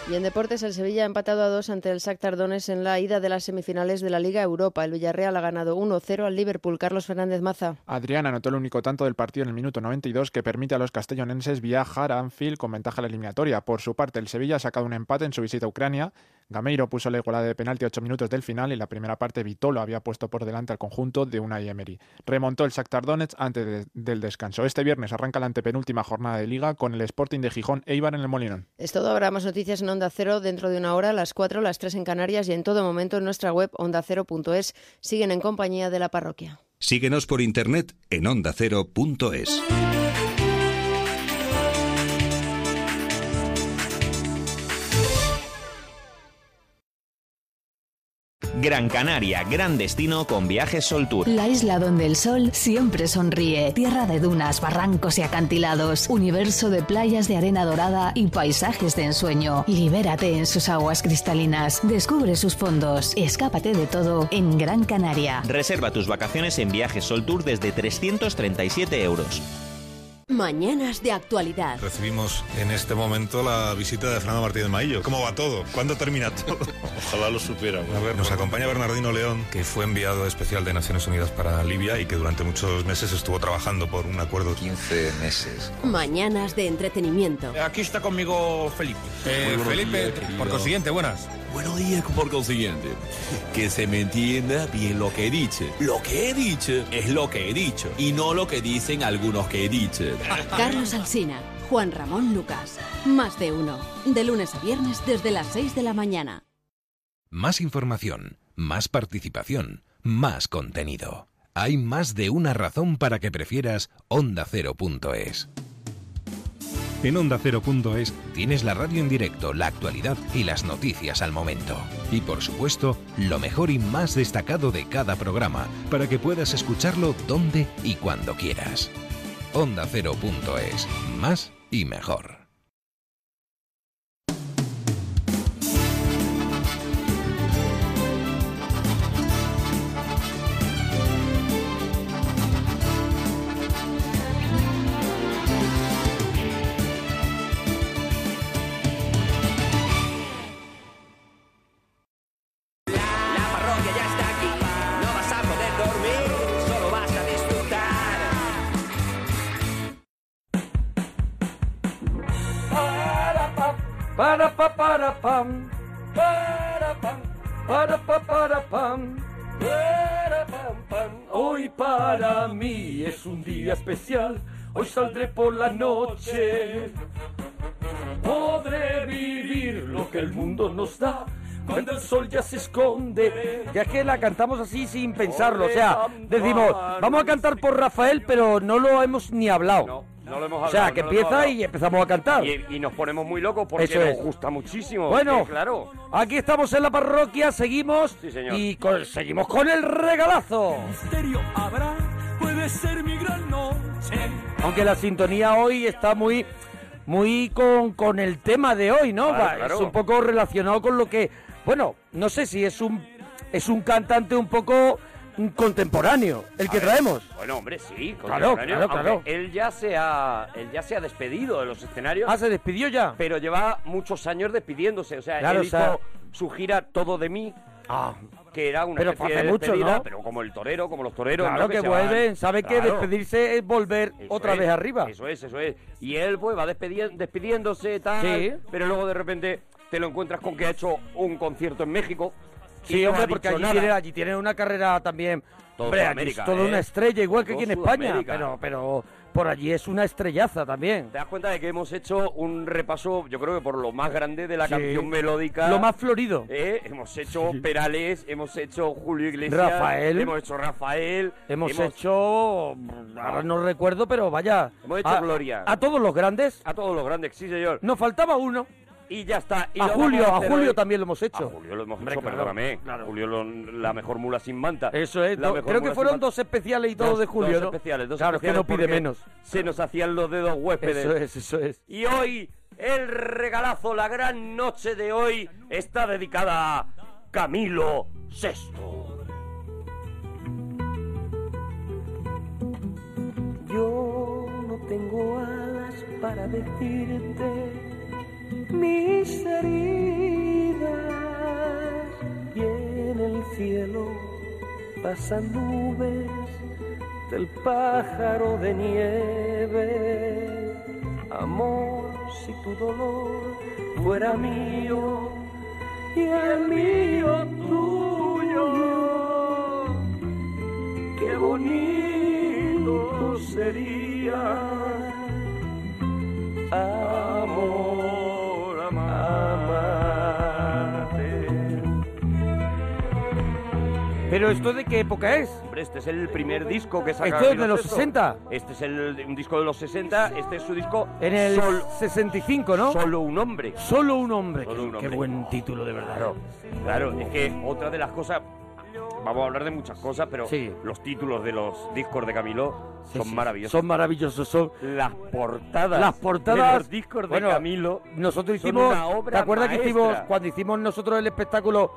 [SPEAKER 13] Y en deportes, el Sevilla ha empatado a dos ante el Shakhtar Donetsk en la ida de las semifinales de la Liga Europa. El Villarreal ha ganado 1-0 al Liverpool. Carlos Fernández Maza.
[SPEAKER 22] Adrián anotó el único tanto del partido en el minuto 92 que permite a los castellonenses viajar a Anfield con ventaja a la eliminatoria. Por su parte, el Sevilla ha sacado un empate en su visita a Ucrania. Gameiro puso la igualada de penalti a 8 minutos del final y en la primera parte Vitolo había puesto por delante al conjunto de una Emery. Remontó el Shakhtar Donetsk antes de- del descanso. Este viernes arranca la antepenúltima jornada de Liga con el Sporting de Gijón Eibar en el Molinón.
[SPEAKER 13] Es todo. Habrá más noticias en Onda Cero dentro de una hora, a las 4, las 3 en Canarias y en todo momento en nuestra web ondacero.es. Siguen en compañía de la parroquia.
[SPEAKER 23] Síguenos por internet en ondacero.es.
[SPEAKER 24] Gran Canaria, gran destino con Viajes Sol Tour.
[SPEAKER 25] La isla donde el sol siempre sonríe, tierra de dunas, barrancos y acantilados, universo de playas de arena dorada y paisajes de ensueño. Libérate en sus aguas cristalinas, descubre sus fondos, escápate de todo en Gran Canaria.
[SPEAKER 24] Reserva tus vacaciones en Viajes Sol Tour desde 337 euros.
[SPEAKER 25] Mañanas de actualidad.
[SPEAKER 7] Recibimos en este momento la visita de Fernando Martínez Maillo. ¿Cómo va todo? ¿Cuándo termina todo? Ojalá lo supiera. A ver, nos acompaña Bernardino León, que fue enviado especial de Naciones Unidas para Libia y que durante muchos meses estuvo trabajando por un acuerdo. 15 meses.
[SPEAKER 25] Mañanas de entretenimiento.
[SPEAKER 7] Aquí está conmigo Felipe.
[SPEAKER 3] Felipe, por consiguiente,
[SPEAKER 7] buenas.
[SPEAKER 3] Buenos días, por consiguiente. Que se me entienda bien lo que he dicho. Lo que he dicho es lo que he dicho y no lo que dicen algunos que he dicho.
[SPEAKER 25] Carlos Alsina, Juan Ramón Lucas. Más de uno. De lunes a viernes desde las 6 de la mañana.
[SPEAKER 12] Más información, más participación, más contenido. Hay más de una razón para que prefieras Onda Cero.es. En Onda Cero.es tienes la radio en directo, la actualidad y las noticias al momento. Y por supuesto, lo mejor y más destacado de cada programa para que puedas escucharlo donde y cuando quieras. Onda Cero.es, más y mejor.
[SPEAKER 26] parroquia ya está aquí. No vas a poder dormir, solo vas a disfrutar.
[SPEAKER 1] Para pa, para pa, para pam. Para pam, para pa, para pam. Para pam, pam. Hoy para mí es un día especial. Hoy saldré por la noche. Podré vivir lo que el mundo nos da. Cuando el sol ya se esconde. Ya que la cantamos así sin pensarlo. O sea, decimos, vamos a cantar por Rafael, pero no lo hemos ni hablado.
[SPEAKER 2] No lo hemos
[SPEAKER 1] O sea,
[SPEAKER 2] hablado,
[SPEAKER 1] que
[SPEAKER 2] no lo hemos
[SPEAKER 1] empieza
[SPEAKER 2] hablado.
[SPEAKER 1] y empezamos a cantar.
[SPEAKER 2] Y, y nos ponemos muy locos porque
[SPEAKER 1] Eso
[SPEAKER 2] nos
[SPEAKER 1] es.
[SPEAKER 2] gusta muchísimo.
[SPEAKER 1] Bueno,
[SPEAKER 2] que claro.
[SPEAKER 1] aquí estamos en la parroquia, seguimos y con- seguimos con el regalazo.
[SPEAKER 27] Misterio habrá, puede ser mi gran noche.
[SPEAKER 1] Aunque la sintonía hoy está muy muy con, con el tema de hoy, ¿no?
[SPEAKER 2] Claro,
[SPEAKER 1] Va,
[SPEAKER 2] claro.
[SPEAKER 1] Es un poco relacionado con lo que, bueno, no sé si es un es un cantante un poco contemporáneo el que
[SPEAKER 2] A ver,
[SPEAKER 1] traemos.
[SPEAKER 2] Bueno, hombre, sí.
[SPEAKER 1] Claro,
[SPEAKER 2] contemporáneo,
[SPEAKER 1] claro, claro.
[SPEAKER 2] aunque Él ya, se ha, él ya se ha despedido de los escenarios.
[SPEAKER 1] Ah, se despidió ya.
[SPEAKER 2] Pero lleva muchos años despidiéndose. O sea,
[SPEAKER 1] Claro,
[SPEAKER 2] él
[SPEAKER 1] o sea- Ah.
[SPEAKER 2] hizo su gira Todo de mí. Que era una
[SPEAKER 1] Pero fue
[SPEAKER 2] especie de
[SPEAKER 1] hace mucho,
[SPEAKER 2] despedida,
[SPEAKER 1] ¿no?
[SPEAKER 2] pero como el torero, como los toreros.
[SPEAKER 1] Claro
[SPEAKER 2] ¿no?
[SPEAKER 1] que
[SPEAKER 2] se van.
[SPEAKER 1] vuelven, sabe que
[SPEAKER 2] Claro.
[SPEAKER 1] despedirse es volver
[SPEAKER 2] Eso
[SPEAKER 1] otra
[SPEAKER 2] es,
[SPEAKER 1] vez arriba.
[SPEAKER 2] Eso es, eso es. Y él pues va despedi- despidiéndose, tal,
[SPEAKER 1] Sí.
[SPEAKER 2] pero luego de repente te lo encuentras con que ha hecho un concierto en México. y
[SPEAKER 1] Sí,
[SPEAKER 2] no
[SPEAKER 1] hombre,
[SPEAKER 2] ha
[SPEAKER 1] porque
[SPEAKER 2] dicho
[SPEAKER 1] allí
[SPEAKER 2] nada.
[SPEAKER 1] tiene, allí tiene una carrera también.
[SPEAKER 2] Todo
[SPEAKER 1] hombre, allí
[SPEAKER 2] Sudamérica,
[SPEAKER 1] es toda
[SPEAKER 2] ¿eh?
[SPEAKER 1] una estrella, igual que
[SPEAKER 2] Todo
[SPEAKER 1] aquí en España.
[SPEAKER 2] Sudamérica.
[SPEAKER 1] Pero, pero por allí es una estrellaza también.
[SPEAKER 2] Te das cuenta de que hemos hecho un repaso, yo creo que por lo más grande de la
[SPEAKER 1] Sí.
[SPEAKER 2] canción melódica.
[SPEAKER 1] Lo más florido.
[SPEAKER 2] Eh, hemos hecho Perales, hemos hecho Julio Iglesias.
[SPEAKER 1] Rafael.
[SPEAKER 2] Hemos hecho Rafael.
[SPEAKER 1] Hemos, hecho. Ahora no recuerdo, pero vaya.
[SPEAKER 2] Hemos hecho
[SPEAKER 1] a,
[SPEAKER 2] gloria.
[SPEAKER 1] A todos los grandes.
[SPEAKER 2] A todos los grandes, sí, señor.
[SPEAKER 1] Nos faltaba uno.
[SPEAKER 2] Y ya está. y
[SPEAKER 1] a
[SPEAKER 2] lo
[SPEAKER 1] Julio,
[SPEAKER 2] vamos
[SPEAKER 1] a
[SPEAKER 2] hacer
[SPEAKER 1] Julio
[SPEAKER 2] hoy.
[SPEAKER 1] también lo hemos hecho.
[SPEAKER 2] A Julio lo hemos
[SPEAKER 1] Hombre,
[SPEAKER 2] hecho,
[SPEAKER 1] claro,
[SPEAKER 2] perdóname. Julio, lo- la mejor mula sin manta.
[SPEAKER 1] Eso es.
[SPEAKER 2] La
[SPEAKER 1] do-
[SPEAKER 2] mejor
[SPEAKER 1] creo que
[SPEAKER 2] mula
[SPEAKER 1] fueron
[SPEAKER 2] sin
[SPEAKER 1] dos especiales y todo de Julio,
[SPEAKER 2] dos
[SPEAKER 1] ¿no?
[SPEAKER 2] especiales, dos
[SPEAKER 1] claro,
[SPEAKER 2] especiales
[SPEAKER 1] que no pide
[SPEAKER 2] porque
[SPEAKER 1] menos.
[SPEAKER 2] Se nos hacían los dedos huéspedes.
[SPEAKER 1] Eso es, eso es.
[SPEAKER 2] Y hoy, el regalazo, la gran noche de hoy, está dedicada a Camilo VI.
[SPEAKER 3] Yo no tengo alas para decirte mis heridas y en el cielo pasan nubes del pájaro de nieve. Amor, si tu dolor fuera mío y el mío tuyo, qué bonito sería amor,
[SPEAKER 2] Eh,
[SPEAKER 3] amarte.
[SPEAKER 1] Pero esto de qué época es?
[SPEAKER 2] Hombre, este es el primer disco que saca
[SPEAKER 1] Esto es
[SPEAKER 2] Camilo
[SPEAKER 1] de los
[SPEAKER 2] VI.
[SPEAKER 1] 60.
[SPEAKER 2] Este es el, un disco de los 60, este es su disco
[SPEAKER 1] En el
[SPEAKER 2] Sol-
[SPEAKER 1] 65, ¿no?
[SPEAKER 2] Solo un hombre.
[SPEAKER 1] Solo un hombre.
[SPEAKER 2] Solo
[SPEAKER 1] Qué-
[SPEAKER 2] un hombre.
[SPEAKER 1] Qué buen título, de verdad.
[SPEAKER 2] Claro, claro, es que otra de las cosas, vamos a hablar de muchas cosas, pero
[SPEAKER 1] Sí.
[SPEAKER 2] los títulos de los discos de Camilo
[SPEAKER 1] Sí,
[SPEAKER 2] son
[SPEAKER 1] sí,
[SPEAKER 2] maravillosos.
[SPEAKER 1] Son maravillosos. Son
[SPEAKER 2] las portadas.
[SPEAKER 1] Las portadas.
[SPEAKER 2] De los discos de
[SPEAKER 1] bueno,
[SPEAKER 2] Camilo.
[SPEAKER 1] Nosotros
[SPEAKER 2] son
[SPEAKER 1] hicimos.
[SPEAKER 2] una
[SPEAKER 1] ¿Te
[SPEAKER 2] obra
[SPEAKER 1] acuerdas que hicimos
[SPEAKER 2] maestra.
[SPEAKER 1] cuando hicimos nosotros el espectáculo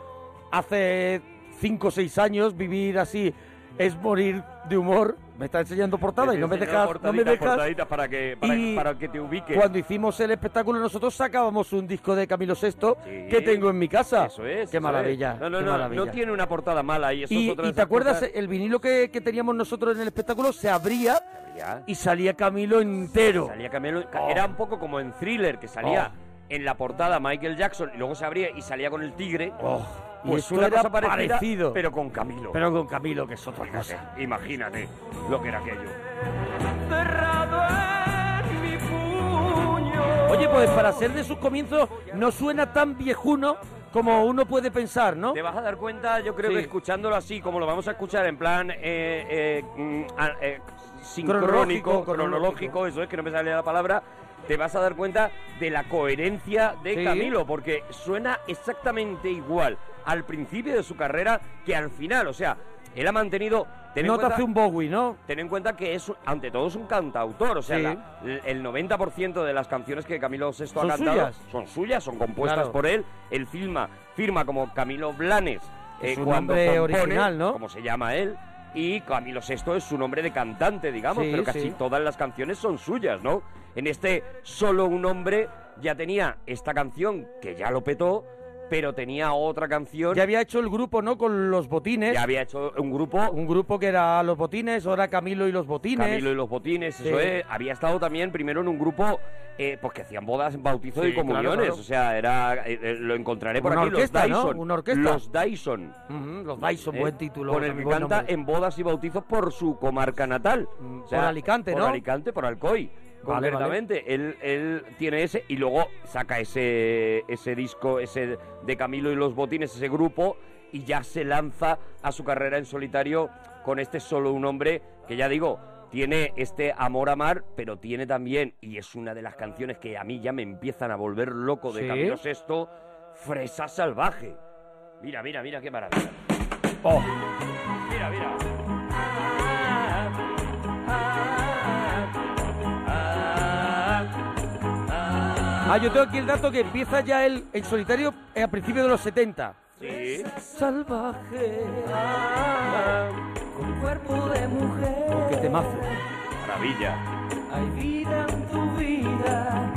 [SPEAKER 1] hace 5 o 6 años? Vivir así es morir de humor. Me está enseñando portada y no me dejas. No me dejas.
[SPEAKER 2] para que, para,
[SPEAKER 1] Y
[SPEAKER 2] para que te ubiques.
[SPEAKER 1] Cuando hicimos el espectáculo nosotros sacábamos un disco de Camilo VI que tengo en mi casa.
[SPEAKER 2] Eso es.
[SPEAKER 1] Qué
[SPEAKER 2] eso
[SPEAKER 1] maravilla.
[SPEAKER 2] es. No, no,
[SPEAKER 1] qué
[SPEAKER 2] no,
[SPEAKER 1] maravilla.
[SPEAKER 2] no tiene una portada mala y eso
[SPEAKER 1] Y,
[SPEAKER 2] es otra
[SPEAKER 1] y
[SPEAKER 2] de
[SPEAKER 1] te
[SPEAKER 2] esas
[SPEAKER 1] acuerdas,
[SPEAKER 2] cosas-
[SPEAKER 1] el vinilo que, que teníamos nosotros en el espectáculo se abría y salía Camilo entero.
[SPEAKER 2] Salía Camilo-
[SPEAKER 1] Oh.
[SPEAKER 2] ca- Era un poco como en thriller, que salía en la portada Michael Jackson y luego se abría y salía con el tigre.
[SPEAKER 1] Oh. y
[SPEAKER 2] pues
[SPEAKER 1] esto
[SPEAKER 2] una
[SPEAKER 1] era
[SPEAKER 2] cosa parecida,
[SPEAKER 1] parecido.
[SPEAKER 2] pero con Camilo.
[SPEAKER 1] Pero con Camilo, Pues que es otra
[SPEAKER 2] Fíjate,
[SPEAKER 1] cosa.
[SPEAKER 2] Imagínate lo que era aquello.
[SPEAKER 1] Oye, pues para ser de sus comienzos no suena tan viejuno como uno puede pensar, ¿no?
[SPEAKER 2] Te vas a dar cuenta, yo creo
[SPEAKER 1] Sí.
[SPEAKER 2] que escuchándolo así, como lo vamos a escuchar en plan eh, eh, mm, a- eh,
[SPEAKER 1] Cronológico, cronológico,
[SPEAKER 2] sincrónico, cronológico, eso es que no me sale la palabra, te vas a dar cuenta de la coherencia de
[SPEAKER 1] Sí.
[SPEAKER 2] Camilo, porque suena exactamente igual al principio de su carrera que al final, o sea, él ha mantenido... ten en
[SPEAKER 1] no te
[SPEAKER 2] cuenta-
[SPEAKER 1] hace un Bowie, ¿no?
[SPEAKER 2] Ten en cuenta que es, ante todo, es un cantautor. O sea,
[SPEAKER 1] Sí.
[SPEAKER 2] la- el 90% de las canciones que Camilo VI
[SPEAKER 1] ¿Son
[SPEAKER 2] ha cantado
[SPEAKER 1] suyas?
[SPEAKER 2] son suyas, son compuestas
[SPEAKER 1] Claro.
[SPEAKER 2] por él. Él firma, firma como Camilo Blanes. eh,
[SPEAKER 1] Es un
[SPEAKER 2] cuando
[SPEAKER 1] nombre
[SPEAKER 2] compone,
[SPEAKER 1] original, ¿no?
[SPEAKER 2] Como se llama él. Y Camilo VI es su nombre de cantante, digamos,
[SPEAKER 1] Sí,
[SPEAKER 2] pero casi
[SPEAKER 1] sí.
[SPEAKER 2] todas las canciones son suyas, ¿no? En este Solo un hombre ya tenía esta canción que ya lo petó, pero tenía otra canción.
[SPEAKER 1] Ya había hecho el grupo, ¿no? Con los botines. Ya
[SPEAKER 2] había hecho un grupo.
[SPEAKER 1] Un grupo que era los botines, ahora Camilo y los botines.
[SPEAKER 2] Camilo y los botines, eso
[SPEAKER 1] Sí.
[SPEAKER 2] es. Había estado también primero en un grupo eh, pues que hacían bodas, bautizos
[SPEAKER 1] Sí,
[SPEAKER 2] y comuniones.
[SPEAKER 1] claro, claro.
[SPEAKER 2] O sea, era eh, eh, lo encontraré por
[SPEAKER 1] Una
[SPEAKER 2] aquí.
[SPEAKER 1] orquesta,
[SPEAKER 2] los
[SPEAKER 1] ¿no?
[SPEAKER 2] Dyson.
[SPEAKER 1] Una orquesta.
[SPEAKER 2] Los Dyson.
[SPEAKER 1] Ujú, los Dyson,
[SPEAKER 2] Eh,
[SPEAKER 1] buen título.
[SPEAKER 2] Con el que
[SPEAKER 1] también buen
[SPEAKER 2] canta
[SPEAKER 1] nombre. Mm,
[SPEAKER 2] en bodas y bautizos por su comarca natal. O sea,
[SPEAKER 1] por Alicante,
[SPEAKER 2] Mm, por
[SPEAKER 1] ¿no?
[SPEAKER 2] Alicante, por Alcoy.
[SPEAKER 1] Vale,
[SPEAKER 2] Concretamente, Él, él tiene ese y luego saca ese, ese disco, ese de Camilo y los Botines, ese grupo, y ya se lanza a su carrera en solitario con este solo un hombre que ya digo, tiene este amor a mar, pero tiene también, y es una de las canciones que a mí ya me empiezan a volver loco de
[SPEAKER 1] Sí.
[SPEAKER 2] Camilo VI, Fresa Salvaje. Mira, mira, mira qué maravilla.
[SPEAKER 1] Oh.
[SPEAKER 2] Mira, mira.
[SPEAKER 1] Ah, yo tengo aquí el dato que empieza ya el, el solitario eh, a principios de los 70.
[SPEAKER 2] Sí.
[SPEAKER 1] Salvaje.
[SPEAKER 3] Con cuerpo de mujer.
[SPEAKER 1] Oh, qué temazo.
[SPEAKER 2] Maravilla.
[SPEAKER 3] Hay vida en tu vida,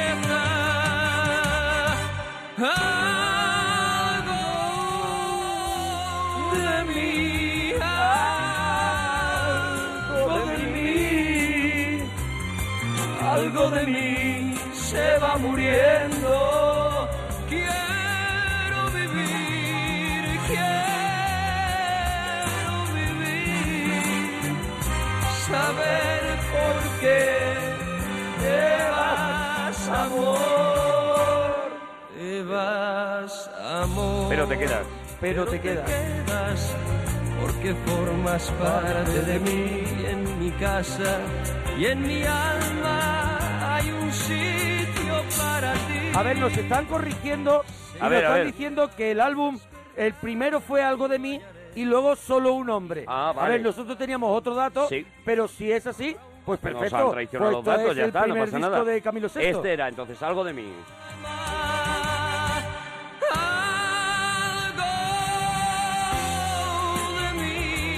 [SPEAKER 3] Algo de mí, algo de mí, algo de mí se va muriendo. Quiero vivir, quiero vivir, saber por qué te vas, amor, te vas, amor.
[SPEAKER 2] Pero te quedas.
[SPEAKER 3] Pero te quedas. porque formas parte de mí en mi casa y en mi alma hay un sitio para ti.
[SPEAKER 1] A ver, nos están corrigiendo. y
[SPEAKER 3] A
[SPEAKER 1] nos
[SPEAKER 3] ver, a
[SPEAKER 1] están
[SPEAKER 3] ver.
[SPEAKER 1] diciendo que el álbum, el primero fue algo de mí y luego solo un hombre. A
[SPEAKER 2] Ah, vale.
[SPEAKER 1] ver, nosotros teníamos otro dato, pero si es así, pues
[SPEAKER 2] Nos
[SPEAKER 1] perfecto.
[SPEAKER 2] han traicionado
[SPEAKER 1] Pues
[SPEAKER 2] los
[SPEAKER 1] esto
[SPEAKER 2] datos,
[SPEAKER 1] es
[SPEAKER 2] ya
[SPEAKER 1] el
[SPEAKER 2] está, no
[SPEAKER 1] primer
[SPEAKER 2] pasa
[SPEAKER 1] disco
[SPEAKER 2] nada.
[SPEAKER 1] de Camilo VI.
[SPEAKER 2] Este era, entonces, algo de mí.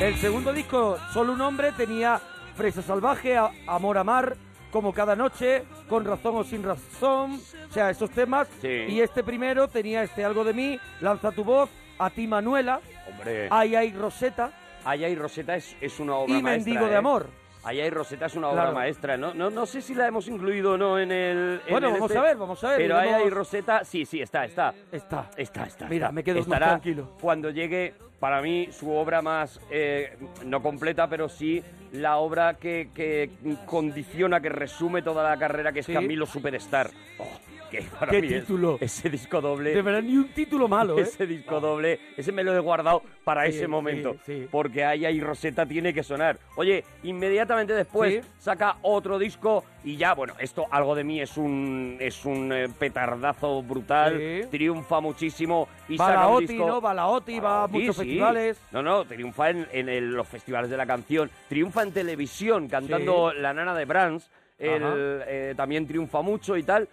[SPEAKER 1] El segundo disco, Solo un hombre, tenía Fresa Salvaje, A- Amor a Mar, Como cada noche, Con razón o sin razón, o sea, esos temas. Y este primero tenía este Algo de mí, Lanza tu voz, A ti Manuela,
[SPEAKER 2] Hombre.
[SPEAKER 1] Ay ay Rosetta.
[SPEAKER 2] Allá y Rosetta es, es una obra
[SPEAKER 1] Y
[SPEAKER 2] maestra.
[SPEAKER 1] Mendigo de
[SPEAKER 2] ¿eh?
[SPEAKER 1] amor.
[SPEAKER 2] Allá y Rosetta es una obra
[SPEAKER 1] Claro.
[SPEAKER 2] maestra. No, no, no sé si la hemos incluido o no en el. en
[SPEAKER 1] Bueno,
[SPEAKER 2] el
[SPEAKER 1] vamos
[SPEAKER 2] este,
[SPEAKER 1] a ver, vamos a ver,
[SPEAKER 2] Pero
[SPEAKER 1] lo
[SPEAKER 2] Allá y
[SPEAKER 1] vemos.
[SPEAKER 2] Rosetta, sí, sí, está, está.
[SPEAKER 1] Está.
[SPEAKER 2] Está, está.
[SPEAKER 1] Mira,
[SPEAKER 2] está.
[SPEAKER 1] me quedo más
[SPEAKER 2] Estará
[SPEAKER 1] tranquilo.
[SPEAKER 2] Cuando llegue, para mí, su obra más. eh, no completa, pero sí la obra que, que condiciona, que resume toda la carrera, que es
[SPEAKER 1] Sí.
[SPEAKER 2] Camilo Superstar. Oh, que para
[SPEAKER 1] ¿Qué
[SPEAKER 2] mí es-
[SPEAKER 1] título?
[SPEAKER 2] ese disco doble.
[SPEAKER 1] De verdad, ni un título malo, ¿eh?
[SPEAKER 2] Ese disco doble, ese me lo he guardado para
[SPEAKER 1] Sí,
[SPEAKER 2] ese
[SPEAKER 1] sí,
[SPEAKER 2] momento.
[SPEAKER 1] sí.
[SPEAKER 2] Porque Aya y Rosetta tiene que sonar. Oye, inmediatamente después
[SPEAKER 1] Sí.
[SPEAKER 2] saca otro disco y ya, bueno, esto algo de mí es un es un eh, petardazo brutal,
[SPEAKER 1] Sí.
[SPEAKER 2] triunfa muchísimo y saca un
[SPEAKER 1] Balaoti,
[SPEAKER 2] disco.
[SPEAKER 1] ¿no? Balaoti, va a
[SPEAKER 2] Sí,
[SPEAKER 1] muchos
[SPEAKER 2] sí.
[SPEAKER 1] festivales.
[SPEAKER 2] No, no, triunfa en, en el- los festivales de la canción, triunfa en televisión cantando
[SPEAKER 1] Sí.
[SPEAKER 2] La Nana de Brans, el,
[SPEAKER 1] Ajá.
[SPEAKER 2] eh, también triunfa mucho y tal,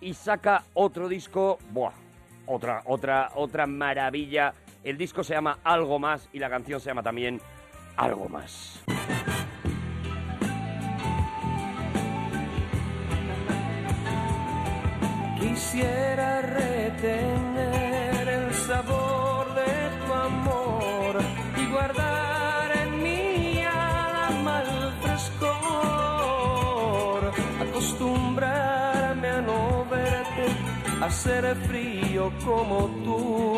[SPEAKER 2] y saca otro disco, ¡buah! Otra, otra, otra maravilla. El disco se llama Algo Más y la canción se llama también Algo Más.
[SPEAKER 3] Quisiera retener el sabor de tu amor y guardar en mi alma el frescor. Acostumbrarme a no verte, a ser frío como tú.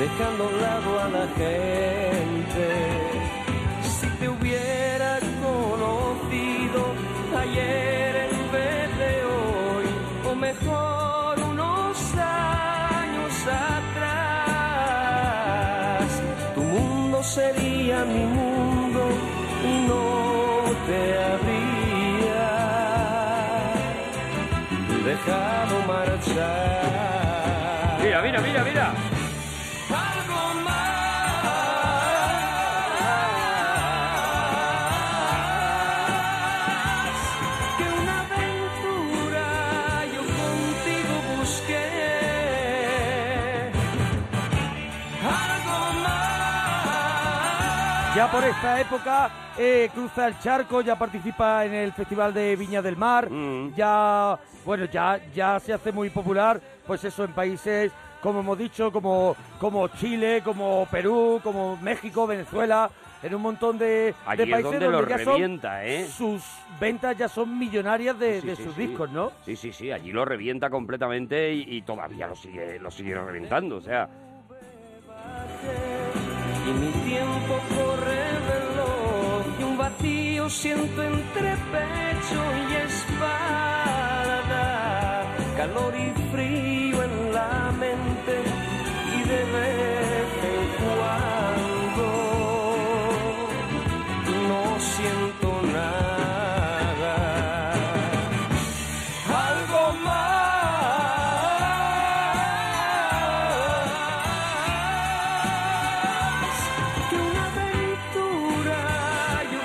[SPEAKER 3] Dejando a un lado a la gente si te hubiera conocido ayer en vez de hoy, o mejor unos años atrás, tu mundo sería mi mundo y no te habría dejado marchar.
[SPEAKER 2] Mira, mira, mira, mira.
[SPEAKER 3] Algo más.
[SPEAKER 1] Ya por esta época eh, cruza el charco, ya participa en el Festival de Viña del Mar,
[SPEAKER 2] Mm.
[SPEAKER 1] ya, bueno, ya, ya se hace muy popular, pues eso, en países, como hemos dicho, como, como Chile, como Perú, como México, Venezuela, en un montón de,
[SPEAKER 2] Allí
[SPEAKER 1] de
[SPEAKER 2] es
[SPEAKER 1] países
[SPEAKER 2] donde lo
[SPEAKER 1] ya son-
[SPEAKER 2] revienta, ¿eh?
[SPEAKER 1] sus ventas ya son millonarias de, de
[SPEAKER 2] sí,
[SPEAKER 1] sus
[SPEAKER 2] sí.
[SPEAKER 1] discos, ¿no?
[SPEAKER 2] Sí, sí, sí, allí lo revienta completamente y, y todavía lo sigue, lo sigue reventando, o sea.
[SPEAKER 3] Y mi tiempo corre veloz y un vacío siento entre pecho y espalda, calor y frío en la mente y de vez en cuando no siento nada. Algo más que una aventura yo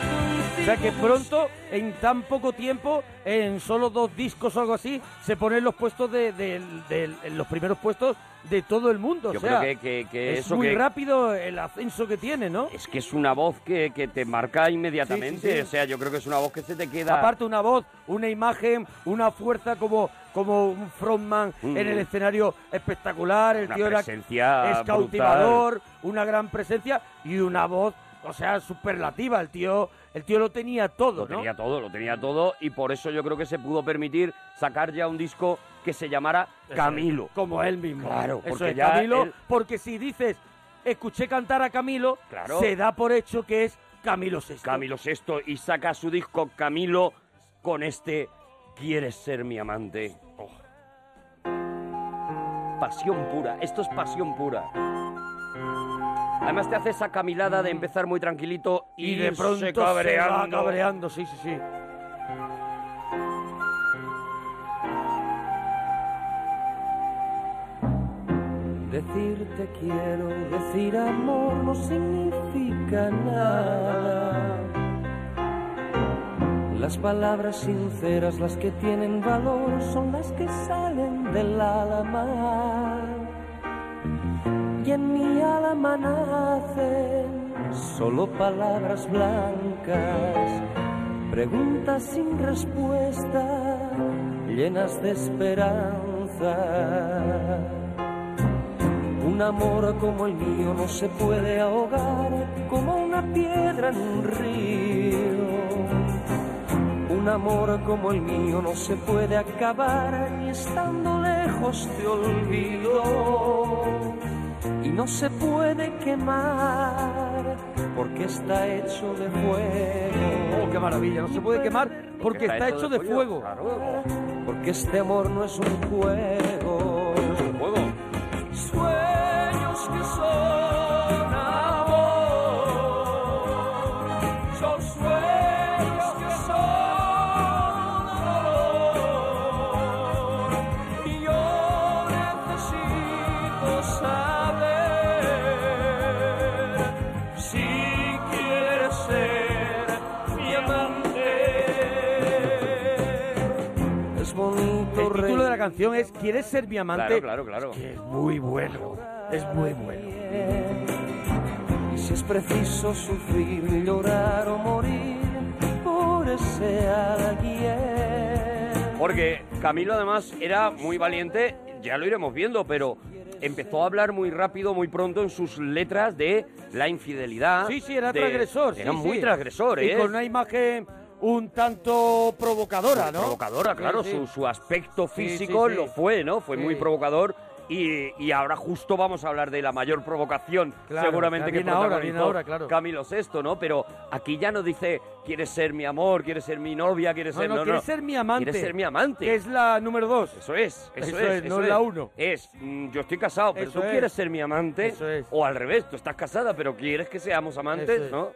[SPEAKER 1] O sea que pronto, en tan poco tiempo, en solo dos discos o algo así, se ponen los puestos de, del- del- en los primeros puestos de todo el mundo. o
[SPEAKER 2] Yo
[SPEAKER 1] sea,
[SPEAKER 2] creo que- que- que
[SPEAKER 1] es
[SPEAKER 2] eso
[SPEAKER 1] muy
[SPEAKER 2] que-
[SPEAKER 1] rápido el ascenso que tiene, ¿no?
[SPEAKER 2] Es que es una voz que, que te marca inmediatamente.
[SPEAKER 1] Sí, sí, sí.
[SPEAKER 2] O sea, yo creo que es una voz que se te queda.
[SPEAKER 1] Aparte una voz, una imagen, una fuerza como, como un frontman
[SPEAKER 2] Mm.
[SPEAKER 1] en el escenario espectacular. El
[SPEAKER 2] Una
[SPEAKER 1] tío era-
[SPEAKER 2] presencia
[SPEAKER 1] es
[SPEAKER 2] brutal.
[SPEAKER 1] cautivador, una gran presencia y una voz, o sea, superlativa. El tío, el tío lo tenía todo,
[SPEAKER 2] lo
[SPEAKER 1] ¿no?
[SPEAKER 2] tenía todo, lo tenía todo. Y por eso yo creo que se pudo permitir sacar ya un disco que se llamara
[SPEAKER 1] Eso es,
[SPEAKER 2] Camilo.
[SPEAKER 1] Como él mismo.
[SPEAKER 2] Claro,
[SPEAKER 1] Eso
[SPEAKER 2] porque
[SPEAKER 1] es,
[SPEAKER 2] ya
[SPEAKER 1] Camilo,
[SPEAKER 2] él-
[SPEAKER 1] porque si dices, escuché cantar a Camilo,
[SPEAKER 2] Claro.
[SPEAKER 1] se da por hecho que es Camilo VI.
[SPEAKER 2] Camilo VI y saca su disco Camilo con este Quieres ser mi amante. Oh. Pasión pura, esto es pasión pura. Además te hace esa camilada de empezar muy tranquilito y,
[SPEAKER 1] Y de
[SPEAKER 2] irse
[SPEAKER 1] pronto se va
[SPEAKER 2] cabreando.
[SPEAKER 1] cabreando, sí, sí, sí.
[SPEAKER 3] Decirte quiero, decir amor no significa nada. Las palabras sinceras, las que tienen valor, son las que salen del alma. Y en mi alma nacen solo palabras blancas, preguntas sin respuesta, llenas de esperanza. Un amor como el mío no se puede ahogar como una piedra en un río. Un amor como el mío no se puede acabar ni estando lejos te olvido. Y no se puede quemar porque está hecho de fuego.
[SPEAKER 1] Oh, qué maravilla, no se puede quemar porque está hecho de fuego.
[SPEAKER 3] Porque este amor no es un
[SPEAKER 1] Este
[SPEAKER 3] juego. Sueños que son amor, son sueños que son amor. Y yo necesito saber si quieres ser mi amante.
[SPEAKER 1] Es bonito. El título de la canción es ¿Quieres ser mi amante?
[SPEAKER 2] Claro, claro, claro.
[SPEAKER 1] Es que es muy bueno. Es muy bueno.
[SPEAKER 3] Y si es preciso sufrir, llorar o morir por ese alguien.
[SPEAKER 2] Porque Camilo además era muy valiente, ya lo iremos viendo, pero empezó a hablar muy rápido, muy pronto en sus letras de la infidelidad.
[SPEAKER 1] Sí, sí, era
[SPEAKER 2] Ah, de-
[SPEAKER 1] transgresor.
[SPEAKER 2] Era
[SPEAKER 1] sí,
[SPEAKER 2] muy
[SPEAKER 1] sí.
[SPEAKER 2] transgresor,
[SPEAKER 1] Y
[SPEAKER 2] ¿eh?
[SPEAKER 1] con una imagen un tanto provocadora, ¿no?
[SPEAKER 2] Muy Pues Provocadora,
[SPEAKER 1] Sí,
[SPEAKER 2] claro,
[SPEAKER 1] sí.
[SPEAKER 2] Su, su aspecto
[SPEAKER 1] Sí, sí,
[SPEAKER 2] físico
[SPEAKER 1] sí.
[SPEAKER 2] lo fue, ¿no? Fue
[SPEAKER 1] Sí.
[SPEAKER 2] muy provocador. Y, y ahora justo vamos a hablar de la mayor provocación,
[SPEAKER 1] Claro,
[SPEAKER 2] seguramente
[SPEAKER 1] viene
[SPEAKER 2] que
[SPEAKER 1] ahora,
[SPEAKER 2] protagonizó
[SPEAKER 1] viene ahora, claro.
[SPEAKER 2] Camilo VI, ¿no? Pero aquí ya no dice, quieres ser mi amor, quieres ser mi novia, quieres
[SPEAKER 1] No,
[SPEAKER 2] ser...
[SPEAKER 1] no, quieres ser mi amante.
[SPEAKER 2] Quieres ser mi amante.
[SPEAKER 1] Que es la número dos.
[SPEAKER 2] Eso es, eso,
[SPEAKER 1] Eso
[SPEAKER 2] es,
[SPEAKER 1] es, no
[SPEAKER 2] eso
[SPEAKER 1] es la uno.
[SPEAKER 2] Es, mm, yo estoy casado, pero
[SPEAKER 1] Eso
[SPEAKER 2] tú
[SPEAKER 1] es.
[SPEAKER 2] quieres ser mi amante.
[SPEAKER 1] Eso es.
[SPEAKER 2] O al revés, tú estás casada, pero quieres que seamos amantes,
[SPEAKER 1] Eso es.
[SPEAKER 2] ¿no?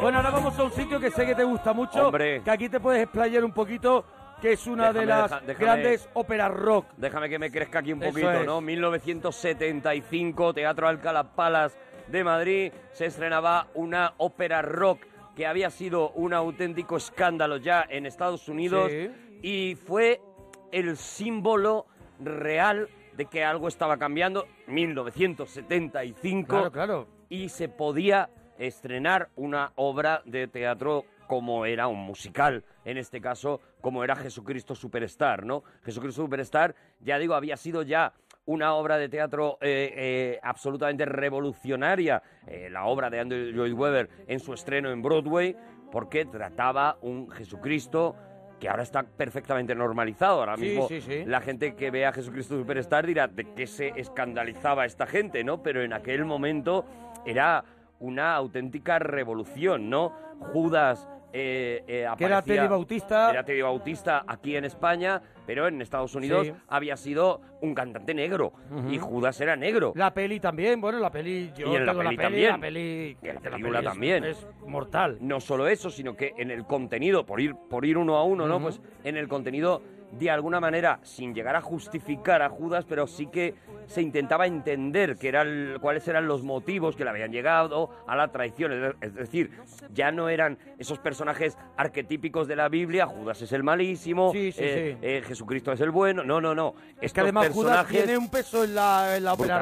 [SPEAKER 1] Bueno, ahora vamos a un sitio que sé que te gusta mucho.
[SPEAKER 2] Hombre.
[SPEAKER 1] Que aquí te puedes explayar un poquito, que es una de
[SPEAKER 2] Déjame,
[SPEAKER 1] las
[SPEAKER 2] deja- déjame.
[SPEAKER 1] grandes óperas rock.
[SPEAKER 2] Déjame que me crezca aquí un
[SPEAKER 1] Eso
[SPEAKER 2] poquito,
[SPEAKER 1] es.
[SPEAKER 2] ¿no? 1975, Teatro Alcalá Palas de Madrid, se estrenaba una ópera rock que había sido un auténtico escándalo ya en Estados Unidos
[SPEAKER 1] Sí.
[SPEAKER 2] y fue el símbolo real de que algo estaba cambiando. 1975.
[SPEAKER 1] Claro, claro.
[SPEAKER 2] Y se podía estrenar una obra de teatro como era un musical, en este caso, como era Jesucristo Superstar, ¿no? Jesucristo Superstar, ya digo, había sido ya una obra de teatro eh, eh, absolutamente revolucionaria, eh, la obra de Andrew Lloyd Webber en su estreno en Broadway, porque trataba un Jesucristo que ahora está perfectamente normalizado. Ahora
[SPEAKER 1] Sí,
[SPEAKER 2] mismo
[SPEAKER 1] sí, sí.
[SPEAKER 2] la gente que vea a Jesucristo Superstar dirá de qué se escandalizaba esta gente, ¿no? Pero en aquel momento era una auténtica revolución, ¿no? Judas eh, eh,
[SPEAKER 1] Que era
[SPEAKER 2] aparecía-
[SPEAKER 1] Teddy Bautista.
[SPEAKER 2] Era Teddy Bautista aquí en España, pero en Estados Unidos
[SPEAKER 1] Sí.
[SPEAKER 2] había sido un cantante negro
[SPEAKER 1] Ujú.
[SPEAKER 2] y Judas era negro.
[SPEAKER 1] La peli también, bueno, la peli, yo
[SPEAKER 2] Y en la
[SPEAKER 1] tengo
[SPEAKER 2] peli
[SPEAKER 1] la peli,
[SPEAKER 2] también.
[SPEAKER 1] la peli,
[SPEAKER 2] Y en la
[SPEAKER 1] la
[SPEAKER 2] película
[SPEAKER 1] peli es-
[SPEAKER 2] también.
[SPEAKER 1] es mortal.
[SPEAKER 2] No solo eso, sino que en el contenido, por ir, por ir uno a uno, ¿no?
[SPEAKER 1] Ujú.
[SPEAKER 2] Pues en el contenido, de alguna manera, sin llegar a justificar a Judas, pero sí que se intentaba entender que eran, cuáles eran los motivos que le habían llegado a la traición. Es de- Es decir, ya no eran esos personajes arquetípicos de la Biblia, Judas es el malísimo,
[SPEAKER 1] Sí, sí,
[SPEAKER 2] eh,
[SPEAKER 1] sí.
[SPEAKER 2] eh, Jesucristo es el bueno. No, no, no.
[SPEAKER 1] Es que además Judas
[SPEAKER 2] personajes-
[SPEAKER 1] tiene un peso en la, en la ópera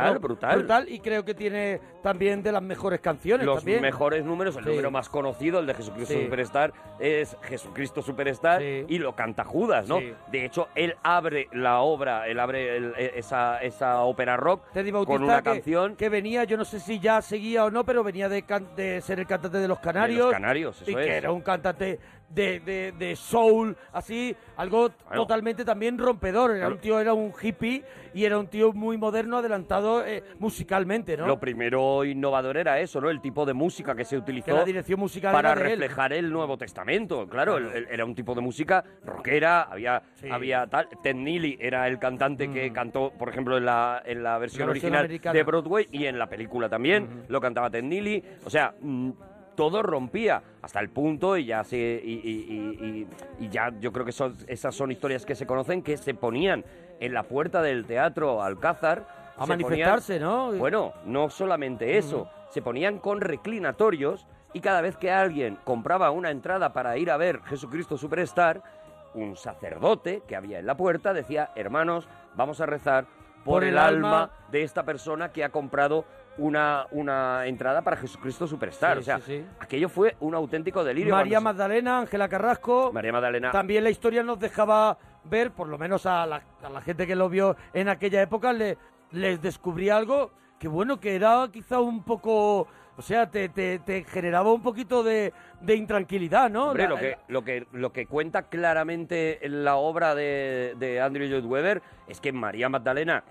[SPEAKER 1] rock
[SPEAKER 2] Brutal, brutal.
[SPEAKER 1] y creo que tiene también de las mejores canciones
[SPEAKER 2] los
[SPEAKER 1] también.
[SPEAKER 2] mejores números, el
[SPEAKER 1] Sí.
[SPEAKER 2] número más conocido, el de Jesucristo
[SPEAKER 1] Sí.
[SPEAKER 2] Superstar, es Jesucristo Superstar y lo canta Judas, ¿no?
[SPEAKER 1] Sí.
[SPEAKER 2] De hecho, él abre la obra, él abre el- e- esa, esa ópera rock
[SPEAKER 1] Teddy Bautista
[SPEAKER 2] con una
[SPEAKER 1] que,
[SPEAKER 2] canción
[SPEAKER 1] que venía, yo no sé si ya seguía o no, pero venía de, can- de ser el cantante de los Canarios.
[SPEAKER 2] Canarios, eso
[SPEAKER 1] y
[SPEAKER 2] es.
[SPEAKER 1] que era un cantante de, de- de soul, así, algo totalmente también rompedor. Era
[SPEAKER 2] Claro.
[SPEAKER 1] un tío, era un hippie y era un tío muy moderno, adelantado eh, musicalmente, ¿no?
[SPEAKER 2] Lo primero innovador era eso, ¿no? El tipo de música que se utilizó
[SPEAKER 1] Que la dirección musical
[SPEAKER 2] para
[SPEAKER 1] era de él.
[SPEAKER 2] reflejar el Nuevo Testamento. Claro, el- el- era un tipo de música rockera, había, había tal. Ted Neely era el cantante que cantó, por ejemplo, en la, en la versión
[SPEAKER 1] Mm. La versión
[SPEAKER 2] original
[SPEAKER 1] americana. Mm-hmm.
[SPEAKER 2] de Broadway y en la película también. Lo cantaba Ted Neely. O sea. mm, todo rompía hasta el punto y ya se y, y- y- y- y ya yo creo que son, esas son historias que se conocen que se ponían en la puerta del teatro Alcázar
[SPEAKER 1] A
[SPEAKER 2] se ponían-
[SPEAKER 1] manifestarse, ¿no?
[SPEAKER 2] Bueno, no solamente eso, se ponían con reclinatorios y cada vez que alguien compraba una entrada para ir a ver Jesucristo Superstar, un sacerdote que había en la puerta decía, hermanos, vamos a rezar por, el, alma, de esta persona que ha comprado una, una entrada para Jesucristo Superstar.
[SPEAKER 1] Sí,
[SPEAKER 2] o sea,
[SPEAKER 1] sí, sí.
[SPEAKER 2] aquello fue un auténtico delirio.
[SPEAKER 1] María
[SPEAKER 2] cuando
[SPEAKER 1] Magdalena, Ángela Carrasco.
[SPEAKER 2] María Magdalena.
[SPEAKER 1] También la historia nos dejaba ver, por lo menos a la, a la gente que lo vio en aquella época, le, les descubría algo que bueno, que era quizá un poco... O sea, te, te- te generaba un poquito de, de intranquilidad, ¿no?
[SPEAKER 2] Hombre,
[SPEAKER 1] La-
[SPEAKER 2] lo que, lo, que, lo que cuenta claramente en la obra de, de Andrew Lloyd Webber es que María Magdalena,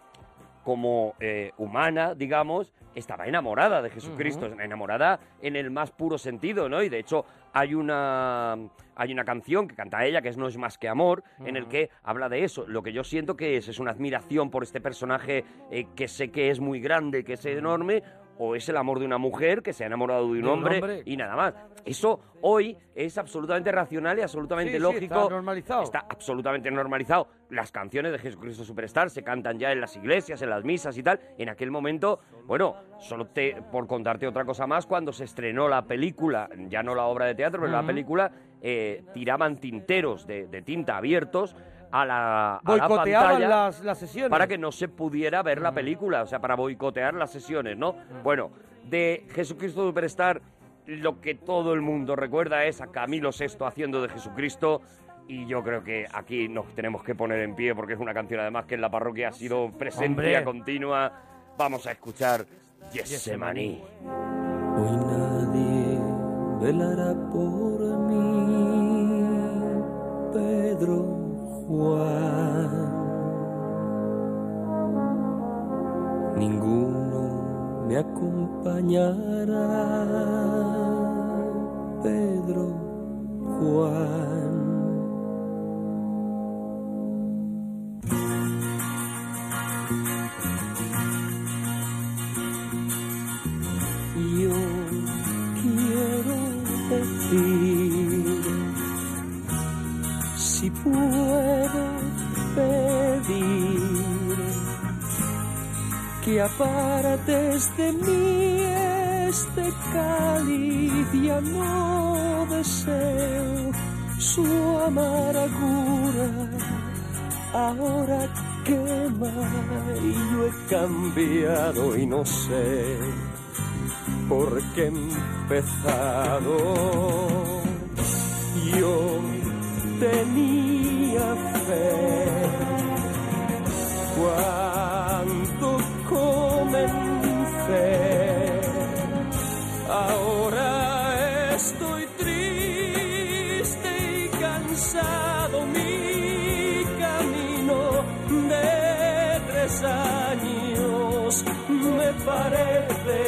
[SPEAKER 2] como eh, humana, digamos, estaba enamorada de Jesucristo, enamorada en el más puro sentido, ¿no? Y de hecho hay una, hay una canción que canta ella, que es No es más que amor, en el
[SPEAKER 1] Ujú.
[SPEAKER 2] que habla de eso. Lo que yo siento que es, es una admiración por este personaje eh, que sé que es muy grande, que es enorme, o es el amor de una mujer que se ha enamorado de
[SPEAKER 1] De
[SPEAKER 2] un,
[SPEAKER 1] un
[SPEAKER 2] hombre,
[SPEAKER 1] hombre.
[SPEAKER 2] y nada más. Eso hoy es absolutamente racional y absolutamente
[SPEAKER 1] Sí, sí,
[SPEAKER 2] lógico.
[SPEAKER 1] está normalizado.
[SPEAKER 2] Está absolutamente normalizado. Las canciones de Jesucristo Superstar se cantan ya en las iglesias, en las misas y tal. En aquel momento, bueno, solo te, por contarte otra cosa más, cuando se estrenó la película, ya no la obra de teatro, pero la
[SPEAKER 1] Ujú.
[SPEAKER 2] película, eh, tiraban tinteros de, de tinta abiertos a la, a la
[SPEAKER 1] boicoteaban
[SPEAKER 2] pantalla
[SPEAKER 1] las, las sesiones.
[SPEAKER 2] para que no se pudiera ver la película, o sea, para boicotear las sesiones, ¿no? Bueno, de Jesucristo Superstar, lo que todo el mundo recuerda es a Camilo VI haciendo de Jesucristo. Y yo creo que aquí nos tenemos que poner en pie porque es una canción además que en la parroquia ha sido presente
[SPEAKER 28] Hombre.
[SPEAKER 2] a continua. Vamos a escuchar Yesemaní.
[SPEAKER 28] Hoy nadie velará por mí, Pedro Juan. Ninguno me acompañará, Pedro Juan. Yo quiero
[SPEAKER 3] puedes pedir que apartes de mí este cáliz? Ya no deseo su amargura. Ahora quema y yo he cambiado y no sé por qué he empezado. Yo tenía fe cuando comencé. Ahora estoy triste y cansado. Mi camino de tres años me parece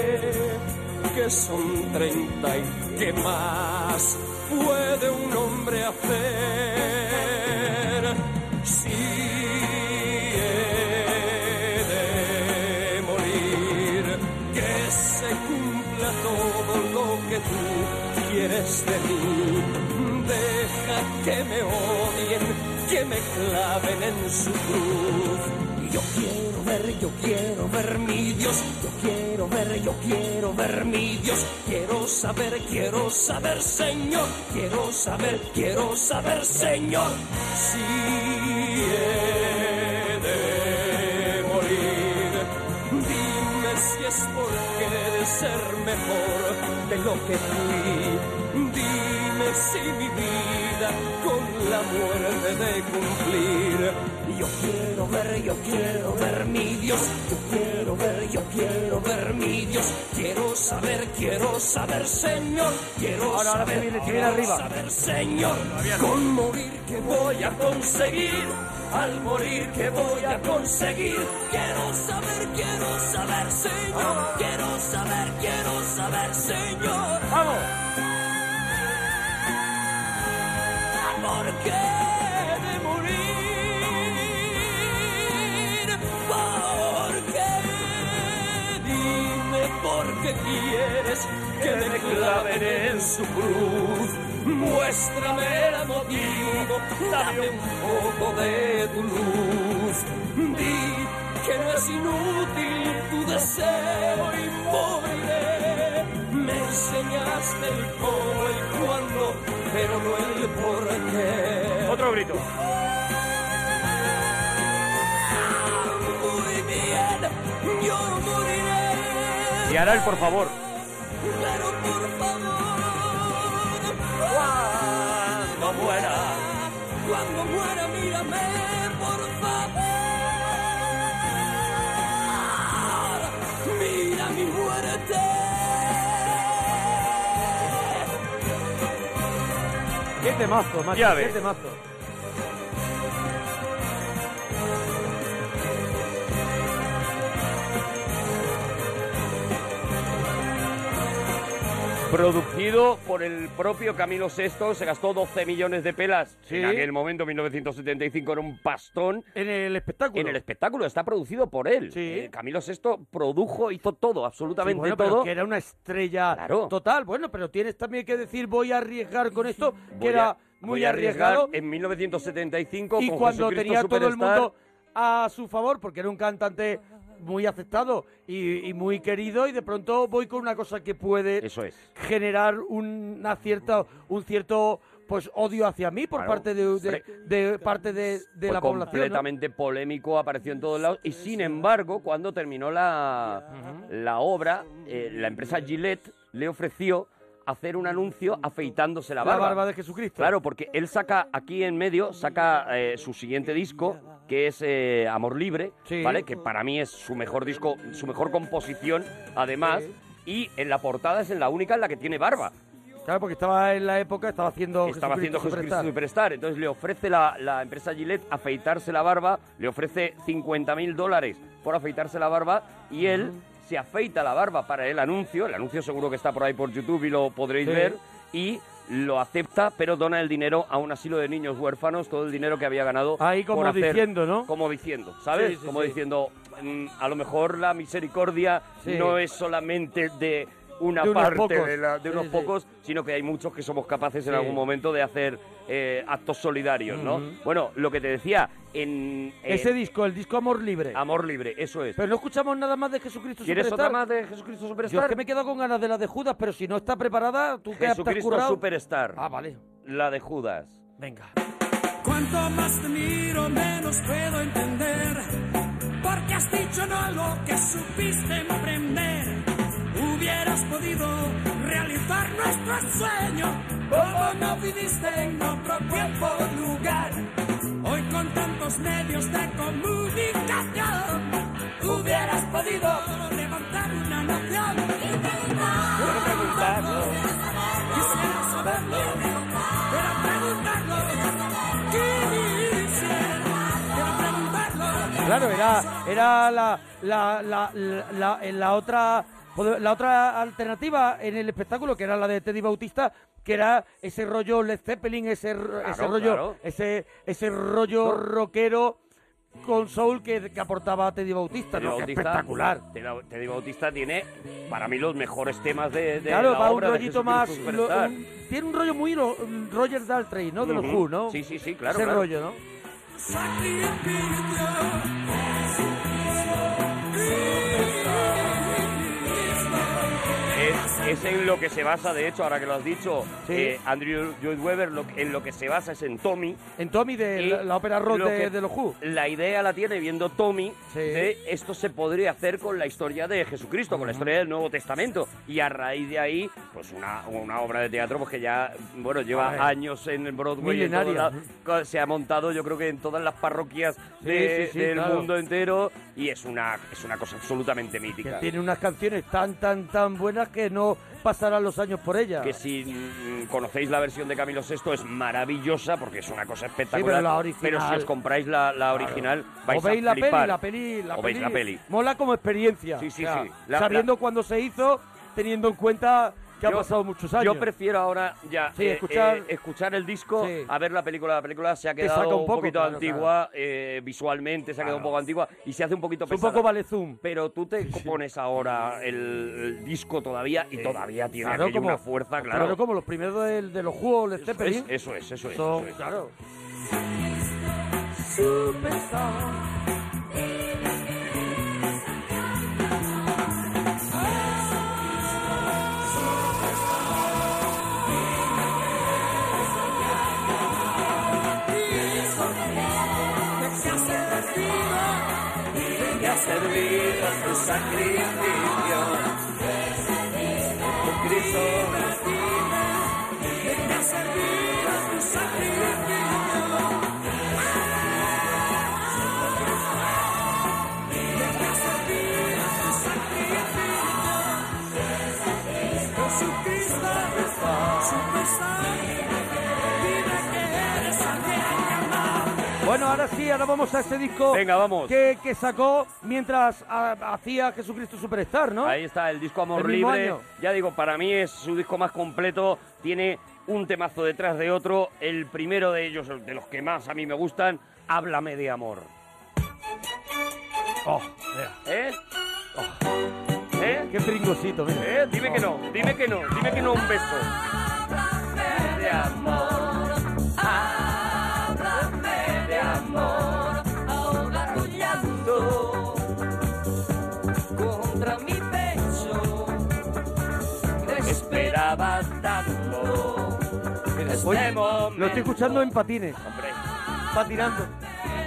[SPEAKER 3] que son treinta y que más puede un hombre hacer. Si he de morir, que se cumpla todo lo que tú quieres de mí. Deja que me odien, que me claven en su cruz. Yo quiero ver, yo quiero ver mi Dios, yo quiero ver, yo quiero ver mi Dios, quiero saber, quiero saber, Señor, quiero saber, quiero saber, Señor, si he de morir, dime si es por querer ser mejor de lo que fui, dime si mi vida con la muerte de cumplir. Yo quiero ver, yo quiero ver mi Dios, yo quiero ver, yo quiero ver mi Dios, quiero saber, quiero saber, Señor, quiero
[SPEAKER 1] Ahora, ahora
[SPEAKER 3] saber,
[SPEAKER 1] se viene, se viene
[SPEAKER 3] quiero
[SPEAKER 1] arriba.
[SPEAKER 3] saber, Señor, con morir que voy a conseguir, al morir que voy a conseguir, quiero saber, quiero saber, Señor, quiero saber, quiero saber, Señor. Vamos. ¿Por qué de morir? ¿Por qué? Dime por qué quieres que me claven en su cruz. Muéstrame el motivo, dame un poco de tu luz. Di que no es inútil tu deseo y moriré. Me enseñaste el cómo, el cuándo, pero no el por qué. Otro grito. Muy bien, yo moriré,
[SPEAKER 2] Y ahora el por favor.
[SPEAKER 3] pero por favor, cuando muera, cuando muera, mírame, por favor, mira mi muerte.
[SPEAKER 1] Qué temazo, macho,
[SPEAKER 2] Ya
[SPEAKER 1] qué
[SPEAKER 2] ves.
[SPEAKER 1] temazo.
[SPEAKER 2] Producido por el propio Camilo VI, se gastó 12 millones de pelas. En aquel momento, 1975, era un pastón.
[SPEAKER 1] En el espectáculo.
[SPEAKER 2] En el espectáculo, está producido por él. Eh, Camilo VI produjo, hizo todo, absolutamente
[SPEAKER 1] Sí, bueno, pero
[SPEAKER 2] todo.
[SPEAKER 1] que era una estrella
[SPEAKER 2] Claro.
[SPEAKER 1] total. Bueno, pero tienes también que decir, voy a arriesgar con esto, que
[SPEAKER 2] Voy
[SPEAKER 1] era
[SPEAKER 2] a-
[SPEAKER 1] muy
[SPEAKER 2] voy a arriesgar
[SPEAKER 1] arriesgado.
[SPEAKER 2] En 1975,
[SPEAKER 1] Y
[SPEAKER 2] con
[SPEAKER 1] cuando
[SPEAKER 2] Jesucristo
[SPEAKER 1] tenía todo el
[SPEAKER 2] Superstar,
[SPEAKER 1] mundo a su favor, porque era un cantante muy aceptado y, y muy querido, y de pronto voy con una cosa que puede
[SPEAKER 2] Eso es.
[SPEAKER 1] generar una cierta, un cierto pues odio hacia mí por
[SPEAKER 2] Claro,
[SPEAKER 1] parte de, de- de parte de, de
[SPEAKER 2] fue
[SPEAKER 1] la población. ¿no?
[SPEAKER 2] completamente polémico, apareció en todos lados. Y sin embargo, cuando terminó la, la obra, eh, la empresa Gillette le ofreció hacer un anuncio afeitándose la
[SPEAKER 1] La
[SPEAKER 2] barba.
[SPEAKER 1] barba de Jesucristo.
[SPEAKER 2] Claro, porque él saca aquí en medio, saca eh, su siguiente disco, que es eh, Amor Libre,
[SPEAKER 1] Sí.
[SPEAKER 2] ¿vale? Que para mí es su mejor disco, su mejor composición, además. Y en la portada es en la única en la que tiene barba
[SPEAKER 1] Claro, porque estaba en la época, estaba haciendo
[SPEAKER 2] estaba haciendo Jesucristo
[SPEAKER 1] Superstar.
[SPEAKER 2] Superstar. Entonces le ofrece la, la empresa Gillette afeitarse la barba, le ofrece 50 mil dólares por afeitarse la barba y él se afeita la barba para el anuncio. El anuncio seguro que está por ahí por YouTube y lo podréis
[SPEAKER 1] Sí.
[SPEAKER 2] ver. Y lo acepta, pero dona el dinero a un asilo de niños huérfanos, todo el dinero que había ganado.
[SPEAKER 1] Ahí como
[SPEAKER 2] por hacer-
[SPEAKER 1] diciendo, ¿no?
[SPEAKER 2] Como diciendo, ¿sabes?
[SPEAKER 1] Sí, sí,
[SPEAKER 2] como
[SPEAKER 1] sí.
[SPEAKER 2] diciendo, mm, a lo mejor la misericordia
[SPEAKER 1] Sí.
[SPEAKER 2] no es solamente de una
[SPEAKER 29] De unos
[SPEAKER 2] parte
[SPEAKER 29] pocos.
[SPEAKER 2] de, la- de unos
[SPEAKER 29] Sí, sí.
[SPEAKER 2] pocos, sino que hay muchos que somos capaces en
[SPEAKER 29] Sí.
[SPEAKER 2] algún momento de hacer eh, actos solidarios, ¿no?
[SPEAKER 1] Ujú.
[SPEAKER 2] Bueno, lo que te decía, en...
[SPEAKER 1] Ese
[SPEAKER 2] en-
[SPEAKER 1] disco, el disco Amor Libre.
[SPEAKER 2] Amor Libre, eso es.
[SPEAKER 1] Pero no escuchamos nada más de Jesucristo
[SPEAKER 2] ¿Quieres
[SPEAKER 1] Superstar.
[SPEAKER 2] otra más de Jesucristo
[SPEAKER 1] Yo
[SPEAKER 2] Superstar?
[SPEAKER 1] es que me he quedado con ganas de la de Judas, pero si no está preparada, tú que has te has
[SPEAKER 2] Jesucristo
[SPEAKER 1] currado.
[SPEAKER 2] Superstar.
[SPEAKER 1] Ah, vale.
[SPEAKER 2] La de Judas.
[SPEAKER 1] Venga.
[SPEAKER 3] Cuanto más te miro, menos puedo entender. Porque has dicho no a lo que supiste emprender. Hubieras podido realizar nuestro sueño. Como no viviste en otro tiempo o lugar. Hoy con tantos medios de comunicación. Hubieras podido levantar una nación. Pero preguntarlo. Quisiera saberlo. Pero preguntarlo.
[SPEAKER 1] Claro, era, era la, la, la, la, la- en la otra joder, la otra alternativa en el espectáculo, que era la de Teddy Bautista, que era ese rollo Led Zeppelin, ese, r-
[SPEAKER 2] Claro,
[SPEAKER 1] ese rollo,
[SPEAKER 2] claro.
[SPEAKER 1] ese, ese rollo rockero con soul que, que aportaba Teddy Bautista,
[SPEAKER 2] Teddy
[SPEAKER 1] ¿no? Que
[SPEAKER 2] Bautista-
[SPEAKER 1] espectacular.
[SPEAKER 2] Teddy- Teddy Bautista tiene, para mí, los mejores temas de, de
[SPEAKER 1] claro,
[SPEAKER 2] la
[SPEAKER 1] va un
[SPEAKER 2] obra de
[SPEAKER 1] rollito
[SPEAKER 2] Jesucristo
[SPEAKER 1] más. lo-
[SPEAKER 2] Superstar.
[SPEAKER 1] un- tiene un rollo muy ro- Roger Daltrey, ¿no? De los
[SPEAKER 2] Ujú.
[SPEAKER 1] Who, ¿no?
[SPEAKER 2] Sí, sí, sí, claro,
[SPEAKER 1] Ese
[SPEAKER 2] claro.
[SPEAKER 1] rollo, ¿no?
[SPEAKER 2] Es, es en lo que se basa, de hecho, ahora que lo has dicho,
[SPEAKER 1] Sí.
[SPEAKER 2] eh, Andrew Lloyd Webber, lo- en lo que se basa es en Tommy.
[SPEAKER 1] En Tommy de
[SPEAKER 2] Y
[SPEAKER 1] la, la ópera rock
[SPEAKER 2] lo
[SPEAKER 1] de,
[SPEAKER 2] que-
[SPEAKER 1] de los Who.
[SPEAKER 2] La idea la tiene viendo Tommy de esto se podría hacer con la historia de Jesucristo, con la historia del Nuevo Testamento. Y a raíz de ahí, pues una, una obra de teatro pues que ya, bueno, lleva
[SPEAKER 1] A ver.
[SPEAKER 2] años en Broadway. en todos
[SPEAKER 1] Milenaria.
[SPEAKER 2] lados. se ha montado, yo creo que en todas las parroquias de-
[SPEAKER 1] sí, sí,
[SPEAKER 2] del
[SPEAKER 1] claro.
[SPEAKER 2] mundo entero. Y es una, es una cosa absolutamente
[SPEAKER 1] Que
[SPEAKER 2] mítica.
[SPEAKER 1] tiene unas canciones tan, tan, tan buenas que no pasarán los años por ellas.
[SPEAKER 2] que si mm, conocéis la versión de Camilo VI es maravillosa porque es una cosa espectacular.
[SPEAKER 1] pero la original-
[SPEAKER 2] Pero si os compráis la, la original, vais
[SPEAKER 1] o veis
[SPEAKER 2] a
[SPEAKER 1] la peli,
[SPEAKER 2] flipar.
[SPEAKER 1] la peli, la
[SPEAKER 2] o veis la peli.
[SPEAKER 1] Mola como experiencia.
[SPEAKER 2] Sí, sí,
[SPEAKER 1] O sea,
[SPEAKER 2] sí. La-
[SPEAKER 1] sabiendo cuándo se hizo, teniendo en cuenta que
[SPEAKER 2] Yo-
[SPEAKER 1] ha pasado muchos años.
[SPEAKER 2] Yo prefiero ahora ya
[SPEAKER 1] Sí,
[SPEAKER 2] eh,
[SPEAKER 1] escuchar-
[SPEAKER 2] eh, escuchar el disco
[SPEAKER 1] Sí.
[SPEAKER 2] a ver la película. La película se ha
[SPEAKER 1] Te
[SPEAKER 2] quedado
[SPEAKER 1] saca un
[SPEAKER 2] un,
[SPEAKER 1] poco,
[SPEAKER 2] poquito
[SPEAKER 1] claro,
[SPEAKER 2] antigua eh, visualmente, se ha quedado un
[SPEAKER 1] Claro.
[SPEAKER 2] poco antigua y se hace un poquito
[SPEAKER 1] Es un
[SPEAKER 2] pesada.
[SPEAKER 1] poco vale zoom.
[SPEAKER 2] Pero tú te pones ahora el, el disco todavía y todavía tiene
[SPEAKER 1] Eh, Claro,
[SPEAKER 2] aquello
[SPEAKER 1] como- pues
[SPEAKER 2] una fuerza, claro.
[SPEAKER 1] Claro, como los primeros de, de los juegos de
[SPEAKER 2] eso, es,
[SPEAKER 1] Zeppelin.
[SPEAKER 2] eso es, eso es,
[SPEAKER 1] Son-
[SPEAKER 2] eso es.
[SPEAKER 1] Claro.
[SPEAKER 3] Venga a servir a tu sacrificio. Cristo. Venga a servir a tu sacrificio. Venga a servir a tu sacrificio. Jesucristo, Jesucristo, dime que eres alguien llamado.
[SPEAKER 1] Bueno, ahora sí, ahora vamos a este disco
[SPEAKER 2] Venga, vamos.
[SPEAKER 1] Que, que sacó mientras ah, hacía Jesucristo Superstar, ¿no?
[SPEAKER 2] Ahí está el disco Amor
[SPEAKER 1] El mismo
[SPEAKER 2] Libre.
[SPEAKER 1] año.
[SPEAKER 2] Ya digo, para mí es su disco más completo. Tiene un temazo detrás de otro. El primero de ellos, el de los que más a mí me gustan, Háblame de amor.
[SPEAKER 1] Oh,
[SPEAKER 2] ¿Eh? ¿Eh?
[SPEAKER 1] Qué pringosito, mira.
[SPEAKER 2] ¿Eh? Dime que no, dime que no, dime que no un beso.
[SPEAKER 3] de amor, háblame de amor, ahoga tu llanto contra mi pecho. Te esperaba tanto,
[SPEAKER 1] Oye,
[SPEAKER 3] este
[SPEAKER 1] lo estoy
[SPEAKER 3] momento
[SPEAKER 1] escuchando en patines.
[SPEAKER 2] Hombre.
[SPEAKER 1] Patinando.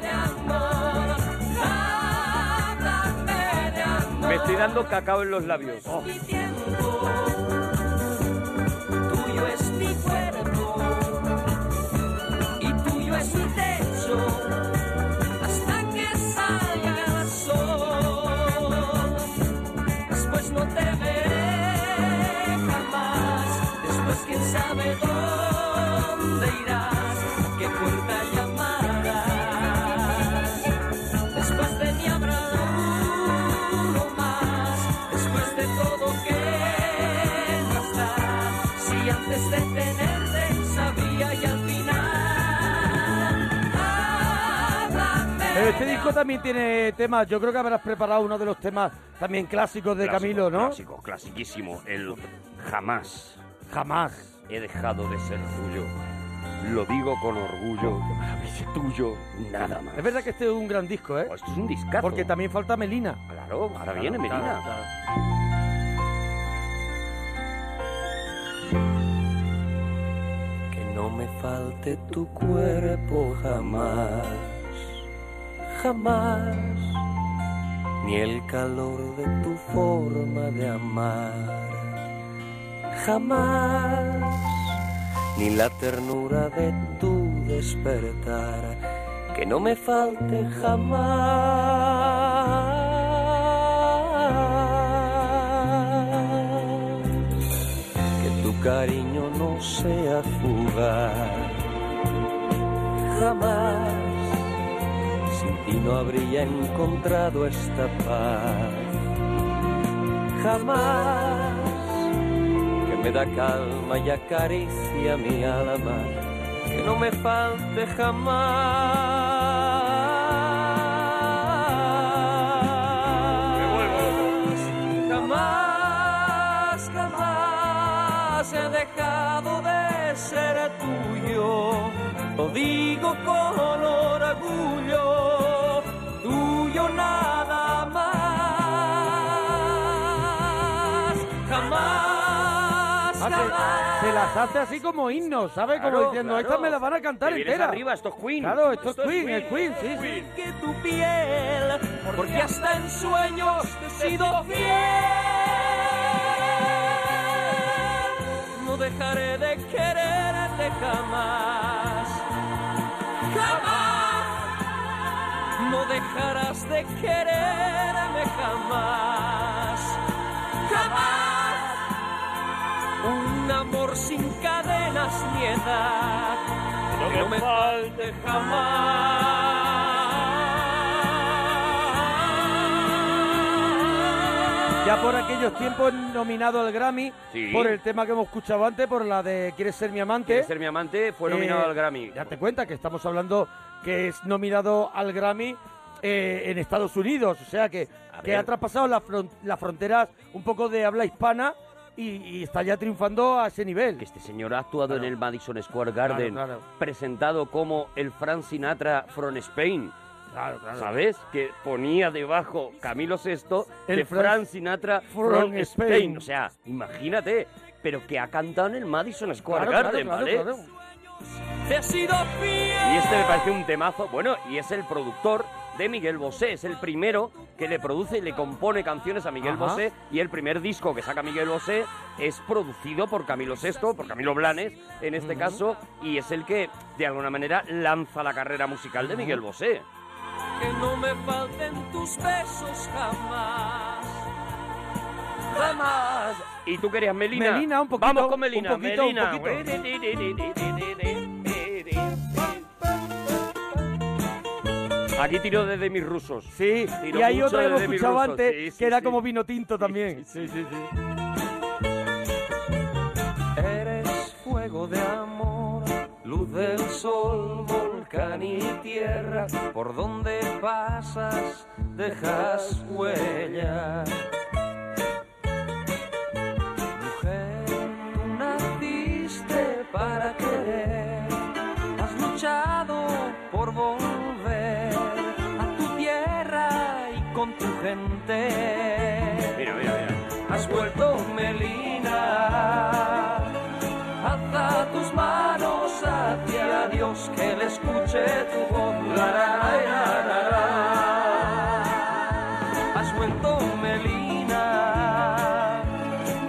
[SPEAKER 3] de amor, háblame de amor.
[SPEAKER 2] Me estoy dando cacao en los labios.
[SPEAKER 1] Oh,
[SPEAKER 3] Mi tiempo, tuyo es mi cuerpo y tuyo es mi techo hasta que salga el sol. Después no te veré jamás, después quién sabe dónde irás, qué puerta llamarás. Después de mi habrá uno más, después de todo que
[SPEAKER 1] Pero este disco también tiene temas. Yo creo que habrás preparado uno de los temas también clásicos de
[SPEAKER 2] Clásico,
[SPEAKER 1] Camilo, ¿no?
[SPEAKER 2] Clásico, clasiquísimo. El jamás, jamás he dejado de ser tuyo. Lo digo con orgullo. Es tuyo, nada más.
[SPEAKER 1] Es verdad que este es un gran disco, ¿eh?
[SPEAKER 2] esto es un discazo.
[SPEAKER 1] Porque también falta Melina.
[SPEAKER 2] Claro, ahora
[SPEAKER 1] Claro,
[SPEAKER 2] viene
[SPEAKER 1] claro,
[SPEAKER 2] Melina.
[SPEAKER 1] claro.
[SPEAKER 3] que no me falte tu cuerpo jamás, jamás, ni el calor de tu forma de amar, jamás, ni la ternura de tu despertar, que no me falte jamás que tu cariño no sea fugaz. Jamás sin ti no habría encontrado esta paz. Jamás que me da calma y acaricia mi alma. Que no me falte jamás. Jamás, jamás he dejado de ser tuyo. Lo digo con orgullo, tuyo nada más. Jamás, jamás.
[SPEAKER 1] Se las hace así como himno, ¿sabes?
[SPEAKER 3] Claro,
[SPEAKER 1] como diciendo,
[SPEAKER 3] claro.
[SPEAKER 1] estas me las van a cantar
[SPEAKER 3] Te vienes
[SPEAKER 1] entera.
[SPEAKER 3] arriba, esto es Queen.
[SPEAKER 1] Claro, esto,
[SPEAKER 3] Esto
[SPEAKER 1] es
[SPEAKER 3] es
[SPEAKER 1] Queen, el
[SPEAKER 3] Queen,
[SPEAKER 1] Queen, sí, sí.
[SPEAKER 3] que tu piel, porque hasta en sueños te he sido fiel. No dejaré de quererte jamás, jamás. No dejarás de quererme jamás, jamás. Un amor sin cadenas ni edad, que no me falte jamás.
[SPEAKER 1] Ya por aquellos tiempos nominado al Grammy
[SPEAKER 2] Sí.
[SPEAKER 1] por el tema que hemos escuchado antes, por la de ¿Quieres ser mi amante?
[SPEAKER 2] Quiere ser mi amante fue nominado
[SPEAKER 1] Eh,
[SPEAKER 2] al Grammy.
[SPEAKER 1] Date cuenta que estamos hablando que es nominado al Grammy eh, en Estados Unidos, o sea que, que
[SPEAKER 2] ver.
[SPEAKER 1] ha traspasado las fron- las fronteras un poco de habla hispana y, y está ya triunfando a ese nivel.
[SPEAKER 2] Este señor ha actuado en el Madison Square Garden,
[SPEAKER 1] Claro,
[SPEAKER 2] presentado como el Frank Sinatra from Spain.
[SPEAKER 1] Claro, claro.
[SPEAKER 2] ¿Sabes? Que ponía debajo Camilo VI
[SPEAKER 1] El
[SPEAKER 2] el
[SPEAKER 1] Frank
[SPEAKER 2] Frank Sinatra
[SPEAKER 1] from
[SPEAKER 2] from, Spain.
[SPEAKER 1] Spain.
[SPEAKER 2] O sea, imagínate, pero que ha cantado en el Madison Square
[SPEAKER 3] Claro,
[SPEAKER 2] Garden,
[SPEAKER 3] claro,
[SPEAKER 2] ¿vale?
[SPEAKER 3] claro, Te he sido fiel.
[SPEAKER 2] Y este me parece un temazo. Bueno, y es el productor de Miguel Bosé. Es el primero que le produce y le compone canciones a Miguel
[SPEAKER 1] Ajá.
[SPEAKER 2] Bosé. Y el primer disco que saca Miguel Bosé es producido por Camilo VI, por Camilo Blanes, en este
[SPEAKER 1] Ujú.
[SPEAKER 2] caso. Y es el que, de alguna manera, lanza la carrera musical de
[SPEAKER 3] Ujú.
[SPEAKER 2] Miguel Bosé.
[SPEAKER 3] que no me falten tus besos jamás. Jamás.
[SPEAKER 2] Y tú querías Melina.
[SPEAKER 3] Melina, un poquito,
[SPEAKER 2] Vamos con Melina.
[SPEAKER 3] un poquito, un
[SPEAKER 2] Melina.
[SPEAKER 3] poquito.
[SPEAKER 2] Aquí tiro desde mis rusos.
[SPEAKER 1] Sí,
[SPEAKER 2] Tiro
[SPEAKER 1] Y hay
[SPEAKER 2] mucho
[SPEAKER 1] otra que hemos
[SPEAKER 2] desde mis
[SPEAKER 1] escuchado
[SPEAKER 2] rusos.
[SPEAKER 1] antes,
[SPEAKER 2] Sí, sí,
[SPEAKER 1] que era
[SPEAKER 2] sí.
[SPEAKER 1] como vino tinto también.
[SPEAKER 2] Sí, sí, sí.
[SPEAKER 3] Eres fuego de amor, luz del sol, volcán y tierra. Por donde pasas, dejas huella. Mujer, tú naciste para querer. Has luchado por volver a tu tierra y con tu gente.
[SPEAKER 2] Mira, mira, mira.
[SPEAKER 3] Has vuelto Melina. Alza tus manos hacia Dios que le escuche tu voz. La, la, la, la, la, la. Has vuelto Melina.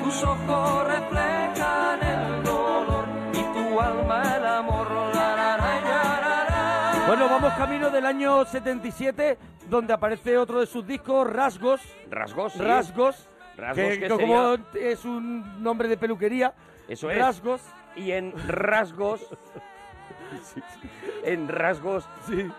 [SPEAKER 3] Tus ojos reflejan el dolor y tu alma el amor. La, la, la, la, la, la.
[SPEAKER 1] Bueno, vamos camino del año 77, donde aparece otro de sus discos, Rasgos.
[SPEAKER 2] Rasgos, sí.
[SPEAKER 1] Rasgos.
[SPEAKER 2] Rasgos,
[SPEAKER 1] que,
[SPEAKER 2] que
[SPEAKER 1] que como
[SPEAKER 2] sería-
[SPEAKER 1] es un nombre de peluquería.
[SPEAKER 2] Eso es.
[SPEAKER 1] Rasgos.
[SPEAKER 2] Y en rasgos. en rasgos.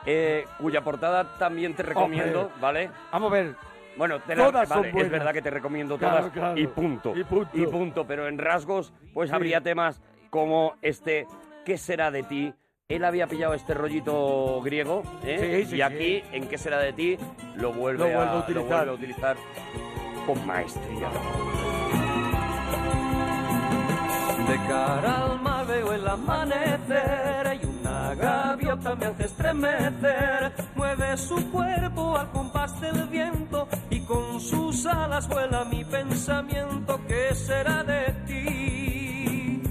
[SPEAKER 2] eh, cuya portada también te recomiendo,
[SPEAKER 1] Hombre.
[SPEAKER 2] ¿vale?
[SPEAKER 1] Vamos a ver.
[SPEAKER 2] Bueno, te la-
[SPEAKER 1] Todas son
[SPEAKER 2] vale,
[SPEAKER 1] buenas.
[SPEAKER 2] es verdad que te recomiendo
[SPEAKER 1] Claro,
[SPEAKER 2] todas
[SPEAKER 1] claro.
[SPEAKER 2] y punto.
[SPEAKER 1] Y punto.
[SPEAKER 2] Pero en rasgos, pues
[SPEAKER 1] Sí.
[SPEAKER 2] habría temas como este, ¿qué será de ti? Él había pillado este rollito griego, ¿eh?
[SPEAKER 1] Sí, sí,
[SPEAKER 2] y aquí, ¿en qué será de ti? Lo vuelve,
[SPEAKER 1] Lo vuelve a
[SPEAKER 2] lo
[SPEAKER 1] utilizar.
[SPEAKER 2] vuelve a utilizar con maestría.
[SPEAKER 3] De cara al mar veo el amanecer y una gaviota me hace estremecer. Mueve su cuerpo al compás del viento y con sus alas vuela mi pensamiento. ¿Qué será de ti?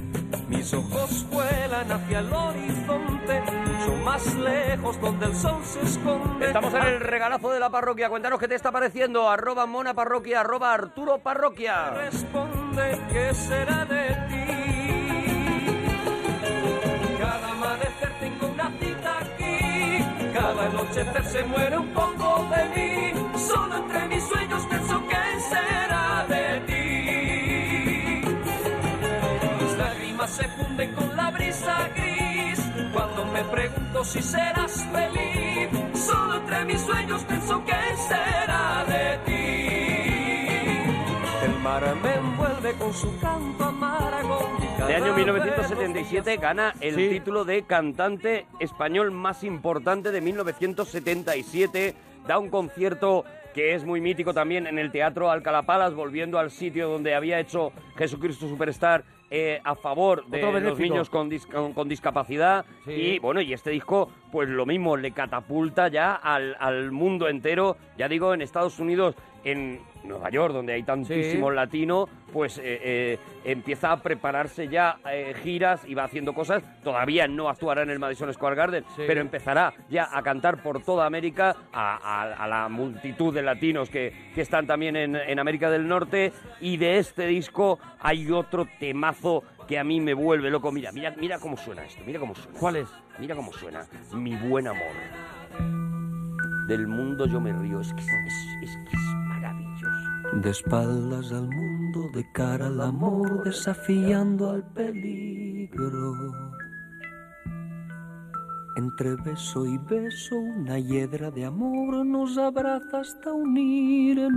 [SPEAKER 3] Mis ojos vuelan hacia el horizonte, mucho más lejos donde el sol se esconde.
[SPEAKER 2] Estamos en el regalazo de la parroquia. Cuéntanos qué te está pareciendo. Arroba mona parroquia, arroba Arturo parroquia.
[SPEAKER 3] responde qué será de ti. Cada amanecer tengo una cita aquí, cada anochecer se muere un poco de mí. Solo entre mis sueños pienso qué será de ti. Mis lágrimas se funden con la brisa gris. Cuando me pregunto si serás feliz, solo entre mis sueños pienso qué será de ti. El mar me envuelve con su canto amargo.
[SPEAKER 2] De Este año
[SPEAKER 3] Cada
[SPEAKER 2] 1977 gana el título de cantante español más importante de 1977. Da un concierto que es muy mítico también en el Teatro Alcalá Palace, volviendo al sitio donde había hecho Jesucristo Superstar eh, a favor de
[SPEAKER 1] Otro
[SPEAKER 2] los
[SPEAKER 1] benéfico.
[SPEAKER 2] niños con, dis- con- con discapacidad.
[SPEAKER 1] Sí.
[SPEAKER 2] Y bueno, y este disco, pues lo mismo, le catapulta ya al, al mundo entero. Ya digo, en Estados Unidos, en Nueva York, donde hay tantísimos
[SPEAKER 1] Sí.
[SPEAKER 2] latino, pues eh, eh, empieza a prepararse ya eh, giras y va haciendo cosas. Todavía no actuará en el Madison Square Garden,
[SPEAKER 1] Sí.
[SPEAKER 2] pero empezará ya a cantar por toda América a, a- a la multitud de latinos que, que están también en, en América del Norte. Y de este disco hay otro temazo que a mí me vuelve loco. Mira, mira, mira cómo suena esto, mira cómo suena. ¿Cuál es? Mira cómo suena. Mi buen amor. Del mundo yo me río, es que es- es que es maravilloso.
[SPEAKER 3] De espaldas al mundo, de cara al amor, desafiando al peligro. Entre beso y beso, una hiedra de amor nos abraza hasta unirnos,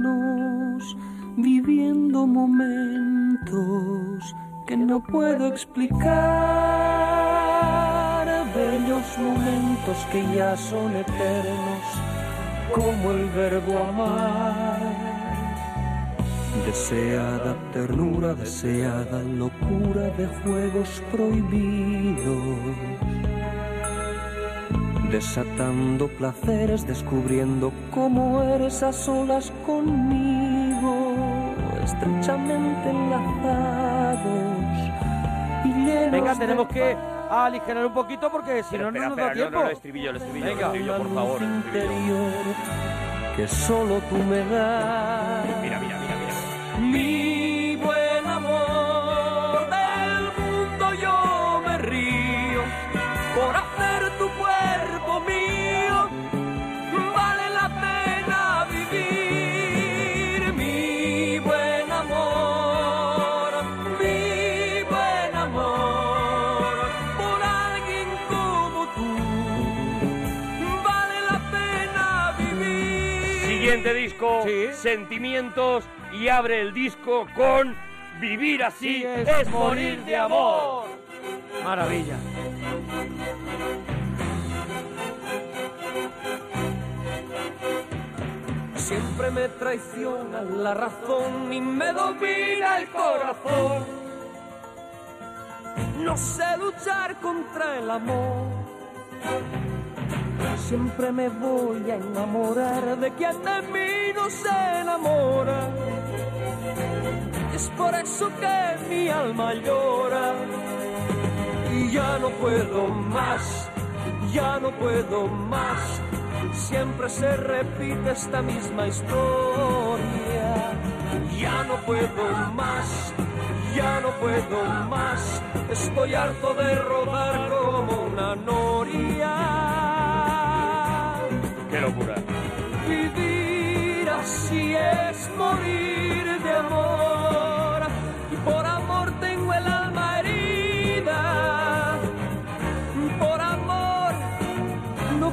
[SPEAKER 3] viviendo momentos que no puedo explicar. Bellos momentos que ya son eternos, como el verbo amar. Deseada ternura, deseada locura de juegos prohibidos. Desatando placeres, descubriendo cómo eres a solas conmigo. Estrechamente enlazados y llenos
[SPEAKER 1] Venga,
[SPEAKER 3] de
[SPEAKER 1] tenemos que aligerar un poquito porque si no, no nos da
[SPEAKER 2] espera, no, no,
[SPEAKER 1] tiempo.
[SPEAKER 2] no, el estribillo, el estribillo, el
[SPEAKER 1] Venga.
[SPEAKER 2] estribillo, por favor, el estribillo.
[SPEAKER 3] que solo tú me das.
[SPEAKER 2] Mira, mira, mira, mira.
[SPEAKER 3] Mi buen amor, del mundo yo me río por hacer tu cuerpo mío. Vale la pena vivir, mi buen amor, mi buen amor, por alguien como tú. Vale la pena vivir.
[SPEAKER 2] Siguiente disco, Sentimientos, y abre el disco con Vivir así
[SPEAKER 3] Sí,
[SPEAKER 2] es,
[SPEAKER 3] es
[SPEAKER 2] morir de amor.
[SPEAKER 1] Maravilla.
[SPEAKER 3] Siempre me traiciona la razón y me domina el corazón. No sé luchar contra el amor. Siempre me voy a enamorar de quien de mí no se enamora. Es por eso que mi alma llora. Y ya no puedo más, ya no puedo más. Siempre se repite esta misma historia. Ya no puedo más, ya no puedo más. Estoy harto de rodar como una noria.
[SPEAKER 2] Qué locura.
[SPEAKER 3] Vivir así es morir de amor. Y por amor tengo el alma herida. Por amor no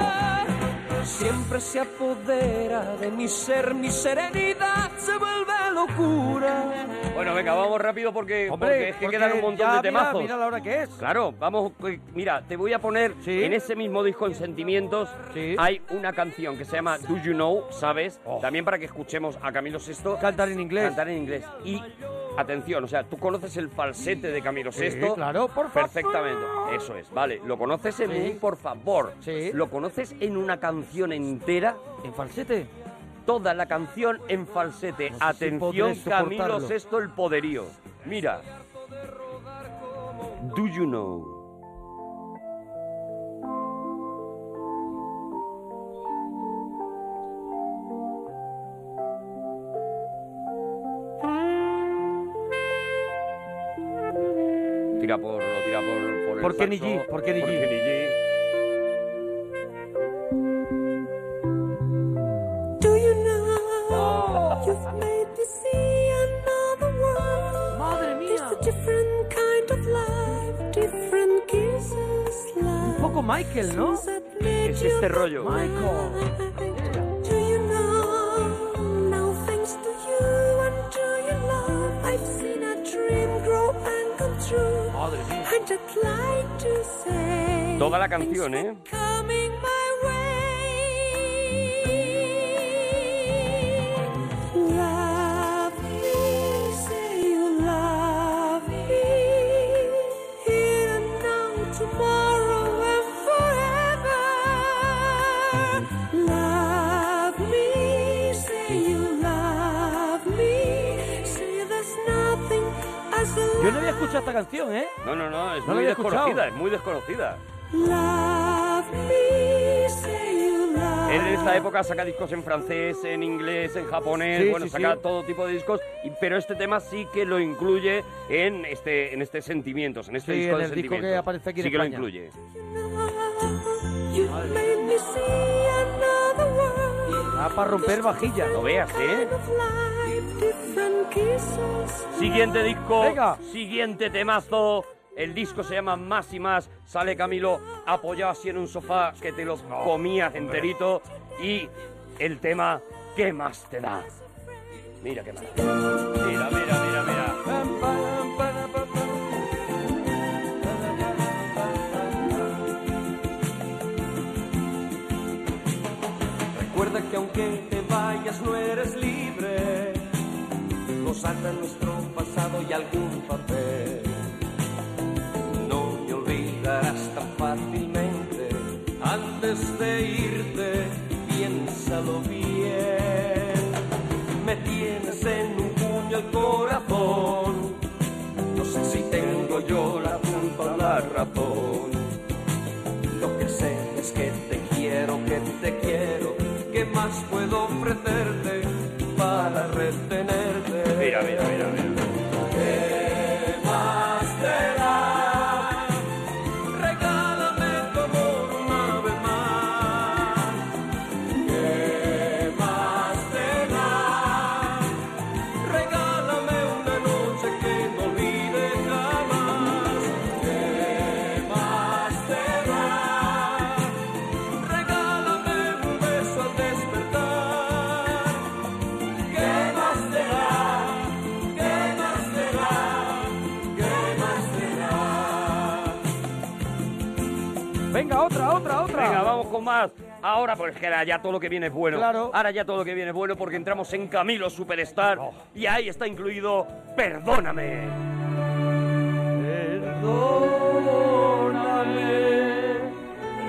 [SPEAKER 3] siempre se apodera de mi ser, mi serenidad se vuelve locura.
[SPEAKER 2] Bueno, venga, vamos rápido porque,
[SPEAKER 3] Hombre,
[SPEAKER 2] porque es que
[SPEAKER 3] porque
[SPEAKER 2] quedan un montón
[SPEAKER 3] ya
[SPEAKER 2] de
[SPEAKER 3] mira-
[SPEAKER 2] temazos.
[SPEAKER 3] mira la hora que es.
[SPEAKER 2] Claro, vamos. eh, Mira, te voy a poner en ese mismo disco en Sentimientos. Hay una canción que se llama Do You Know, ¿sabes? También para que escuchemos a Camilo VI.
[SPEAKER 1] Cantar en inglés.
[SPEAKER 2] Cantar en inglés. Y atención, o sea, tú conoces el falsete de Camilo
[SPEAKER 1] Sí,
[SPEAKER 2] VI.
[SPEAKER 1] claro, por favor.
[SPEAKER 2] Perfectamente. Eso es, vale. Lo conoces en
[SPEAKER 1] Sí.
[SPEAKER 2] un por favor. Lo conoces en una canción entera.
[SPEAKER 1] ¿En falsete?
[SPEAKER 2] Toda la canción en falsete.
[SPEAKER 1] No sé si
[SPEAKER 2] Atención,
[SPEAKER 1] podré
[SPEAKER 2] Camilo
[SPEAKER 1] soportarlo.
[SPEAKER 2] VI, el poderío. Mira. Do you know? Tira por, tira por, por el
[SPEAKER 1] ¿Por qué ni
[SPEAKER 2] saxo,
[SPEAKER 1] G? ¿Por qué ni
[SPEAKER 2] por
[SPEAKER 1] G?
[SPEAKER 2] Kenny G.
[SPEAKER 5] Do you know you've made me see another world?
[SPEAKER 1] Madre mía.
[SPEAKER 5] There's a different kind of life, different kisses, life.
[SPEAKER 1] Un poco Michael, ¿no?
[SPEAKER 2] Es este rollo.
[SPEAKER 5] Do you know now thanks to you and to your love I've seen a dream grow and come true.
[SPEAKER 2] Madre mía.
[SPEAKER 5] I'd just like to say
[SPEAKER 2] Toda la canción, ¿eh?
[SPEAKER 5] coming my way. Love me, say you love me. Here and now, tomorrow and forever. Love me, say you love me. Say there's nothing as a
[SPEAKER 1] Yo no había escuchado esta canción, ¿eh?
[SPEAKER 2] No, no, no, es
[SPEAKER 1] No lo
[SPEAKER 2] muy
[SPEAKER 1] había escuchado.
[SPEAKER 2] desconocida, es muy desconocida.
[SPEAKER 5] Love me, say you love
[SPEAKER 2] Él en esta época saca discos en francés, en inglés, en japonés,
[SPEAKER 1] Sí,
[SPEAKER 2] bueno,
[SPEAKER 1] sí,
[SPEAKER 2] saca
[SPEAKER 1] sí.
[SPEAKER 2] todo tipo de discos, y- pero este tema sí que lo incluye en este, en este Sentimientos, en este
[SPEAKER 1] Sí,
[SPEAKER 2] disco
[SPEAKER 1] en
[SPEAKER 2] de
[SPEAKER 1] el disco que
[SPEAKER 2] Sentimientos.
[SPEAKER 1] aparece aquí en
[SPEAKER 2] Sí que lo
[SPEAKER 1] España.
[SPEAKER 2] incluye.
[SPEAKER 5] You made me see another world.
[SPEAKER 1] Ah, para romper vajilla.
[SPEAKER 2] No veas, ¿eh?
[SPEAKER 5] Different kisses.
[SPEAKER 2] Siguiente disco, siguiente temazo. El disco se llama Más y Más. Sale Camilo apoyado así en un sofá que te lo comías enterito. Y el tema, ¿qué más te da? Mira qué maravilla. Mira, mira, mira, mira.
[SPEAKER 3] Recuerda que aunque te vayas no eres libre. Nos ata nuestro pasado y algún papel. No me olvidarás tan fácilmente. Antes de irte, piénsalo bien. Me tienes en un puño el corazón. No sé si tengo yo la culpa o la razón. Lo que sé es que te quiero, que te quiero. ¿Qué más puedo ofrecerte para retenerte? Mira, mira, mira, mira. ¿Qué más te da? Regálame tu amor una vez más. ¿Qué más te da? Regálame una noche que no olvide jamás. ¿Qué más te da? Regálame un beso al despertar. ¿Qué más te da? ¿Qué más te da? ¿Qué más te da?
[SPEAKER 1] Venga, otra, otra, otra.
[SPEAKER 2] Venga, vamos con más. Ahora, pues que ahora ya todo lo que viene es bueno. Claro. Ahora ya todo lo que viene es bueno porque entramos en Camilo Superstar
[SPEAKER 1] Oh.
[SPEAKER 2] y ahí está incluido Perdóname.
[SPEAKER 3] Perdóname,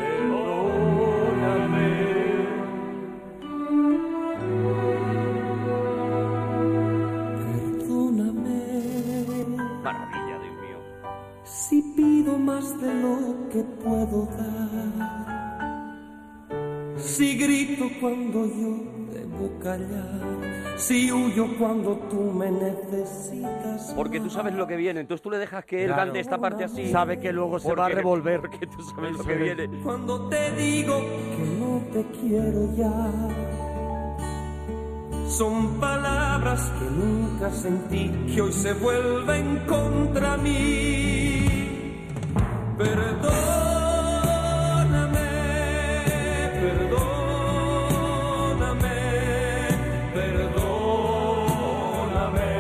[SPEAKER 3] perdóname.
[SPEAKER 2] Maravilla, Dios mío.
[SPEAKER 3] Si pido más de lo que puedo dar, si grito cuando yo debo callar, si huyo cuando tú me necesitas.
[SPEAKER 2] Porque tú sabes lo que viene, entonces tú le dejas que él
[SPEAKER 3] Claro.
[SPEAKER 2] cante esta parte así.
[SPEAKER 1] Sabe que luego se va a
[SPEAKER 2] Porque-
[SPEAKER 1] revolver.
[SPEAKER 2] Porque tú sabes lo que viene.
[SPEAKER 3] Cuando te digo que no te quiero ya, son palabras. palabras que nunca sentí, que hoy se vuelven contra mí. Perdóname, perdóname, perdóname,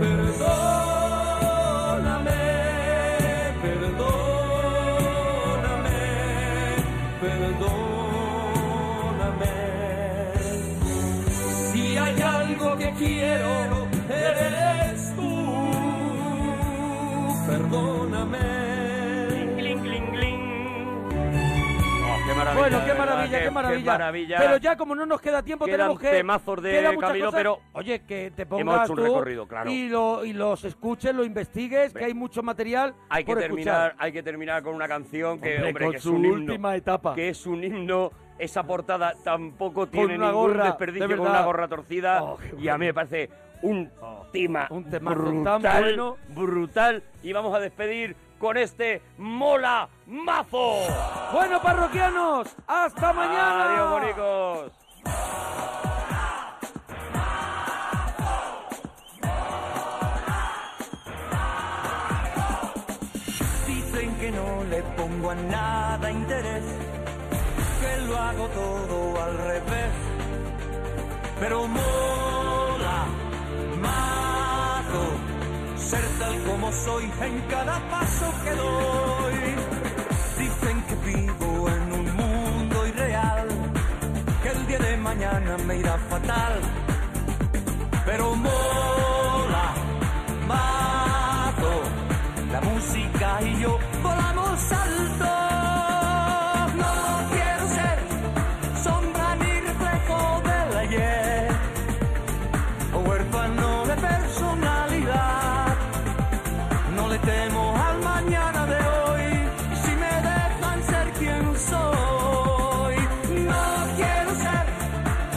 [SPEAKER 3] perdóname, perdóname, perdóname. Si hay algo que quiero, eres tú. Perdóname.
[SPEAKER 28] qué maravilla,
[SPEAKER 9] bueno,
[SPEAKER 28] de
[SPEAKER 9] qué
[SPEAKER 28] verdad,
[SPEAKER 9] maravilla,
[SPEAKER 28] qué-
[SPEAKER 9] qué,
[SPEAKER 28] qué
[SPEAKER 9] maravilla,
[SPEAKER 28] maravilla.
[SPEAKER 9] Pero ya como no nos queda tiempo,
[SPEAKER 28] Quedan
[SPEAKER 9] tenemos que...
[SPEAKER 28] temazos de
[SPEAKER 9] queda muchas
[SPEAKER 28] Camilo,
[SPEAKER 9] cosas.
[SPEAKER 28] pero
[SPEAKER 9] Oye, que te
[SPEAKER 28] hemos
[SPEAKER 9] pongas
[SPEAKER 28] hecho un
[SPEAKER 9] tú
[SPEAKER 28] recorrido, claro.
[SPEAKER 9] Y, lo, y los escuches, lo investigues, que hay mucho material
[SPEAKER 28] Hay que,
[SPEAKER 9] por
[SPEAKER 28] terminar,
[SPEAKER 9] escuchar.
[SPEAKER 28] hay que terminar con una canción que,
[SPEAKER 9] Hombre,
[SPEAKER 28] hombre,
[SPEAKER 9] con
[SPEAKER 28] que es
[SPEAKER 9] su
[SPEAKER 28] un himno.
[SPEAKER 9] última etapa.
[SPEAKER 28] Que es un himno. Esa portada tampoco tiene
[SPEAKER 9] una
[SPEAKER 28] ningún
[SPEAKER 9] gorra,
[SPEAKER 28] desperdicio
[SPEAKER 9] de
[SPEAKER 28] con una
[SPEAKER 9] verdad. Oh,
[SPEAKER 28] gorra torcida. y a mí me parece un tema
[SPEAKER 9] temazo
[SPEAKER 28] brutal,
[SPEAKER 9] tan bueno.
[SPEAKER 28] brutal. Y vamos a despedir con este Mola Mazo.
[SPEAKER 9] Bueno, parroquianos, hasta mañana.
[SPEAKER 28] Adiós, bonicos.
[SPEAKER 3] Dicen que no le pongo a nada interés, que lo hago todo al revés. Pero mola, mato, ser tal como soy en cada paso que doy. Dicen que vivo en un mundo irreal, que el día de mañana me irá fatal. Pero mola, mato. La música y yo volamos alto. No quiero ser sombra ni reflejo del ayer. Huérfano de personalidad. No le temo al mañana de hoy. Si me dejan ser quien soy. No quiero ser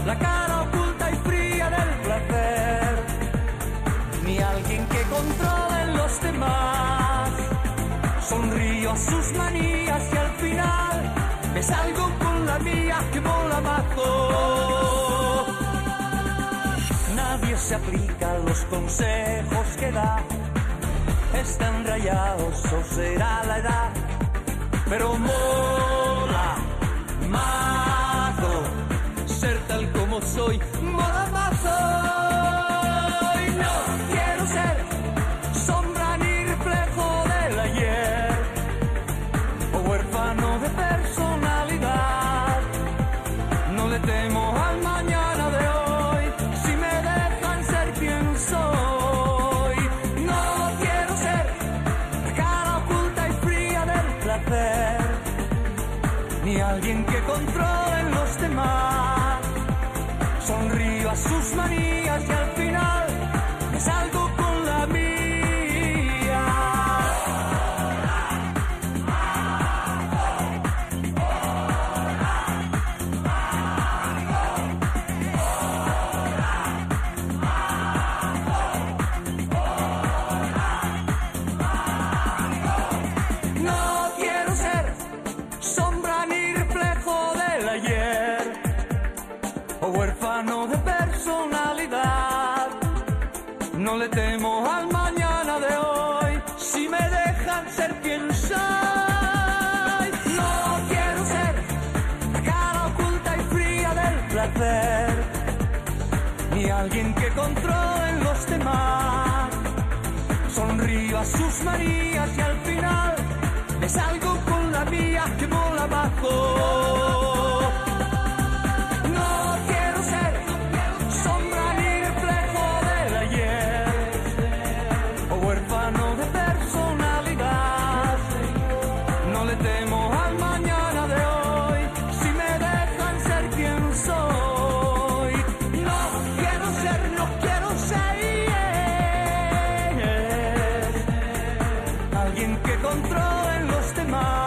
[SPEAKER 3] la cara oculta y fría del placer ni alguien que controle los demás. Sonrío a sus manías y al final me salgo con la mía que mola mazo. Nadie se aplica los consejos que da, están rayados o será la edad, pero mola mazo ser tal como soy, mola mazo. Y no quiero ser sombra ni reflejo del ayer, o huérfano de personalidad. No le temo al mañana de hoy, si me dejan ser quien soy. No quiero ser la cara oculta y fría del placer ni alguien que controle los demás. Sonrío a sus manías y al final me salgo con la mía. No quiero ser sombra ni reflejo del ayer, o huérfano de personalidad. No le temo al mañana de hoy, si me dejan ser quien soy. No quiero ser la cara oculta y fría del placer, ni alguien que controle los demás. Sonrío a sus manías y al final me salgo con la mía que mola abajo. No quiero ser sombra ni reflejo del ayer o huérfano de personalidad. No le temo al mañana de hoy si me dejan ser quien soy. No quiero ser, no quiero ser alguien que controle los demás.